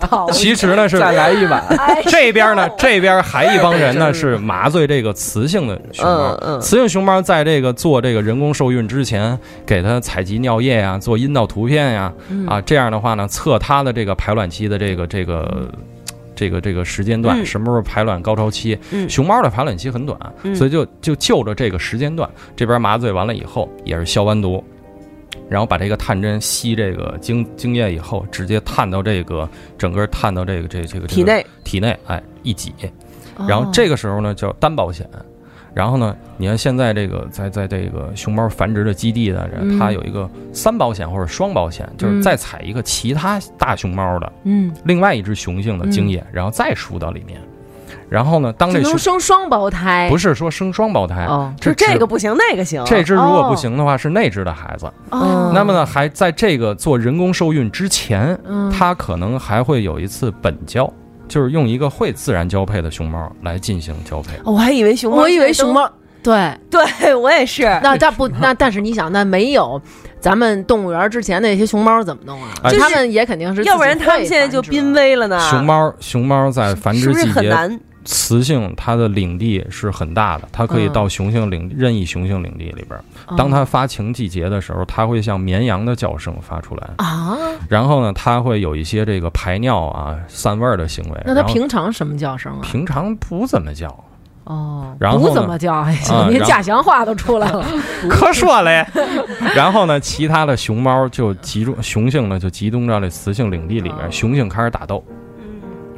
讨厌。
其实呢是
再来一 碗。
这边 呢，这边还一帮人呢是麻醉这个雌性的熊
嗯嗯
猫。雌性熊猫在这个做这个人工受孕之前，给它采集尿液呀、做阴道图片呀、
嗯
啊，这样的话呢，测它的这个排卵期的这个这个。这个这个时间段
嗯
什么时候排卵高潮期？
嗯
熊猫的排卵期很短，
嗯
所以就就就着这个时间段，这边麻醉完了以后也是消完毒，然后把这个探针吸这个精精液以后，直接探到这个整个探到这个这个这个
体内
体内，哎，一挤，
哦
然后这个时候呢叫单保险。然后呢，你看现在这个在在这个熊猫繁殖的基地呢，
嗯
它有一个三保险或者双保险，就是
嗯
再采一个其他大熊猫的
嗯，
另外一只雄性的精液，然后再输到里面。然后呢，当
只
这
能
熊
生双胞胎，
不
是
是说生双胞胎，
哦
就
只
这个不行，那个行。啊
这只如果不
哦
行的话，是那只的孩子。
哦，
嗯
那么呢，还在这个做人工受孕之前，
嗯
它可能还会有一次本交，就是用一个会自然交配的熊猫来进行交配。
哦我还以为熊猫，
我以为熊，猫对。
哎
对我也是。
那但不那但是你想，那没有咱们动物园之前那些熊猫怎么弄啊？
哎
他
就是
们也肯定是，
要不然他们现在就濒。危了呢。
熊猫，熊猫在繁
是
殖
不是
季
很
节，
难？
雌性它的领地是很大的，它可以
嗯
到雄性领任意雄性领地里边儿。
哦
嗯
当它发情季节的时候，它会像绵羊的叫声发出来，
啊，
然后呢，它会有一些这个排尿啊、散味儿的行为。
那它
然后
平常什么叫声啊？
平常不怎么叫，
哦，
然后呢
不怎么叫， 哎
啊
您
然后
假想话都出 来了。
可说嘞。 然后呢，其他的熊猫就集中，雄性呢就集中到这雌性领地里
哦
面，雄性开始打斗，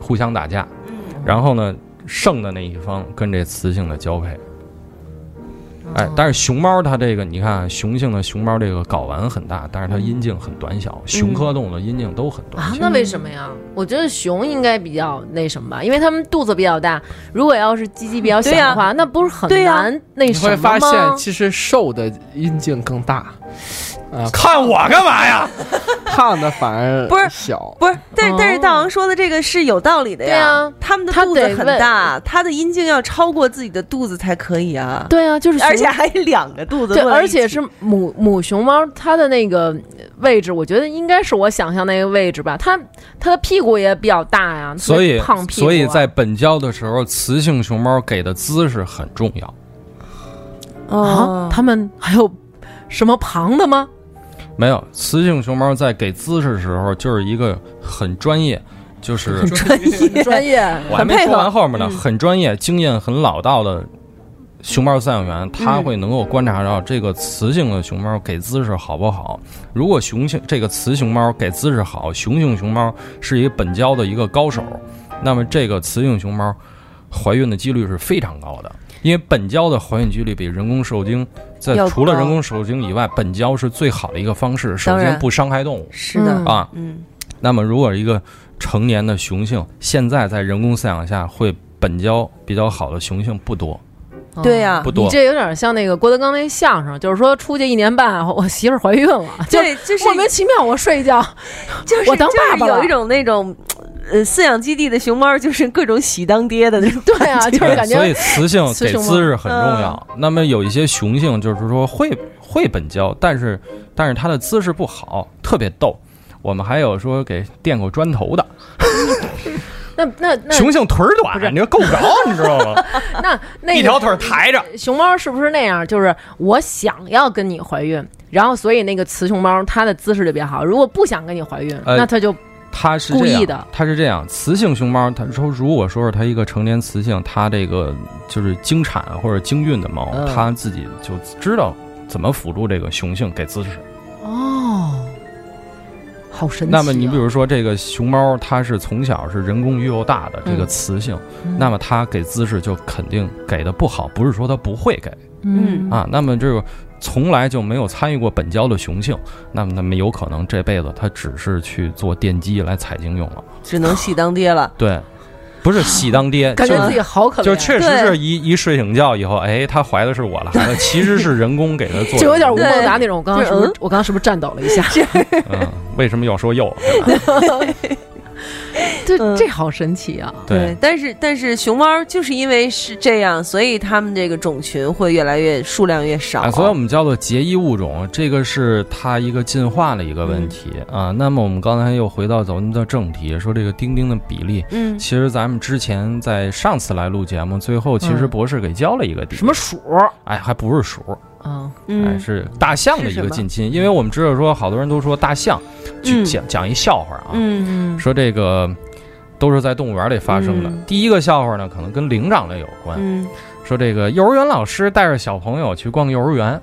互相打架。
嗯
然后呢，胜的那一方跟这雌性的交配。
哦
哎，但是熊猫它这个，你看雄性的熊猫这个睾丸很大，但是
嗯
它阴茎很短小。熊科动物的阴茎都很短
啊，
小。
那为什么呀？我觉得熊应该比较那什么吧，因为它们肚子比较大。如果要是鸡鸡比较小
嗯对呀
的话，那不是很
对呀
难那
你
什
会
么
发
吗？
现，其实瘦的阴茎更大，啊，
看我干嘛呀？
胖的反而
不是
小。
不是，但是但是
哦
大王说的这个是有道理的呀。
对啊
他们的
他
肚子
得
很
问
大，他的阴茎要超过自己的肚子才可以啊。
对啊，就是熊
而且还两个肚子
对，
抡在
而
一起，啊
且是母母熊猫，它的那个位置，我觉得应该是我想象那个位置吧。它它的屁股也比较大呀，
所以
特别胖屁股啊、
所以在本交的时候，雌性熊猫给的姿势很重要。
啊
哦，，
他们还有什么旁的吗？
没有，雌性熊猫在给姿势的时候就是一个很专业，就是
专 业
我还没
很配
说
合嗯
完后面呢，很专业、经验很老道的熊猫饲养员，他会能够观察到这个雌性的熊猫给姿势好不好。如果雄性这个雌熊猫给姿势好，雄性熊猫是一个本交的一个高手，那么这个雌性熊猫怀孕的几率是非常高的。因为本交的怀孕几率比人工受精，在
要
除了
高
人工受精以外，本交是最好的一个方式。首
当
先
然
不伤害动物
是的，
嗯
啊，
嗯，
那么，如果一个成年的雄性现在在人工饲养下会本交比较好的雄性不多，
对呀
嗯不多
你这有点像那个郭德纲那相声，就是说出去一年半，我媳妇儿怀孕了，就
对，就是
莫名其妙我睡一觉，
就是
我当
就是
爸爸了
有一种那种。呃，饲养基地的熊猫就是各种喜当爹的那种，
对啊， 就是感
所以
觉
雌性
雌
给
雄吗嗯
姿势很重要。那么有一些雄性就是说会会本交，但是但是它的姿势不好，特别逗。我们还有说给垫过砖头的
那那那
雄性腿儿短，你这够不着，你知道吗？
那那
一
个
条腿儿抬着，
熊猫是不是那样？就是我想要跟你怀孕，然后所以那个雌熊猫它的姿势就比较好。如果不想跟你怀孕，
呃
那它就
它是
故
这样
意的
它是这样。雌性熊猫，它说如果说是它一个成年雌性，它这个就是经产或者经孕的猫，
嗯
它自己就知道怎么辅助这个雄性给姿势。
哦，好神奇啊、
那么你比如说这个熊猫，它是从小是人工育幼大的这个
嗯
雌性，那么它给姿势就肯定给的不好，不是说它不会给
嗯
啊。那么这个。从来就没有参与过本交的雄性，那么它们有可能这辈子它只是去做电击来采精用了。
只能喜当爹 了。
对，不是喜当爹，
感
就
觉
是
自己好 可怜，
就是确实
对
是一一睡醒觉以后，哎，她怀的是我的孩子，其实是人工给她做的，
就有点吴
对
孟达那种。我刚刚是不是、我刚刚是不是颤抖了一下？
嗯，为什么要说又？
这
嗯
这好神奇啊！
对，
但是但是熊猫就是因为是这样，所以它们这个种群会越来越数量越少。
啊，所以我们叫做结衣物种，这个是它一个进化的一个
嗯
问题啊。那么我们刚才又回到咱们的正题，说这个丁丁的比例。
嗯，
其实咱们之前在上次来录节目，最后其实
嗯
博士给教了一个比例
什么鼠？
哎，还不是鼠，
嗯，
哎，
嗯，
是大象的一
是什
个
么
近亲，因为我们知道说，好多人都说大象，去
嗯
讲、讲一笑话啊，
嗯
说这个都是在动物园里发生的。
嗯
第一个笑话呢，可能跟灵长类有关，
嗯，
说这个幼儿园老师带着小朋友去逛幼儿园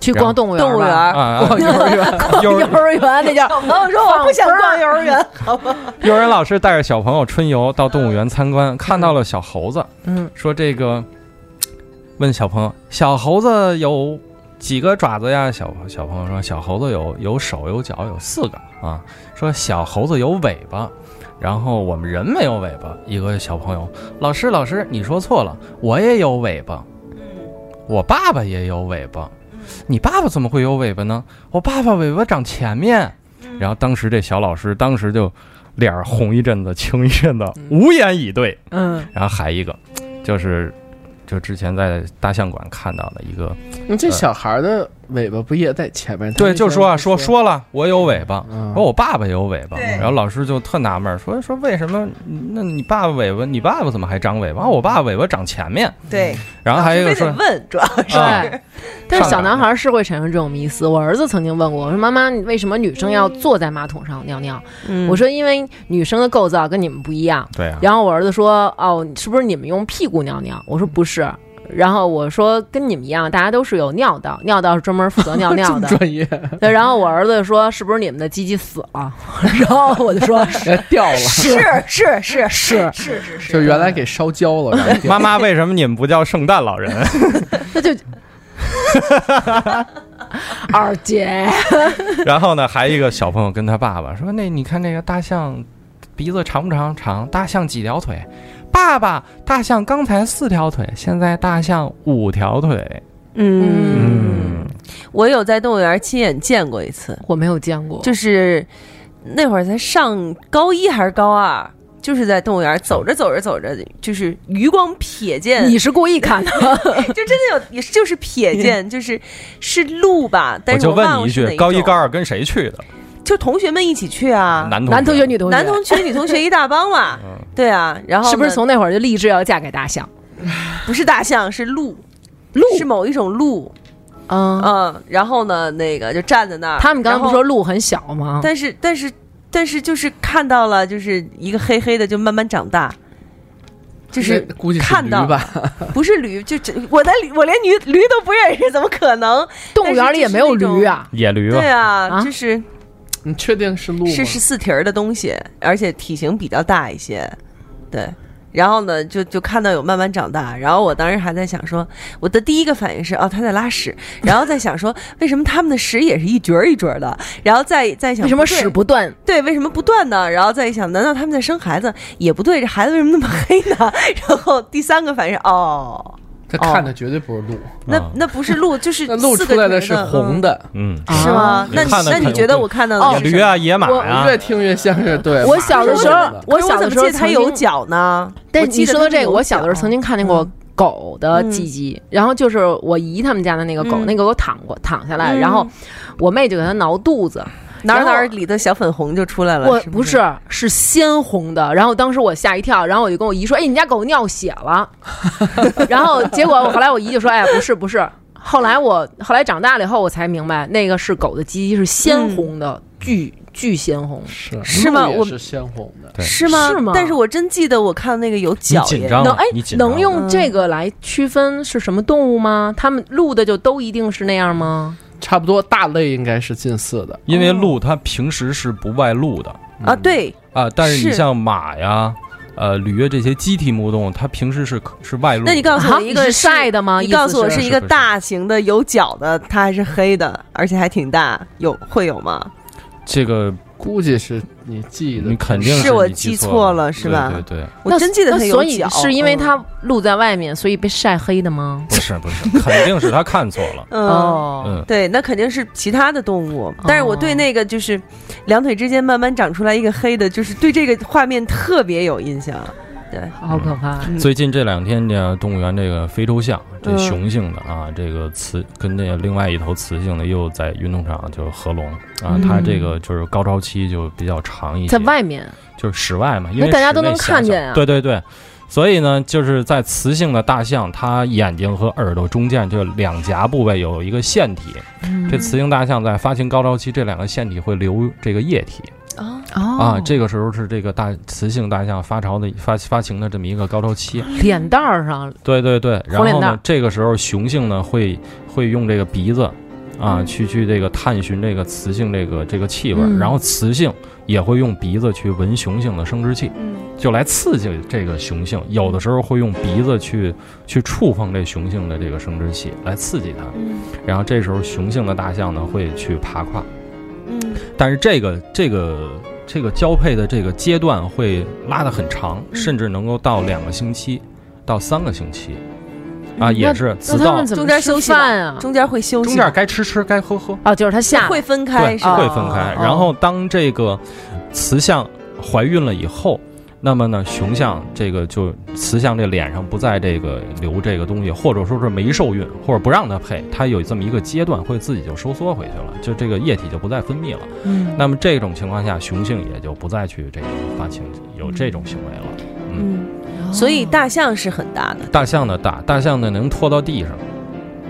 去
然后
逛动物园吧，
动物园儿。
啊，逛幼 儿园，幼
幼
儿
儿园那叫
朋友说我不想逛幼儿园，
幼儿园老师带着小朋友春游到动物园参观，看到了小猴子，
嗯，
说这个问小朋友，小猴子有。几个爪子呀？小小朋友说，小猴子有有手有脚有四个啊。说小猴子有尾巴，然后我们人没有尾巴。一个小朋友，老师老师，你说错了，我也有尾巴，我爸爸也有尾巴，你爸爸怎么会有尾巴呢？我爸爸尾巴长前面。然后当时这小老师当时就脸儿红一阵子青一阵子，无言以对。
嗯，
然后还一个，就是就之前在大象馆看到的一个，
嗯你这小孩的尾巴不也在前面？
嗯对，就说
说
啊，说哦
说，
说了，我有尾巴，
嗯
说我爸爸有尾巴，
对
然后老师就特纳闷儿，说说为什么？那你爸爸尾巴，你爸爸怎么还长尾巴？啊我爸爸尾巴长前面，
对，
然后还有一个说
非得问，主要啊是
啊
对，但是小男孩是会产生这种迷思。我儿子曾经问过我说：“妈妈，你为什么女生要坐在马桶上尿尿？”
嗯
我说：“因为女生的构造跟你们不一样。”
对啊，
然后我儿子说：“哦，是不是你们用屁股尿尿？”我说：“不是。”然后我说：“跟你们一样，大家都是有尿道，尿道是专门负责尿尿 的。
专业
对”然后我儿子说：“是不是你们的鸡鸡死了？” 然后我就说：“是。
掉 了，
是是
是
是是是是，
就原来给烧焦了，然后掉
妈妈为什么你们不叫圣诞老人？”
那就 二姐，
然后呢，还有一个小朋友跟他爸爸说：“那你看那个大象鼻子长不长？长。大象几条腿？爸爸，大象刚才四条腿，现在大象五条腿。
嗯，我有在动物园亲眼见过一次，
我没有见过，
就是那会儿才上高一还是高二，就是在动物园走着走着走着，就是余光瞥见，
你是故意看的。
就真的有，也就是瞥见，就是是鹿吧？但
我
是
就问
忘
你
了
一
是哪
句，高一
种
高二跟谁去的？
就同学们一起去啊，
男同
男同学、女同学，
男同学、女同学一大帮嘛
嗯，
对啊，然后呢
是不是从那会儿就立志要嫁给大象？
不是大象是鹿，
鹿
是某一种鹿，
嗯，
嗯，然后呢，那个就站在那儿，
他们刚刚
啊
不
然
说
后，
鹿很小吗？
但是但是但是就是看到了，就是一个黑黑的就慢慢长大，就是
那估计是
看到
驴吧，
不是驴，就这我连驴我连驴驴都不认识，怎么可能？
动物园里也没有驴啊。
野驴吧
对？啊，
啊
就是
你确定是鹿吗？
是十四蹄儿的东西，而且体型比较大一些，对。然后呢，就就看到有慢慢长大，然后我当时还在想说，我的第一个反应是哦，他在拉屎，然后再想说为什么他们的屎也是一撅儿一撅儿的，然后再再想
为什么
对
屎不断？
对，为什么不断呢？然后再一想，难道他们在生孩子？也不对，这孩子为什么那么黑呢？然后第三个反应是哦，
他看的绝对不是鹿，
那、
啊
那不是鹿，就是
那鹿
四
出
个
来的
蹄
是
儿的
红，的，
嗯，
嗯是
啊
吗？
你
那
看的
那
可
你
能
觉得
会
我看到的
哦
是
野
什
驴
么
啊，野马啊
越，听越像是对。
我小的时
我
候，我
可是
小的时
怎么
候
记得它
曾
有
经，
脚呢。
但
我记
你
得
说到
它是
这个，
有嗯
我小的时候
脚
曾经看见过狗的鸡鸡，然后就是我姨他们家的那个狗，
嗯
那个狗躺过躺下来，
嗯
然后我妹就给它挠肚子，
哪儿
然
哪
后
儿里的小粉红就出来了。
我
不
不是是鲜红的，然后当时我吓一跳，然后我就跟我姨说：“哎，你家狗尿血了。”然后结果我后来我姨就说：“哎，不是不是。”后来我后来长大了以后，我才明白那个是狗的鸡鸡是鲜
嗯
红的，巨巨鲜红。
是
是吗
鹿也
我
是鲜红的，
对
是吗？
是吗
但是我真记得我看那个有
你
脚
紧
耶
张
能
了
哎，
你紧张
能
了
嗯
用这个来区分是什么动物吗？他们录的就都一定是那样吗？
差不多大类应该是近似的。嗯
因为鹿它平时是不外露的
啊，对，
啊，但是你
是
像马呀。呃，驴啊这些机体目动物，它平时是可是外露的。
那你告诉
啊
我一个
你是晒的吗
你
啊意思
告诉我
是
是一个
是是
大型的有脚的，它还是黑的，而且还挺大，有会有吗？
这个
估计是你记得，
你肯定
是我
你
记
错
错了是吧
对对对，
我真记得
那
它有
所以
脚，
是因为
嗯
它露在外面，所以被晒黑的吗？
不是不是，肯定是他看错 了。
嗯。
哦，
嗯，
对，那肯定是其他的动物，但是我对那个就是两腿之间慢慢长出来一个黑的，就是对这个画面特别有印象。
好可怕！
嗯
最近这两天呢，动物园这个非洲象，这
嗯
雄性的啊，这个雌跟那另外一头雌性的又在运动场就合拢啊，它这个就是高潮期就比较长一些，
嗯在外面，
就是室外嘛，因
那
为
大家
室
都
内
能
狭
看
小
见啊
对对对。所以呢，就是在雌性的大象，它眼睛和耳朵中间这两颊部位有一个腺体，
嗯
这雌性大象在发情高潮期，这两个腺体会流这个液体。
啊，
哦
啊，这个时候是这个大雌性大象发潮的发发情的这么一个高潮期，
脸蛋儿上
对对对。然
红脸
后
蛋
呢
儿，
这个时候雄性呢会会用这个鼻子啊去去这个探寻这个雌性这个这个气味儿，
嗯
然后雌性也会用鼻子去闻雄性的生殖器，
嗯
就来刺激这个雄性。有的时候会用鼻子去去触碰这雄性的这个生殖器来刺激它，
嗯
然后这时候雄性的大象呢会去爬跨。
嗯，
但是这个这个这个交配的这个阶段会拉得很长，
嗯
甚至能够到两个星期到三个星期，啊，也是直
嗯那他
到
们怎么
中间
吃
休息
饭啊？
中间会休息，
中间该吃吃该喝喝，
哦，就是他下哦
会分
对，
开是吧？
会分开。
哦
然后当这个雌象怀孕了以后，那么呢，雄象这个就雌象这脸上不在这个留这个东西，或者说是没受孕，或者不让它配，它有这么一个阶段会自己就收缩回去了，就这个液体就不再分泌了。
嗯，
那么这种情况下，雄性也就不再去这个发情，有这种行为了。
嗯，所以大象是很大的。
大象的大，大象呢能拖到地上，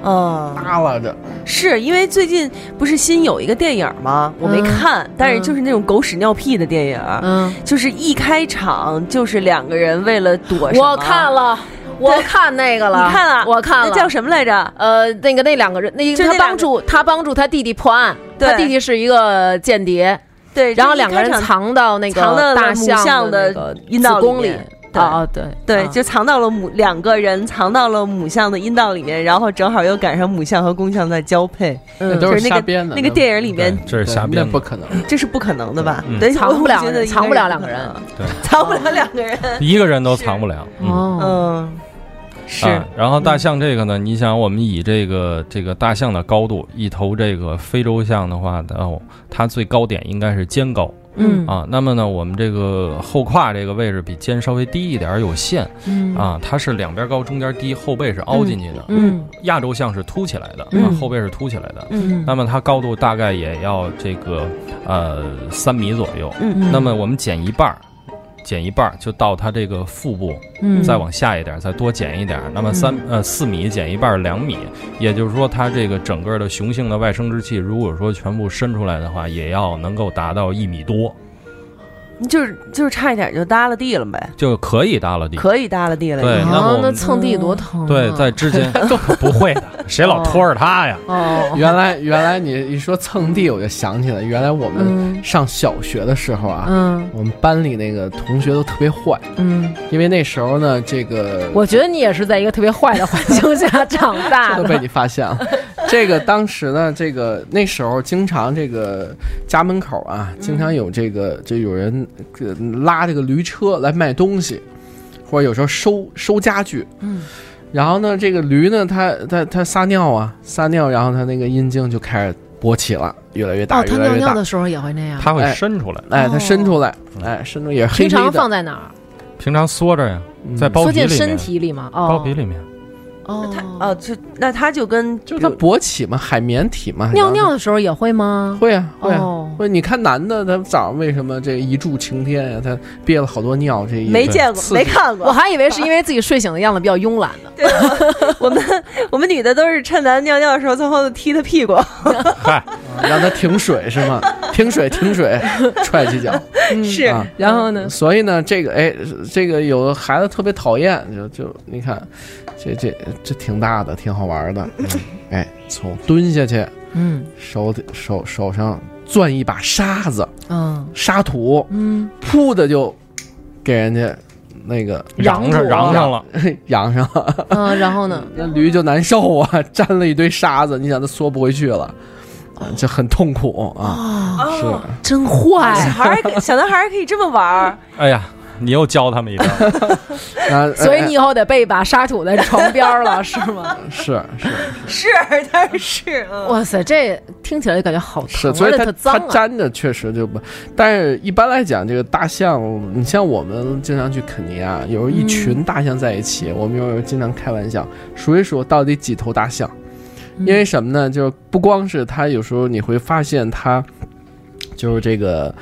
哦，
耷拉着，
是因为最近不是新有一个电影吗？我没
嗯
看，但是
嗯
就是那种狗屎尿屁的电影，
嗯，
就是一开场就是两个人为了躲什么，
我看了，我看那个了，
你看了
我看
那
了，
叫什么来着？
呃，那个那两个人，那一
就
个
那
他
两个
帮助他帮助他弟弟破案，
对
他弟弟是一个间谍，
对，
然后
就一
两个人
开场
藏到那个
藏到了
大
母
象
象的
那个
阴道
子宫
里
里
面。对
啊啊，对
对，
啊
就藏到了母两个人藏到了母象的阴道里面，然后正好又赶上母象和公象在交配，
嗯
那都
就是是那
瞎
个
编的。
那个电影里
对
面，
这是
对
瞎
那
编
不
的。
可能。
这是不可能的吧？
嗯
对，
藏
我
不了
觉得应该是
藏不了两
可
个人
能
对
藏不了两个人，
一个人都藏不了。嗯。
哦，
嗯，是，
啊，然后大象这个呢，你想我们以这个这个大象的高度，一头这个非洲象的话，哦，它最高点应该是肩高
嗯
啊。那么呢，我们这个后胯这个位置比肩稍微低一点儿，有线
嗯
啊，它是两边高，中间低，后背是凹进去的。
嗯
亚洲象是凸起来的，
嗯
啊，后背是凸起来的。
嗯
那么它高度大概也要这个呃三米左右。
嗯
那么我们减一半儿，减一半儿就到它这个腹部，
嗯
再往下一点儿，再多减一点儿，那么三、呃四米减一半儿两米，也就是说它这个整个的雄性的外生殖器，如果说全部伸出来的话，也要能够达到一米多，
就是就是差一点就耷拉地了呗，
就可以搭了地。
可以耷拉地了。
对
已经
那么
啊
我，
那
们
蹭地多疼啊，
对，在之 间不会的，谁老拖着它呀？
哦，
原来原来你一说蹭地，我就想起来，原来我们
嗯
上小学的时候啊，
嗯
我们班里那个同学都特别坏，
嗯，
因为那时候呢，这个
我觉得你也是在一个特别坏的环境下长大
都
的，
被你发 现了。这个当时呢，这个那时候经常这个家门口啊，
嗯
经常有这个就有人呃拉这个驴车来卖东西，或者有时候收收家具。
嗯。
然后呢，这个驴呢，它它它撒尿啊，撒尿，然后它那个阴茎就开始勃起了，越来越大，
哦，他
越来
尿
越
尿
大
的。时候也会那样，
它会
哎
伸出来，
哎，它伸出来，
哦
哎，伸出也是黑
平
黑
常
的
放，在哪儿？
平常缩着呀，
嗯
在包
缩
皮
进
里面
身，体里吗？哦，
包皮里面。
哦，
哦，就那它就跟
就是它勃起嘛，海绵体嘛，
尿
然
尿
后
的时候也会吗？
会啊会啊，
哦，
不是，你看男的，他早上为什么这一柱擎天呀、他憋了好多尿，这一
没见过
刺激
没看过
我，还以为是因为自己睡醒的样子比较慵懒呢。
啊我们我们女的都是趁男的尿尿的时候从后头踢他屁股，
嗯
嗨，
让他停水是吗？停水，停 水，踹几脚。
嗯
是
啊
然后呢？
所以呢，这个哎，这个有的孩子特别讨厌，就就你看，这这这挺大的，挺好玩 的。嗯哎，从蹲下去，
嗯
手底手手上攥一把沙子、
嗯
沙土，
嗯，
噗的就给人家那个
瓤上瓤上了，
扬上了。
嗯，然后呢？
那驴就难受啊，沾了一堆沙子，你想它缩不回去了，啊这很痛苦啊。
哦
是，
真
哦小
坏，
孩儿可以小男孩儿可以这么玩 儿，
哎呀，你又教他们 一招。
啊，
所以你以后得备一把沙土在床边儿了，是吗？
哎是是
是， 但是是，嗯
哇塞，这听起来就感觉好疼，
是，所以
而且
它
特
它
脏啊。
粘着确实就不，但是一般来讲，这个大象，你像我们经常去肯尼亚，有时候一群
嗯
大象在一起，我们有时候经常开玩笑数一数到底几头大象，
嗯
因为什么呢？就是不光是它，有时候你会发现它，就是这个。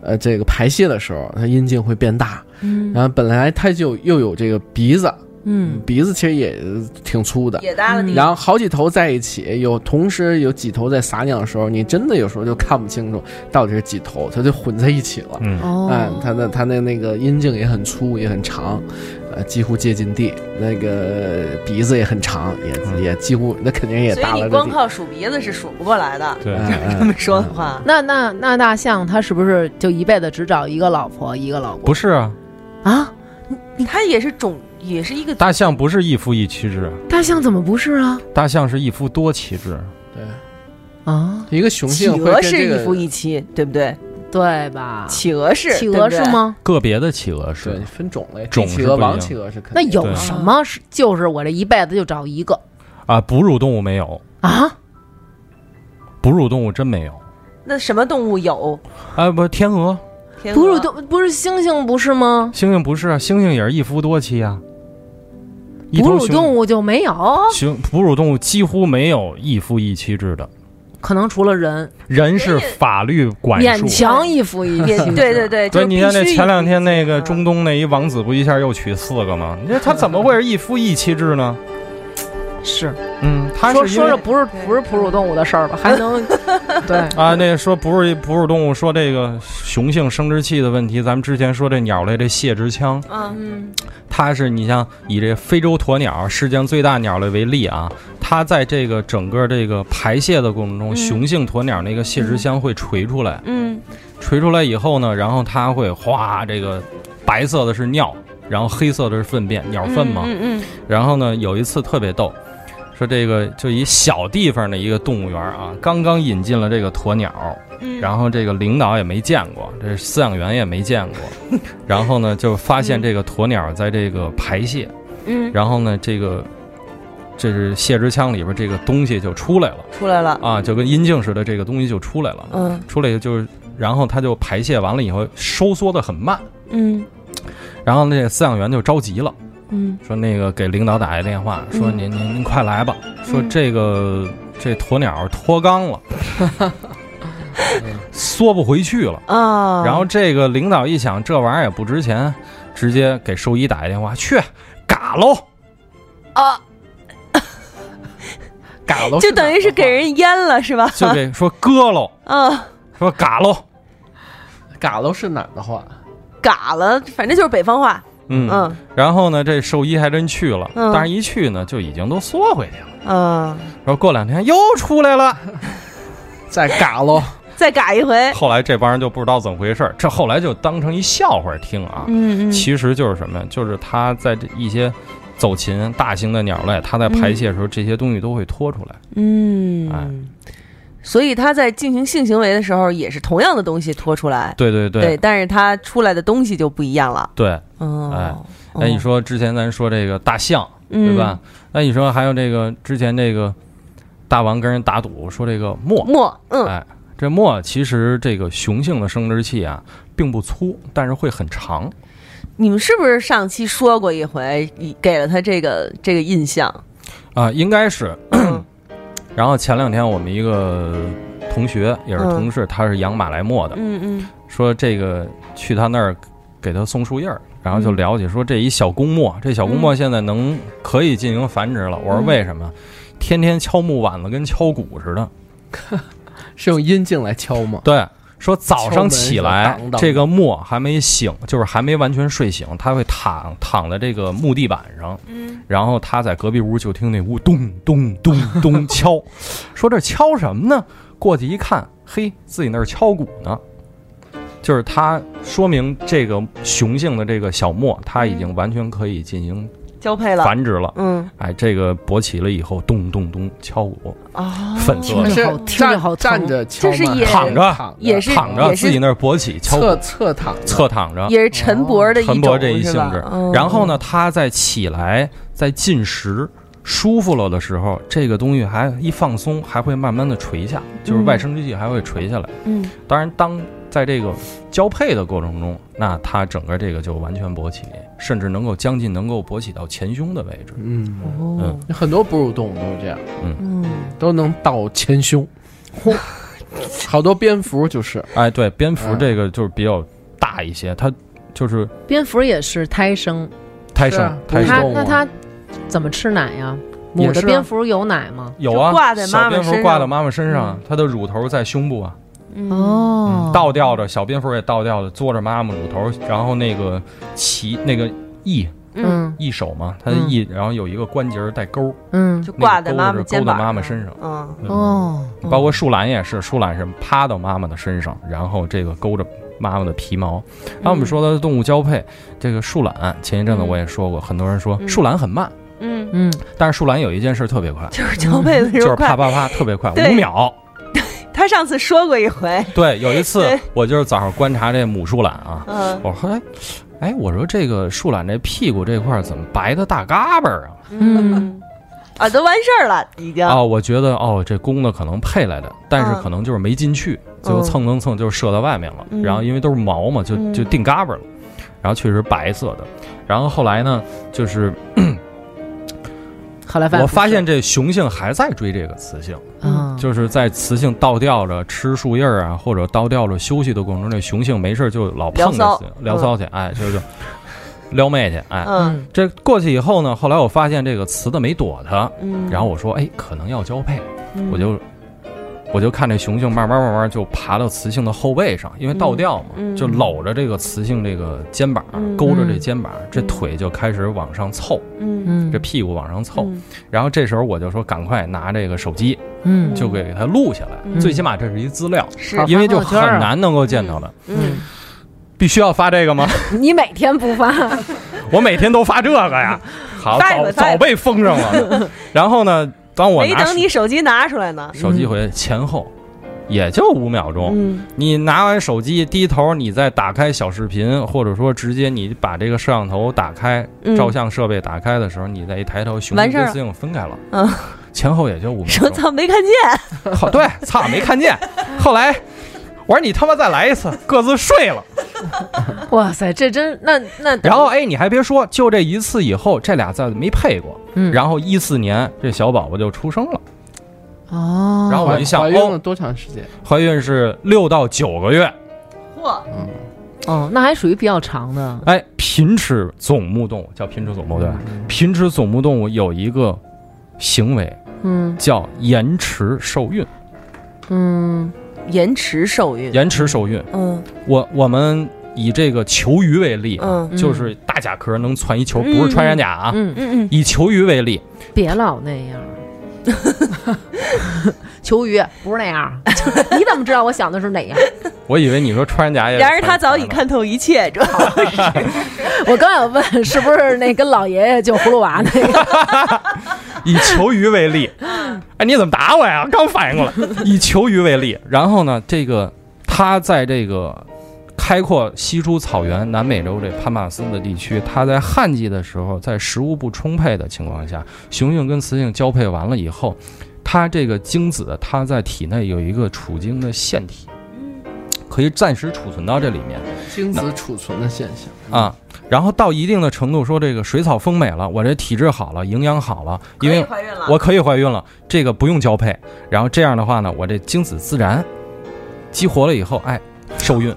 呃，这个排泄的时候，它阴茎会变大，
嗯
然后本来它就又有这个鼻子，
嗯
鼻子其实也挺粗的。
也耷拉地，
然后好几头在一起，有同时有几头在撒尿的时候，你真的有时候就看不清楚到底是几头，它就混在一起了。
嗯，
哎，
哦，
它的它的那个阴茎也很粗，也很长，呃，几乎接近地。那个鼻子也很长，也
嗯
也几乎，那肯定也
所
耷
以
拉
你
着
光
地。
靠数鼻子是数不过来的。
对，
哎
这么
哎
说的话，
那那那大象它是不是就一辈子只找一个老婆一个老公
不是啊，
啊？
嗯
它也是种，也是一个
大象不是一夫一妻制，
大象怎么不是啊？
大象是一夫多妻制。
对，
啊，
一个雄
企
性会
鹅
跟
是
这
一
个
夫一妻，对不对？
对吧？
企鹅是，
企鹅
对
是
不对？
吗？
个别的企鹅是
对，分种类，
种
帝
是
企鹅、
不一样
王企鹅是肯
那
定的
有什么是就是我这一辈子就找一个
啊，哺乳动物没有，
啊？
哺乳动物真没有。
那什么动物有？
啊，不，天鹅，
天
哺乳
鹅
动不是猩猩不是吗？
猩猩不是啊，猩猩也是一夫多妻啊。一
哺
头
乳
雄
动物就没有，
雄哺乳动物几乎没有一夫一妻制的，
可能除了人，
人是法律管
勉
束。
强一夫 一妻制。
对对对，就
对，
是
你看
必
那
须
前两天那
一夫一
个
妻
中东那一王子不一下又娶四个吗？你说他怎么会是一夫一妻制呢？
是
嗯，他
说
是因
说
为
着不是不是哺乳动物的事儿吧？还能对
啊，那说哺乳哺乳动物说这个雄性生殖器的问题，咱们之前说这鸟类这泄殖腔，
啊，
它是你像以这非洲鸵鸟世界上最大鸟类为例啊，它在这个整个这个排泄的过程中，雄性鸵鸟那个泄殖腔会垂出来，
嗯
垂出来以后呢，然后它会哗，这个白色的是尿，然后黑色的是粪便，鸟粪嘛。
嗯嗯
然后呢，有一次特别逗，说这个就一小地方的一个动物园啊，刚刚引进了这个鸵鸟，
嗯，
然后这个领导也没见过，这饲养员也没见 过，然后呢就发现这个鸵鸟在这个排泄，
嗯
然后呢这个这是泄殖腔里边这个东西就出来了
出来了，
啊，就跟阴茎似的，这个东西就出来了，
嗯
出来就是，然后它就排泄完了以后收缩的很慢，
嗯
然后那个饲养员就着急了。
嗯
说那个给领导打一电话，说
嗯
您您您快来吧，说
嗯
这个这鸵鸟脱肛了， 缩不回去了。
啊，
然后这个领导一想，这玩意儿也不值钱，直接给兽医打一电话，去嘎 喽，
啊，
嘎
哦
喽，
就等于是给人阉了是吧？
就给说割喽，
啊，
说嘎喽，
嘎喽是哪儿的话？
嘎了，反正就是北方话，
嗯，
嗯
然后呢，这兽医还真去了，
嗯
但是一去呢，就已经都缩回去了。
嗯，
然后过两天又出来了，
在嘎喽，
再嘎一回，
后来这帮人就不知道怎么回事儿，这后来就当成一笑话听啊。
嗯嗯
其实就是什么呀？就是它在这一些走禽、大型的鸟类，它在排泄的时候，这些东西都会拖出来。哎
嗯，所以他在进行性行为的时候也是同样的东西拖出来，
对对对
但是他出来的东西就不一样了，
对。
嗯，
哎
哦嗯
那你，说之前咱说这个大象，
对
对吧？？那你说还有这个之前这个大王跟人打赌说这个墨，
墨，嗯
哎，这墨其实这个雄性的生殖器啊并不粗，但是会很长。
你们是不是上期说过一回，你给了他这个这个印象？
啊、应该是。
嗯
然后前两天我们一个同学也是同事，他是养马来貘的，
嗯
说这个去他那儿给他送树叶儿，然后就了解说这一小公墨，这小公
嗯
墨现在能可以进行繁殖了。我说为什么？天天敲木碗子跟敲鼓似的。
是用阴茎来敲吗？
对，说早
敲
上
门
起
是吧
来
当当
这个墨还没醒，就是还没完全睡醒，他会躺躺在这个木地板上，
嗯
然后他在隔壁屋就听那屋咚咚咚咚敲， 说这敲什么呢？过去一看，嘿，自己那儿敲鼓呢。就是它说明这个雄性的这个小墨，它已经完全可以进行
嗯，交配了，
繁殖了。
嗯
哎，这个勃起了以后，咚咚咚敲鼓，
啊，
粉色
听
的
着好
是
听着好
站站
疼
着敲
就
吗？
是也
躺着
躺
也是
躺着
也是
自己那儿勃起敲
侧
鼓，
侧躺着，
侧躺着，
也是陈勃的一
啊哦陈
种，
勃这一性
是吧
质
嗯、。
然后呢，它再起来，在进食舒服了的时候，这个东西还一放松，还会慢慢的垂下，就是外生殖器还会垂下来。
嗯，
当然，当在这个交配的过程中，那它整个这个就完全勃起，甚至能够将近能够勃起到前胸的位置。
嗯，
哦，
很多哺乳动物都是这样，
嗯，
都能到前胸。好多蝙蝠就是
哎，对，蝙蝠
嗯
这个就是比较大一些，它
啊
就是
蝙蝠也是胎生，
胎
是啊
生，胎
不是
它
生
动物
那它怎么吃奶呀？母
也是
的
啊
蝙蝠有奶吗？
有
就
啊，
挂在妈
小
妈
蝙蝠
身
挂
上嗯
在妈妈身上，它的乳头在胸部啊。
哦
嗯，倒吊着，小蝙蝠也倒吊着，嘬着妈妈乳头，然后那个鳍那个翼
嗯
翼手嘛，它的
嗯
翼，然后有一个关节儿带
哦
钩，
嗯
就挂在
那
妈妈
个钩子是
肩膀，
勾在妈妈身上。
嗯，
哦，
包括树懒也是，树懒是趴到妈妈的身上，然后这个勾着妈妈的皮毛。
嗯
然后我们说到动物交配，这个树懒，前一阵子我也说过，很多人说树懒很慢，
嗯，
嗯，
但是树懒有一件事特别快，
就是交配的时
就是
候快。
啪啪啪特别 快，
对
五秒。
他上次说过一回，
对，有一次
对
我就是早上观察这母树懒啊，
嗯
我说，哎，哎，我说这个树懒这屁股这块儿怎么白的大嘎巴儿啊？哦
嗯
啊，都完事儿了，已经。
啊，我觉得哦，这公的可能配来的，但是可能就是没进去，最后
嗯
蹭蹭蹭就射到外面了。然后因为都是毛嘛，就就定嘎巴了。然后确实白色的。然后后来呢，就是
后来
我发现这雄性还在追这个雌性，
嗯
啊，
就是在雌性倒吊着吃树叶儿啊，或者倒吊着休息的过程中，这雄性没事儿就老碰
聊
着
骚
雌性聊骚去，哎，就就撩妹去，哎。
嗯
嗯
这过去以后呢，后来我发现这个雌的没躲它，
嗯
然后我说，哎，可能要交配，我就我就看这雄性慢慢慢慢就爬到雌性的后背上，因为倒吊嘛，
嗯嗯
就搂着这个雌性这个肩膀，
嗯
勾着这肩膀，这腿就开始往上凑，
嗯
嗯
这屁股往上凑。
嗯
然后这时候我就说，赶快拿这个手机
嗯
就给它录下来，
嗯
最起码这是一资料，
是
好
因为就
发朋友
很
圈啊
难能够见到的。
嗯
必须要发这个吗？
你每天不发，
我每天都发这个 呀，好，
发一
早
个发一
早
个
被封 上了。然后呢，当我
没
拿
等你手机拿出来呢，
手机回去前后，也就五秒钟。
嗯
你拿完手机，低头，你再打开小视频，或者说直接你把这个摄像头打开，
嗯
照相设备打开的时候，你再一抬头，雄
完
性
事儿
跟
了
雌性分开了，
嗯，
前后也就五秒
说
钟。
操没看见，
好，对，操， 没看见。后来我说你他妈再来一次，各自睡了。
嗯
哇塞，这真那那 等于
然后哎，你还别说，就这一次以后，这俩再没配过。
嗯
然后一四年这小宝宝就出生了，
哦，
然后我
怀
就想，
怀孕了
哦，
多长时间？
怀孕是六到九个月，
嚯，
嗯，
哦，那还属于比较长的，
哎，pincher 总目动物叫 pincher 总
嗯
目对吧？pincher
嗯
总目动物有一个行为
嗯
叫延迟受孕，
嗯
延迟受孕，
延迟受孕。
嗯
我我们以这个球鱼为例啊，
嗯
嗯
就是大甲壳能攒一球，不是穿山甲啊。
嗯，
嗯嗯，
以球鱼为例，
别老那样。 求鱼不是那 样，你怎么知道我想的是哪样？
我以为你说穿山甲也。
然而他早已。看透一切，主要
我刚想问是不是那跟老爷爷救葫芦娃那个？
以球鱼为例，哎，你怎么打我呀？刚反应过来。以球鱼为例，然后呢，这个它在这个开阔西出草原、南美洲这潘马斯的地区，它在旱季的时候，在食物不充沛的情况下，雄性跟雌性交配完了以后，它这个精子它在体内有一个储精的腺体，可以暂时储存到这里面。
精子储存的现象，
啊，然后到一定的程度，说这个水草丰美了，我这体质好了，营养好了，因为
怀孕了，
我可以怀孕了，这个不用交配。然后这样的话呢，我这精子自然激活了以后，哎，受孕。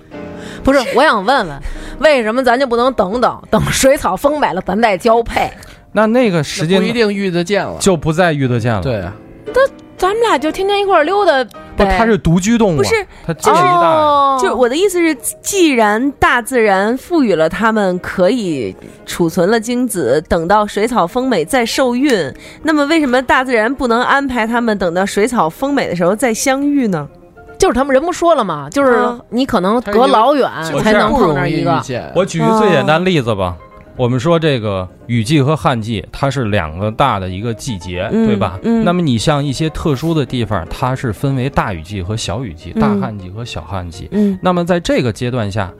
不是，我想问问，为什么咱就不能等等等水草丰美了，咱再交配？
那那个
时
时
嗯间不一
间
定遇得见了。
就不再遇得见了。，
对啊，
咱们俩就天天一块儿溜达
不，它是独居动物啊，
不是
它这一大。
哦，
就是我的意思是，既然大自然赋予了他们可以储存了精子，等到水草丰美再受孕，那么为什么大自然不能安排他们等到水草丰美的时候再相遇呢？
就是他们人不说了嘛，就是
嗯
你可能隔老远
我
啊才
这样
能
不
碰
容
上
易
一
遇
个，
见。
我举一个最简单例子吧。我们说这个雨季和旱季，它是两个大的一个季节，
嗯
对吧？
嗯
那么你像一些特殊的地方，它是分为大雨季和小雨季，
嗯
大旱季和小旱季。
嗯
那么在这个阶段下，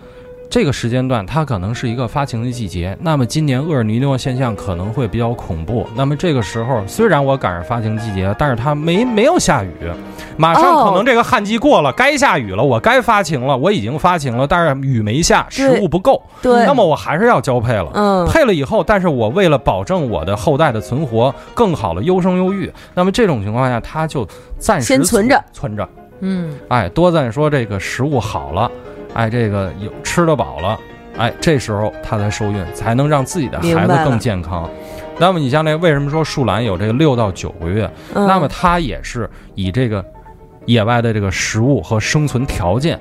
这个时间段它可能是一个发情的季节。那么今年厄尔尼诺现象可能会比较恐怖。那么这个时候，虽然我赶上发情季节，但是它没没有下雨，马上
哦
可能这个旱季过了，该下雨了，我该发情了，我已经发情了，但是雨没下，食物不够，
对
那么我还是要交配了。
嗯
配了以后，但是我为了保证我的后代的存活，更好的优生优育，那么这种情况下，它就暂时
先存着，
存着，
嗯，
哎，多赞说这个食物好了，哎，这个有吃得饱了，哎，这时候它才受孕，才能让自己的孩
明
子
白了
更健康。那么你像那为什么说树懒有这个六到九个月？
嗯
那么它也是以这个野外的这个食物和生存条件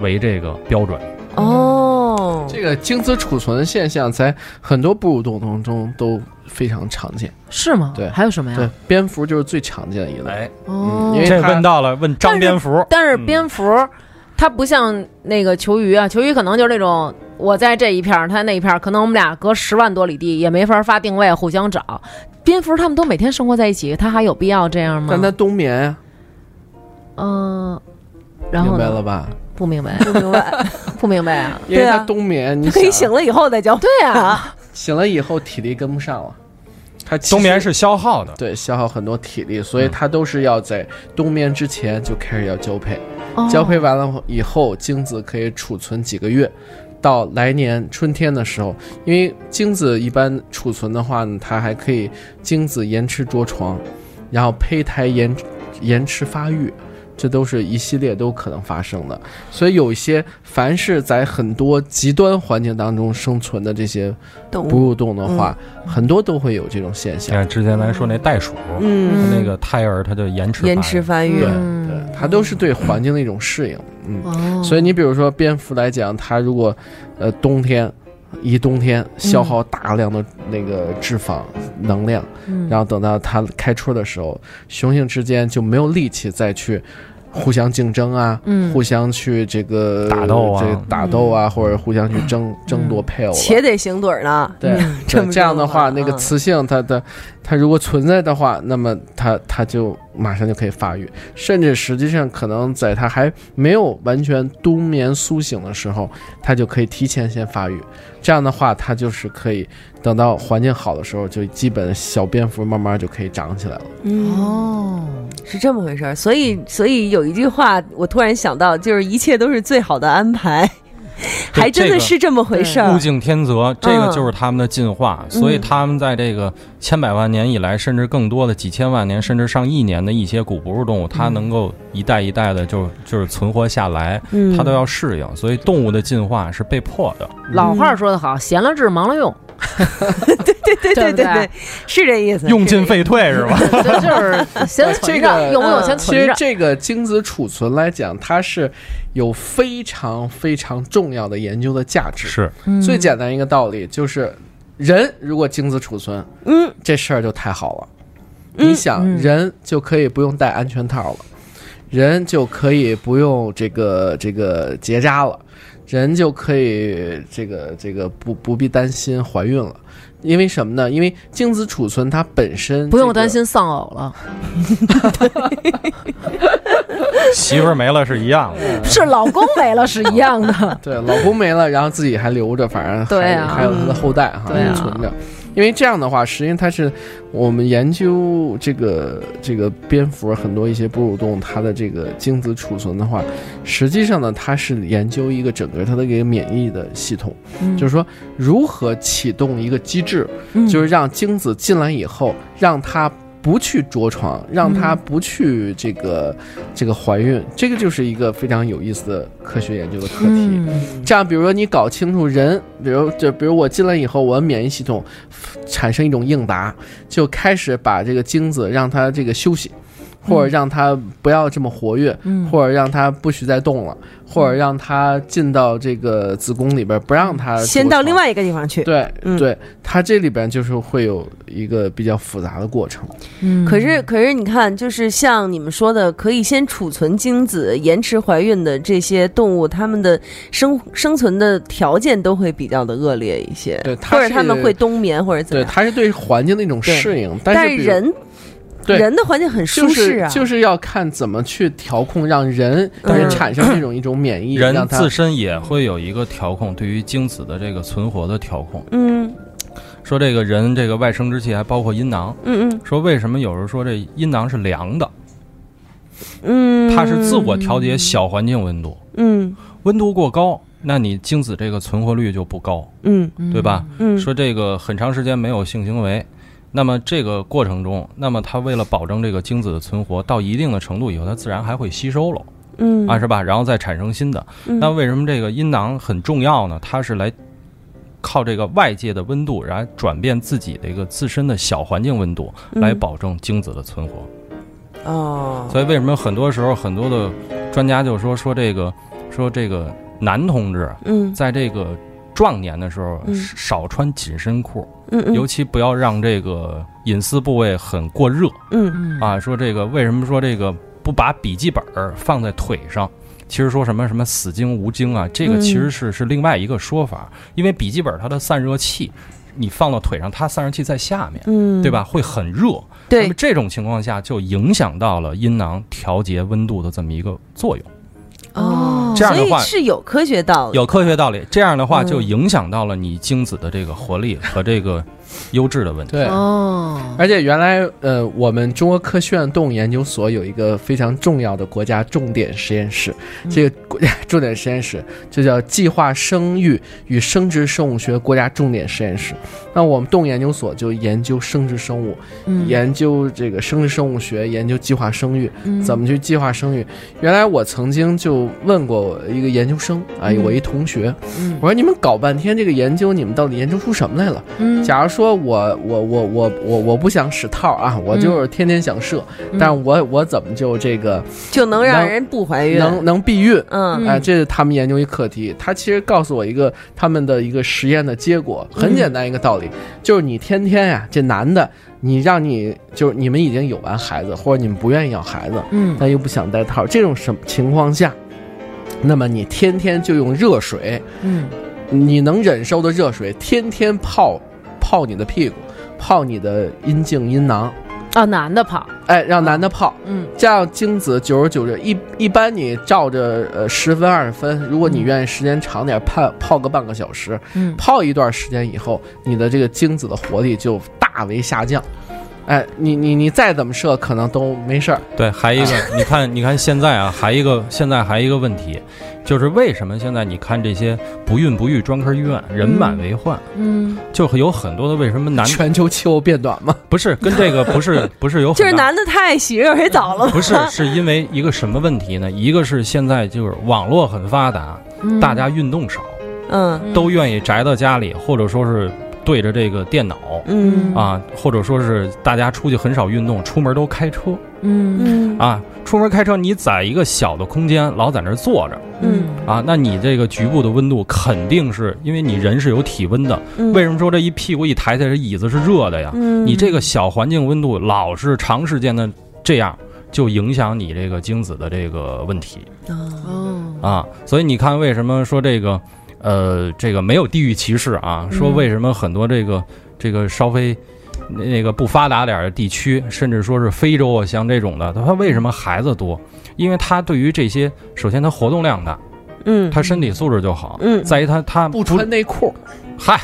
为这个标准。
哦，
这个精子储存的现象在很多哺乳动物中都非常常见。
是吗？
对
还有什么
对
哎呀？，
蝙蝠就是最常见的一类。
哎，
哦
嗯，因为
这
它
问到了，问张蝙蝠，
但是
嗯
蝙蝠它不像那个球鱼啊，球鱼可能就是那种我在这一片儿，它那一片儿，可能我们俩隔十万多里地也没法发定位，互相找。蝙蝠它们都每天生活在一起，它还有必要这样吗
但？它冬眠呀，
嗯、然
明
后
白
呢？
了吧？
不明白，啊
不明 白，
不明白啊！
因为
对啊
它冬眠，你
可以
想
醒了以后再交配。
对啊，
醒了以后体力跟不上了，它其实
冬眠是嗯消耗的。
对消耗很多体力，所以它都是要在冬眠之前就开始要交配，
哦
交配完了以后，精子可以储存几个月，到来年春天的时候，因为精子一般储存的话呢，它还可以精子延迟着床，然后胚胎延延迟发育。这都是一系列都可能发生的，所以有一些凡是在很多极端环境当中生存的这些
动
哺
物，
乳动物的
嗯
话，很多都会有这种现象。
像之前咱说那袋鼠，
嗯，
那个胎儿它就延迟
延
发
迟
育
发育
对，
嗯
对，它都是对环境的一种适应。嗯，
哦，
所以你比如说蝙蝠来讲，它如果呃冬天一冬天消耗大量的那个脂肪能量，
嗯
然后等到它开春的时候，雄性之间就没有力气再去。互相竞争啊，
嗯
互相去这个
打斗啊
这个打斗啊，或者互相去
嗯
争争夺配偶啊，
且得行盹儿呢。
对，
嗯这
对
么
这样
说
的
的话
话，那个
嗯
雌性它的它如果存在的话，那么它它就马上就可以发育，甚至实际上可能在它还没有完全冬眠苏醒的时候，它就可以提前先发育。这样的话，它就是可以等到环境好的时候，就基本小蝙蝠慢慢就可以长起来了。
哦，
嗯是这么回事儿，所以所以有一句话，我突然想到，就是一切都是最好的安排，
对
还真
这
的
个
是这么回事
物
儿。
竞天择，这个
嗯
就是他们的进化，所以他们在这个千百万年以来，甚至更多的几千万年，甚至上亿年的一些古哺乳动物，它能够一代一代的就就是存活下来，
嗯
它都要适应，所以动物的进化是被迫的。
嗯
老话说得好，闲了治，忙 了用，
对对对
对
对
不对
对，是这意思。
用
是这
进
意思
废退 是吧？
就就是先存
这
着，
个呃
用不用先
其
存
实
着。
这个精子储存来讲，它是有非常非常重要的研究的价值。
是，
嗯
最简单一个道理就是，人如果精子储存，
嗯，
这事儿就太好了。
嗯
你想，人就可以不用戴安全套了，人就可以不用这个这个结扎了，人就可以这个这个不不必担心怀孕了。因为什么呢？因为精子储存它本身、
不用担，心丧偶了，
媳妇儿没了是一样的。
是老公没了是一 样的。
对，老公没了，然后自己还留着，反正还
对啊
还有他的后代哈，
对啊
存着。因为这样的话，实际上它是我们研究这个这个蝙蝠很多一些哺乳动物，它的这个精子储存的话，实际上呢，它是研究一个整个它的一个免疫的系统，
嗯
就是说如何启动一个机制，就是让精子进来以后，让它不去着床，让它
嗯
不去这个、这个怀孕，这个就是一个非常有意思的科学研究的课题。
嗯
这样，比如说你搞清楚人，比如就比如我进来以后，我的免疫系统产生一种应答，就开始把这个精子让它这个休息，或者让它不要这么活跃，
嗯
或者让它不许再动了，或者让它进到这个子宫里边，不让它
嗯先
着
到
床
另外一个地方去。
对、
嗯
对，它这里边就是会有一个比较复杂的过程。
可
嗯
是，可是你看，就是像你们说的，可以先储存精子、延迟怀孕的这些动物，它们的生生存的条件都会比较的恶劣一些，
对它
或者
是
它们会冬眠或者怎
对，
样。
它是对环境的一种
对
适应，
但
是
是
比如
人
对
人的环境很舒
就
适
是
啊，
就是要看怎么去调控，让人
嗯
也产生这种一种免疫，
人
让它
自身也会有一个调控，对于精子的这个存活的调控。
嗯
说这个人这个外生殖器还包括阴囊，
嗯嗯
说为什么有人说这阴囊是凉的？
嗯，
它是自我调节小环境温度，
嗯
温度过高，那你精子这个存活率就不高，
嗯
对吧？
嗯，
说这个很长时间没有性行为，那么这个过程中，那么它为了保证这个精子的存活，到一定的程度以后，它自然还会吸收了
嗯
啊，是吧？然后再产生新的。那为什么这个阴囊很重要呢？它是来。靠这个外界的温度，然后转变自己的一个自身的小环境温度，
嗯
来保证精子的存活。
哦，
所以为什么很多时候很多的专家就说说这个说这个男同志
嗯
在这个壮年的时候
嗯
少穿紧身裤，
嗯嗯
尤其不要让这个隐私部位很过热
嗯
啊。说这个为什么说这个不把笔记本儿放在腿上？其实说什么什么死精无精啊，这个
嗯
其实是是另外一个说法，因为笔记本它的散热器，你放到腿上，它散热器在下面，
嗯，
对？吧？会很热，那
对
么，这种情况下就影响到了阴囊调节温度的这么一个作用，
嗯
哦，
这样的
所以
话
是有科学道理，
有科学道理。这样的话
嗯
就影响到了你精子的这个活力和这个优质的问题。
对，
哦，
而且原来呃，我们中国科学院动物研究所有一个非常重要的国家重点实验室，
嗯
这个国家重点实验室就叫计划生育与生殖生物学国家重点实验室。那我们动物研究所就研究生殖生物，
嗯
研究这个生殖生物学，研究计划生育，
嗯
怎么去计划生育。原来我曾经就问过一个研究生，哎，我一同学，
嗯
我说你们搞半天这个研究，你们到底研究出什么来了？
嗯
假如说我我我我我我不想使套啊，我
嗯
就是天天想射，但是我我怎么就这个
就能让
能
人不怀孕。
能能避孕？
嗯
嗯
哎，这是他们研究一课题。他其实告诉我一个他们的一个实验的结果，
嗯
很简单一个道理，就是你天天呀、这男的，你让你就是你们已经有完孩子，或者你们不愿意要孩子，
嗯
但又不想戴套，这种什么情况下，那么你天天就用热水，
嗯
你能忍受的热水，天天泡泡你的屁股，泡你的阴茎阴囊，
啊，男的跑，
哎，让男的泡，
嗯
这样精子久而久之，一一般你照着呃十分二十分，如果你愿意时间长点，泡泡个半个小时，
嗯
泡一段时间以后，你的这个精子的活力就大为下降。哎，你你你再怎么射，可能都没事儿。
对，还一 个，你看，你看现在啊，还一个，现在还一个问题，就是为什么现在你看这些不孕不育专科医院人满为患，
嗯
就有很多的为什 么男
全球气候变暖嘛，
不是跟这个不是不是有很
就是
大
男的太喜热水澡了吗？
不是 是因为一个什么问题呢？一个是现在就是网络很发达，
嗯，
大家运动少，
嗯
都愿意宅到家里，或者说是对着这个电脑。
嗯
啊，或者说是大家出去很少运动，出门都开车
嗯
嗯
啊。出门开车，你在一个小的空间，老在那儿坐着，
嗯
啊，那你这个局部的温度肯定是因为你人是有体温的。
嗯
为什么说这一屁股一抬起来，这椅子是热的呀？
嗯
你这个小环境温度老是长时间的这样，就影响你这个精子的这个问题
哦
啊。所以你看，为什么说这个，呃，这个没有地域歧视啊？说为什么很多这个这个稍微。那那个不发达点儿的地区，甚至说是非洲啊，像这种的，它为什么孩子多？因为它对于这些，首先它活动量大，
嗯
他身体素质就好。
嗯
在于他他
不穿内裤，
嗨，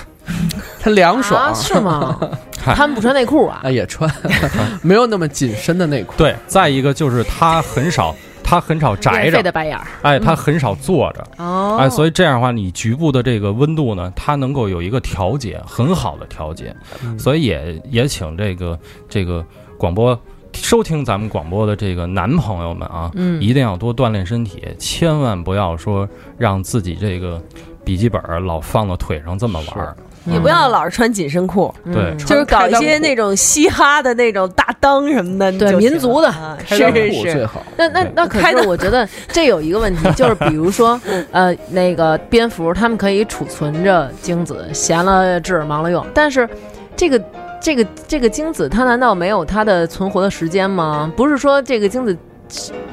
它凉爽。
啊是吗？
嗨
他们不穿内 裤啊？
啊，也穿， 没有那么紧身的内裤。
对，再一个就是他很少，他很少宅
免费的
着，
白眼儿
哎，他很少坐着，
哦
哎，所以这样的话，你局部的这个温度呢，它能够有一个调节，很好的调节，所以也也请这个这个广播。收听咱们广播的这个男朋友们啊，
嗯
一定要多锻炼身体，千万不要说让自己这个笔记本儿老放到腿上这么玩儿。
也不要老是穿紧身裤，
嗯
嗯对
就是搞一
嗯开裆
些
裤
那种嘻哈的那种大裆什么的，
对
就行了
民族的
啊
开
是
裆
是
裤最
是，
好。
那那
对
那可是，我觉得这有一个 问题，就是比如说，呃，那个蝙蝠它们可以储存着精子，闲了治，忙了用。但是，这个这个这个精子，它难道没有它的存活的时间吗？不是说这个精子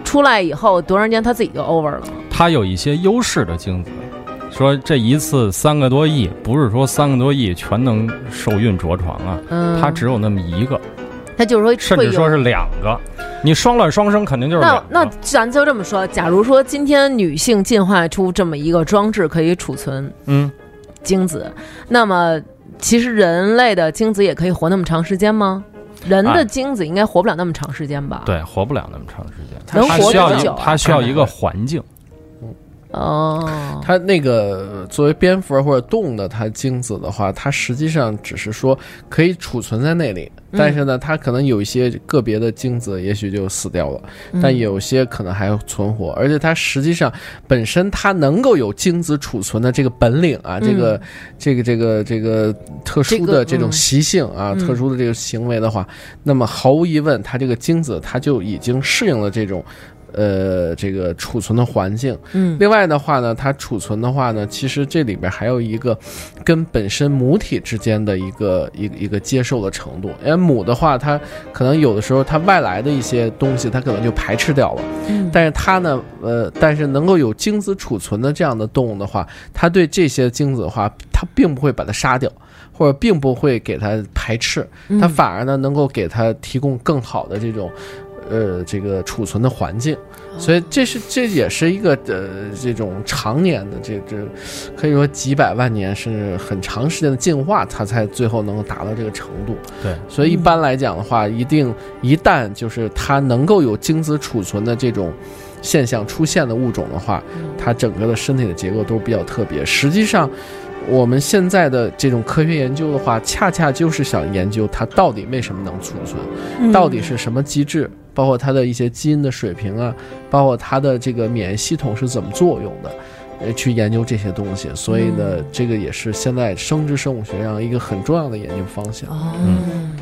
出来以后多长时间它自己就 over 了吗？
它有一些优势的精子，说这一次三个多亿，不是说三个多亿全能受孕着床啊，
嗯，
它只有那么一个，
它就是说
甚
会
至
有
说是两个，你双卵双生肯定就是两
那
个。嗯
那咱就这么说，假如说今天女性进化出这么一个装置，可以储存
嗯，
精子，那么其实人类的精子也可以活那么长时间吗？人的
哎
精子应该活不了那么长时间吧？，
对，活不了那么长时间，
能
它
活
需要
多
一
久啊
它需要一个环 境，
哦，
它那个作为蝙蝠或者动物的它精子的话，它实际上只是说可以储存在那里，
嗯
但是呢，它可能有一些个别的精子也许就死掉了，
嗯
但有些可能还存活，而且它实际上本身它能够有精子储存的这个本领啊，这个这个这个这个特殊的
嗯这
这
个嗯
种习性啊，特殊的这个行为的话，那么毫无疑问，它这个精子它就已经适应了这种。呃，这个储存的环境，
嗯
另外的话呢，它储存的话呢，其实这里边还有一个跟本身母体之间的一个一个一个接受的程度。因为母的话，它可能有的时候它外来的一些东西，它可能就排斥掉了。
嗯
但是它呢，呃，但是能够有精子储存的这样的动物的话，它对这些精子的话，它并不会把它杀掉。或者
嗯
并不会给它排斥，它反而呢能够给它提供更好的这种，呃这个储存的环境，所以这是这也是一个呃这种常年的这这可以说几百万年甚至很长时间的进化，它才最后能够达到这个程度。
对，。
所以一般来讲的话，一定一旦就是它能够有精子储存的这种现象出现的物种的话，它整个的身体的结构都比较特别。实际上，我们现在的这种科学研究的话，恰恰就是想研究它到底为什么能储存，到底是什么机制，包括它的一些基因的水平啊，包括它的这个免疫系统是怎么作用的。呃，去研究这些东西，所以呢，
嗯
这个也是现在生殖生物学上一个很重要的研究方向。
哦，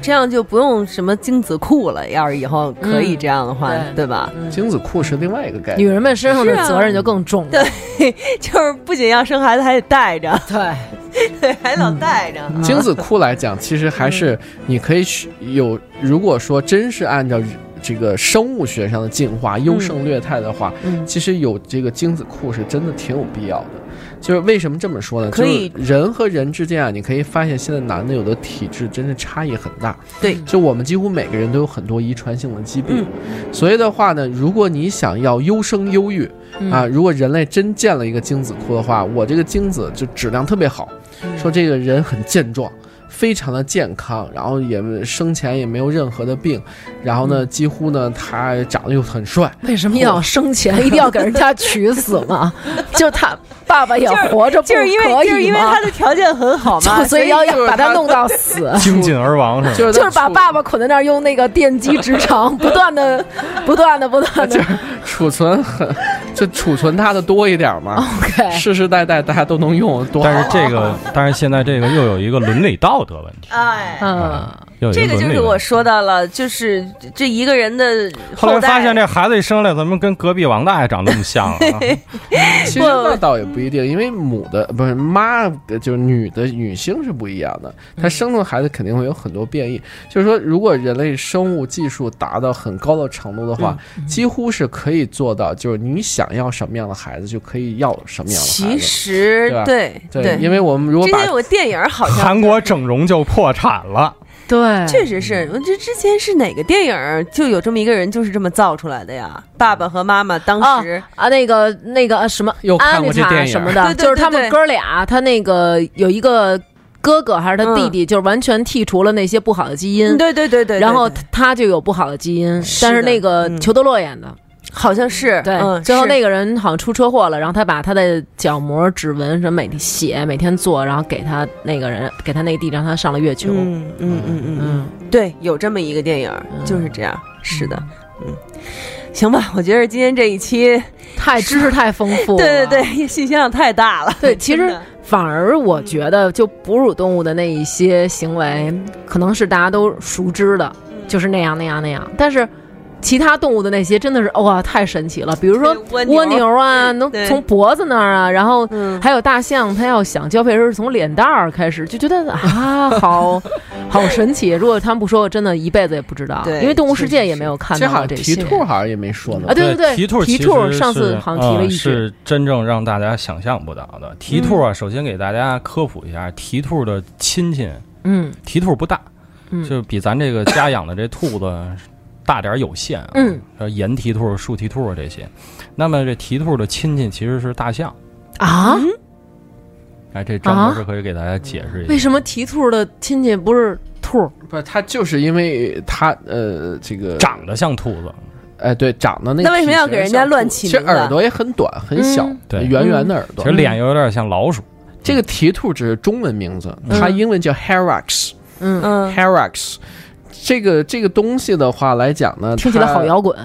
这样就不用什么精子库了。要是以后可以这样的话，
嗯嗯对
对吧？
精子库是另外一个概
女
念。
人们身上的
是啊
责任就更重了。
就是不仅要生孩子，还得带着，
对，
对，还老带着。
嗯
啊
精子库来讲，其实还
嗯
是你可以去有，如果说真是按照这个生物学上的进化优胜劣汰的话，
嗯
其实有这个精子库是真的挺有必要的。就是为什么这么说呢？
可以
就是人和人之间啊，你可以发现现在男的有的体质真是差异很大。
对
就我们几乎每个人都有很多遗传性的疾病，
嗯
所以的话呢，如果你想要优生优育、
嗯
啊，如果人类真建了一个精子库的话，我这个精子就质量特别好，
嗯
说这个人很健壮。非常的健康，然后也生前也没有任何的病，然后
嗯
呢，几乎呢他长得又很帅，
为什么要生前 一定要给人家娶死 呢？就他爸爸也活着，
就是因为就是因为他的条件很好嘛
就，所以要要把他弄到死
精尽而亡是吗？
就是
嗯就
他
是把
处
爸爸捆在那儿，用那个电击 直肠，不断的、不断的、不断的。
储存很，就储存他的多一点
哦
嘛，
OK，
世世代代大家都能用，多好
但是这个，但是现在这个又有一个伦理道德问题，
哎。
嗯，
啊，又有一
这个就
伦理
是
问
我
题。
说到了，就是这一个人的
后来
代
发现这孩子一生来，怎么跟隔壁王大爷长那么像啊？
其实那倒也不一定，因为母的不是妈的，就是女的女性是不一样的，
嗯
她生的孩子肯定会有很多变异。就是说，如果人类生物技术达到很高的程度的话，
嗯
几乎是可以做到，就是你想要什么样的孩子就可以要什么样的
其
孩子。
实
对吧
对
对，因为我们如果
之
把
前有个电影儿好像
韩国嗯整容就破产了，
对，
确实是，我这之前是哪个电影儿就有这么一个人就是这么造出来的呀？爸爸和妈妈当
啊
时
啊，那个那个什么
又
安
看
妮
过这
塔
电影
什么的，
对对
就是他
对
们
对
哥俩，他那个有一个哥哥还是他弟弟，就是完全剔除了那些不好的基因
嗯，，对对对对，
然后
对
他他就有不好的基因，
是
但是
的
那个
嗯
裘德洛演的，
好像是
对，
嗯，
最后
是
那个人好像出车祸了，然后他把他的角膜、指纹什么每天写，每天做，然后给他那个人，给他那个弟，让他上了月球。
嗯嗯嗯嗯嗯，
嗯，
对，有这么一个电影儿
嗯
就是这样，是的，嗯。行吧，我觉得今天这一期，
太知识太丰富了。
对对对，信息量太大了。
对，其
真
实
的
反而我觉得，就哺乳动物的那一些行为，可能是大家都熟知的，
嗯
就是那样那样那样。但是其他动物的那些真的是哇，太神奇了。比如说
对哎蜗牛
蜗牛啊，能
对
从脖子那儿啊，然后
嗯
还有大象，它要想交配的时候是从脸蛋儿开始，就觉 得啊，好好神奇。如果他们不说，我真的一辈子也不知道，
对
因为动物世界
是
也没有看
其实
到
好像
这
提
些。
兔好像也没说呢
啊，，对对，
提兔
提
其
兔
实
上次
是
好像提了
呃
一句，嗯
是真正让大家想象不到的。提兔啊，首先给大家科普一下，提兔的亲戚，
嗯
提兔不大，
嗯
就是比咱这个家养的这兔子大点儿有限啊。
嗯，
呃，岩蹄兔、树蹄兔啊这些。那么这蹄兔的亲戚其实是大象，
啊，
哎，这张
啊
博士可以给大家解释一下。
为什么提兔的亲戚不是兔？
嗯
不是，它就是因为它呃这个
长得像兔子，
哎对长得那个
那为什么要
体型
给人家
像
乱
兔
起
其实
名字啊
耳朵也很短很小
嗯，
对
圆圆的耳朵，
其实脸又有点像老鼠。
这个蹄兔只是中文名字，它英文叫 Herax、
嗯，
嗯，
Herax。这个这个东西的话来讲呢，
听起来
它
好 摇滚。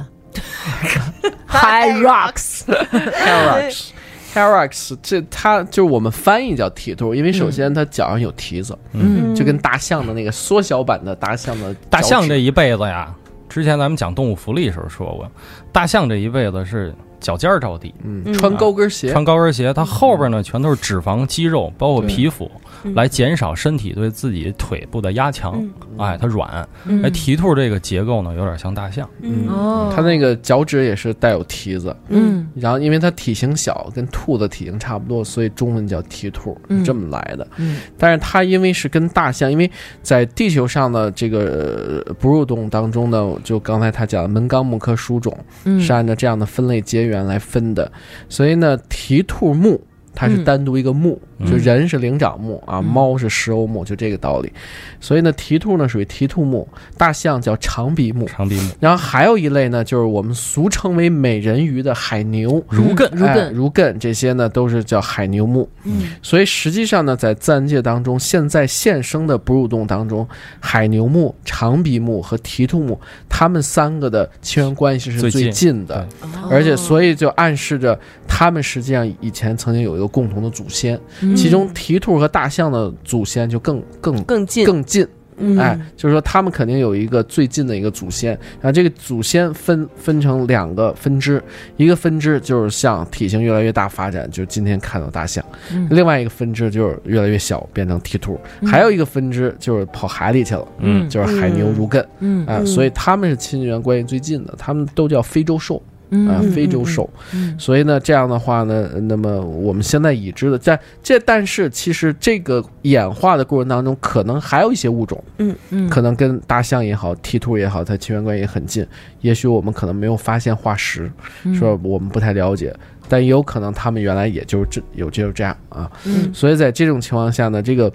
High rocks，
Herax。Herax，这它就是我们翻译叫蹄兔，因为首先它脚上有蹄子，
嗯，
就跟大象的那个缩小版的大象的
大象
脚
这
趾
一辈子呀，之前咱们讲动物福利时候说过，大象这一辈子是脚尖儿着地，
嗯，穿高跟鞋，
穿高跟鞋，它后边呢全都是脂肪、肌肉，包括皮肤，来减少身体对自己腿部的压强。哎，它软。哎，蹄兔这个结构呢，有点像大象。
嗯，
哦
它那个脚趾也是带有蹄子，
嗯
然后因为它体型小，跟兔子体型差不多，所以中文叫蹄兔，
嗯
这么来的。
嗯
但是它因为是跟大象，因为在地球上的这个呃哺乳动物当中呢，就刚才他讲的门纲目科属种
嗯
是按照这样的分类结缘来分的，所以呢，蹄兔目。它是
嗯
单独一个目，
嗯
就人是灵长目啊，
嗯
猫是食欧目，就这个道理。所以呢，蹄兔呢属于蹄兔目，大象叫长鼻目，
长鼻目，
然后还有一类呢，就是我们俗称为美人鱼的海牛、
如艮如
哎
艮
如艮这些呢，都是叫海牛目。
嗯
所以实际上呢，在自然界当中，现在现生的哺乳动物当中，海牛目、长鼻目和蹄兔目，它们三个的亲缘关系是
最
最
近
近的，而且所以就暗示着它们实际上以前曾经有一个共同的祖先，
嗯
其中蹄兔和大象的祖先就更更
更近，
更近。
嗯
哎，就是说他们肯定有一个最近的一个祖先，然后这个祖先分分成两个分支，一个分支就是向体型越来越大发展，就是今天看到大象；
嗯
另外一个分支就是越来越小，变成蹄兔；还有一个分支就是跑海里去了，
嗯
就是海牛如艮啊、
嗯
哎所以他们是亲缘关系最近的，他们都叫非洲兽
嗯
啊、非洲兽。
嗯
所以呢，这样的话呢，呃那么我们现在已知的，但这但是其实这个演化的过程当中，可能还有一些物种。
嗯
可能跟大象也好、蹄兔也好，它亲缘关系也很近。也许我们可能没有发现化石，
嗯
是吧？我们不太了解，但也有可能它们原来也就是这有就是这样啊。
嗯
所以在这种情况下呢，这个。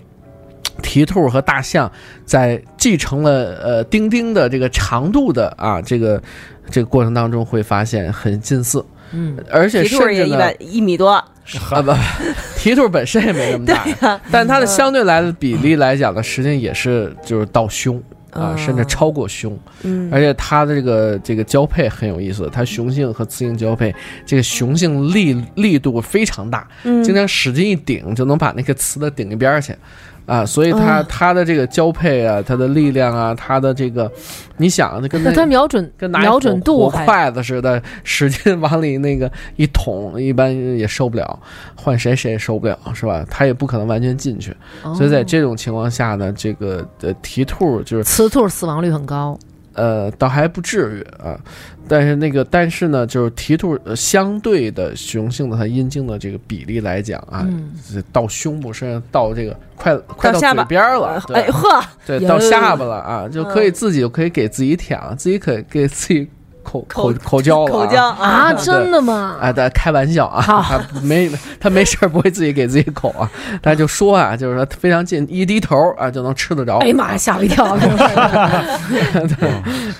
蹄兔和大象在继承了呃丁丁的这个长度的啊这个这个过程当中，会发现很近似，
嗯
而且
蹄
甚
兔也
至
一
呢，
百一米多，
啊不，蹄兔本身也没那么大，但它的相对来的比例来讲呢，实际上也是就是到胸
哦
啊，甚至超过胸，
嗯
而且它的这个这个交配很有意思，它雄性和雌性交配，这个雄性力力度非常大，经常使劲一顶就能把那个雌的顶一边儿去。啊，所以它它的这个交配啊，它的力量啊，它的这个，你想，啊它跟
那它
那
瞄准
跟拿一
瞄准
火
度
火
还
筷子似的，使劲往里那个一捅，一般也受不了，换谁谁也受不了，是吧？它也不可能完全进去，
哦
所以在这种情况下呢，这个呃蹄兔就是
雌兔死亡率很高，
呃，倒还不至于啊，但是那个，但是呢，就是蹄兔、呃、相对的雄性的它阴茎的这个比例来讲啊，
嗯
是到胸部甚至到这个快快
下
嘴
巴
边儿了，对、
哎呵，
对，
呃呦
到下巴了啊，
嗯
就可以自己就可以给自己舔了，自己可以给自己口口
口
口交了、啊，
口交啊，
啊，真的吗？
啊，大家开玩笑啊，他没他没事儿不会自己给自己口 啊，他就说啊，就是说非常近，一低头啊就能吃得着。
哎呀妈呀，吓我一 跳！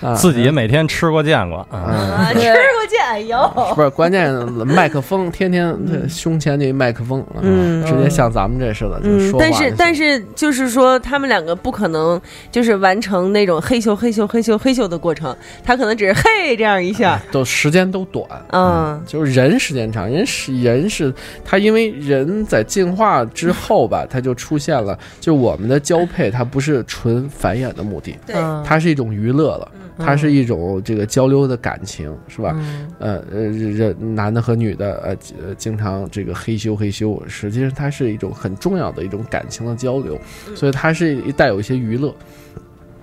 嗯自己每天吃过见过
嗯
啊。
吃过见，哎呦，
不是，关键麦克风天天这胸前这一麦克风啊，
嗯
直接像咱们这似的，就
嗯
说，话
但
就是行
但是就是说，他们两个不可能就是完成那种嘿咻嘿咻嘿咻嘿咻的过程，他可能只是嘿这样一下，
都时间都短。
嗯
就是人时间长，人是人是他，因为人在进化之后 吧，它就出现了，就我们的交配，它不是纯繁衍的目的，
对
嗯
它是一种娱乐了，它是一种这个交流的感情，是吧？
嗯
呃呃，人男的和女的呃呃，经常这个嘿咻嘿咻，实际上它是一种很重要的一种感情的交流，所以它是一带有一些娱乐。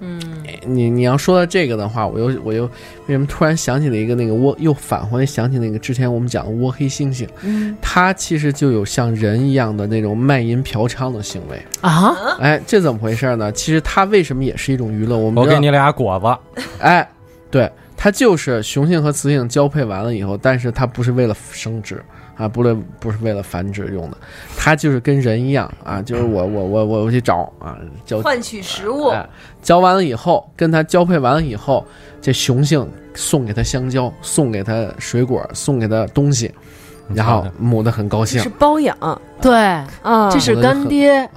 嗯
哎你你要说到这个的话，我又我又为什么突然想起了一个那个窝，又返回想起那个之前我们讲的窝黑猩猩，它其实就有像人一样的那种卖淫嫖娼的行为。
啊，
哎，这怎么回事呢？其实它为什么也是一种娱乐？我们
我
知道
给你俩果子，
哎，对，它就是雄性和雌性交配完了以后，但是它不是为了生殖啊，不是不是为了繁殖用的，它就是跟人一样啊，就是我我我我我去找啊，交
换取食物
哎，交完了以后，跟它交配完了以后，这雄性送给它香蕉，送给它水果，送给它东西，然后母的很高兴
是，包养
对，
啊
这，是
嗯
干爹，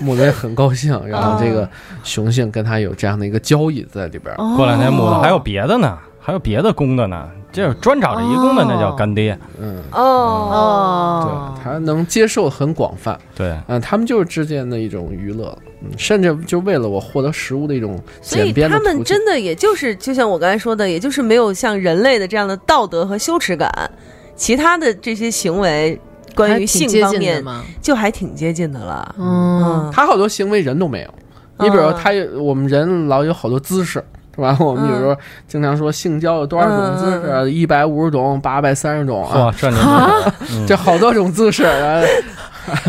母的很高兴，
哦
然后这个雄性跟它有这样的一个交易在里边儿。
过两天母的还有别的呢，还有别的公的呢，这专找这一公的那叫干爹。
嗯，
哦，
哦
对，他能接受很广泛，
对，
嗯、他们就是之间的一种娱乐，嗯，甚至就为了我获得食物的一种
所
简
以
便的
他
途径。
们真的也就是，就像我刚才说的，也就是没有像人类的这样的道德和羞耻感，其他的这些行为关于性方面
嘛，
就还挺接近的了。
嗯，
嗯，
他好多行为人都没有。你比如说他有，我们人老有好多姿势，是吧？ 我们比如说经常说性交有多少种姿
嗯
势，一百五十种、八百三十种啊
哇，，这你嗯
这好多种姿 势。然后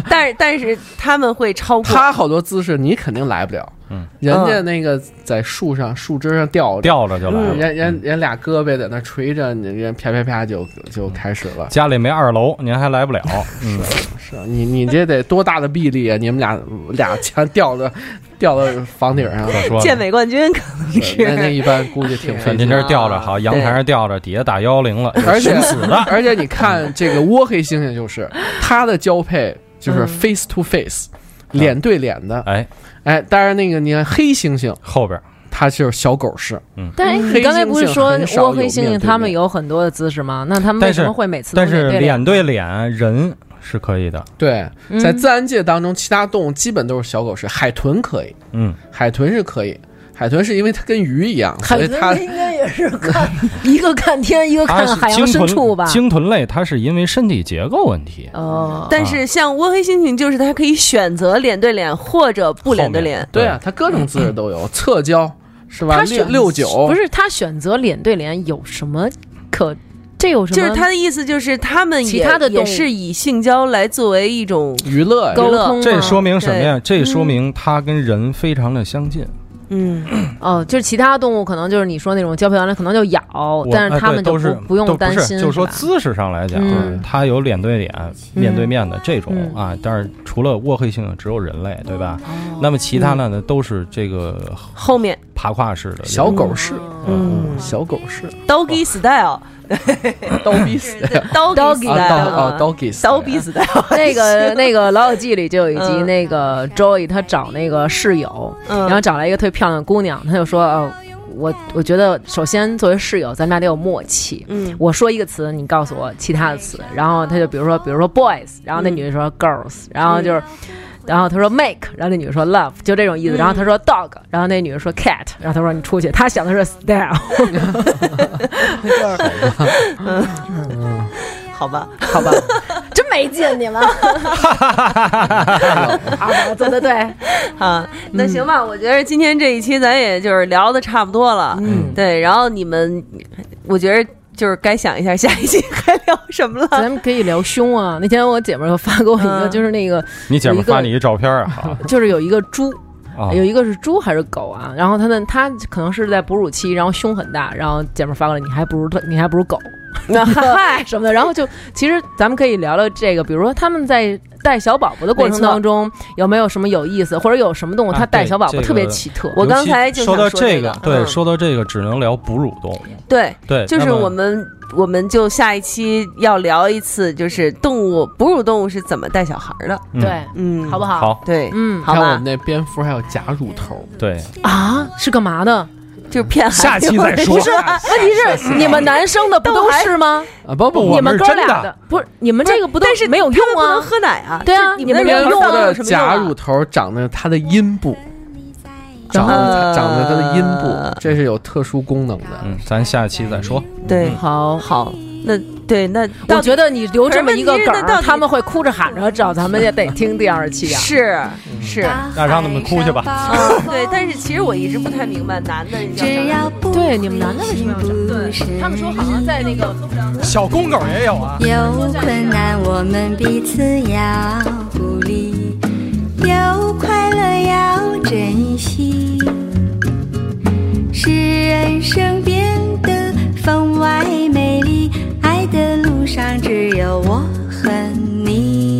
但是但是他们会超过
他好多姿势你肯定来不了，
嗯，
人家那个在树上树枝上吊着，
吊着就来了。嗯
人人人俩胳膊在那垂着，你人啪啪啪就就
嗯
开始了。
家里没二楼，您还来不了。 嗯，
是啊你你这得多大的臂力啊！你们俩俩全吊着吊到房顶上
可，说
健
呢，
美冠军，可能
是那那
是
一般估计挺费
您
劲。
这儿吊着好，阳台上吊着，底下打幺幺零了，
啊而且
寻死 的。
而且你看这个窝黑猩猩，就是它的交配就是 face to face，、脸
嗯
对脸的。
哎，
哎，当然那个你看黑猩猩，
后边儿
它就是小狗式，
但是
黑
你刚才
猩
不是
猩
说
很少
窝
有
黑猩
面对
猩他们
面
有很多的姿势吗？那他们
但
为什
是
么会每次都
但是
对
脸对脸，人是可以的。
对，在自然界当中，其他动物基本都是小狗式，海豚可以，
嗯，
海豚是可以。海豚是因为它跟鱼一样，
海
所以它
豚应该也是看一个看天，一个
它
看
是
海洋
鲸
深处吧
豚，。鲸豚类它是因为身体结构问题，
哦，
但嗯是像窝黑猩猩，就是它可以选择脸对脸或者不脸对脸。
对啊，它各种姿势都有，侧交是吧？
他
六
选
六九
不是他选择脸对脸有什么可？这有什
就
么？
是他的意思，就是他们也
其他的动物
也是以性交来作为一种
娱乐呀
沟
乐
通
这
吗
说明什么呀？这说明它跟人非常的相近。
嗯，
哦，就是其他动物可能就是你说那种交配完了可能就咬
我，
但
哎
是他
对
们就
都
不
是
不用
都
担
是
心，
就是说
吧
姿势上来讲
嗯，
它有脸对脸、面对面的这种
嗯
啊，但是除了卧黑性只有人类，对吧？那么其他的呢，都是这个
后面
爬胯式的
小狗式，
嗯
小狗式，
doggy style，
刀逼死呀
doggy
Doggy
啊，
style，
刀啊刀给死呀，
刀逼 style，
那 个那个《老友记》里就有一集，
嗯
那个 Joey 他找那个室友，
嗯
然后找来一个特别漂亮的姑娘，他就说：“哦，我我觉得首先作为室友，咱们俩得有默契。
嗯
我说一个词，你告诉我其他的词。然后他就比如说，比如说 boys，然后
嗯
那女的说 girls，然后就是。”然后他说 make，然后那女的说 love，就这种意思。然后
嗯
他说 dog，然后那女的说 cat，然后他说你出去。他想的是 style，
好吧，
好吧， 真没劲你们。好吧，做的对。
啊，那行吧，我觉得今天这一期咱也就是聊的差不多了，
嗯
对，然后你们，我觉得就是该想一下下一期 该聊什么了。
咱们可以聊胸啊。那天我姐们儿又发给我一个，
嗯
就是那个，
你姐
有
们
一个哎
发你一照片啊，好
就是有一个猪，
啊
有一个是猪还是狗啊？然后它的它可能是在哺乳期，然后胸很大，然后姐们儿发过来，你还不如它你还不如 狗， 嗨什么的。然后就其实咱们可以聊聊这个，比如说他们在。带小宝宝的过程当中，有没有什么有意思，或者有什么动物
啊
它带
对
小宝
这
宝
个
特别奇特？
我刚才
尤其
就
说
想
到
说
这
这个
对，
嗯
说到这个只能聊哺乳动物，
对，
对，
就是
那么
我们，我们就下一期要聊一次，就是动物哺乳动物是怎么带小孩的，
嗯
对，
嗯，
好不
好？
好？，
好，
对，
嗯
好
看我
吧
们，那蝙蝠还有假乳头，
对，
啊，是干嘛的？啊
就是骗孩子
下期再说
不是
问题 是你们男生的不都是吗？
啊，不不，
我
你
们
们
是
哥
真
俩
的
的不是你们这个不都
但是
没有用
他们不能喝
啊？
奶哦啊，
对啊
就是你们
你
人
们
蝙蝠
没有用
的
有什么用
假
啊？
乳头长在它的阴部，长
呃
在长在它的阴部，这是有特殊功能的。
嗯，咱下期再说，
对，
好，
好，那对那
嗯我觉得你留这么一个梗
可是问题是那到
儿，
底
他们会哭着喊着找咱们也得听第二期啊。
是是。
那让他们哭去吧。
嗯，啊对，但是其实我一直不太明白男的要
只要不
对，你们男的为什么要这样？
对
他们说好像在那个。
小公狗也有啊。
有困难，我们彼此要鼓励；有快乐要珍惜，使人生变得分外美丽。爱的路上只有我和你，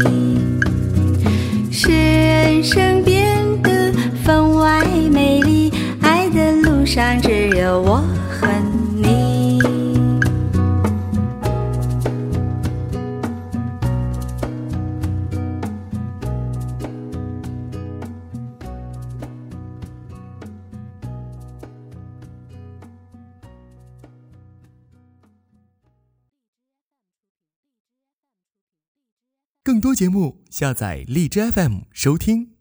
使人生变得分外美丽。爱的路上只有我和你。
更多节目，下载荔枝 FM 收听。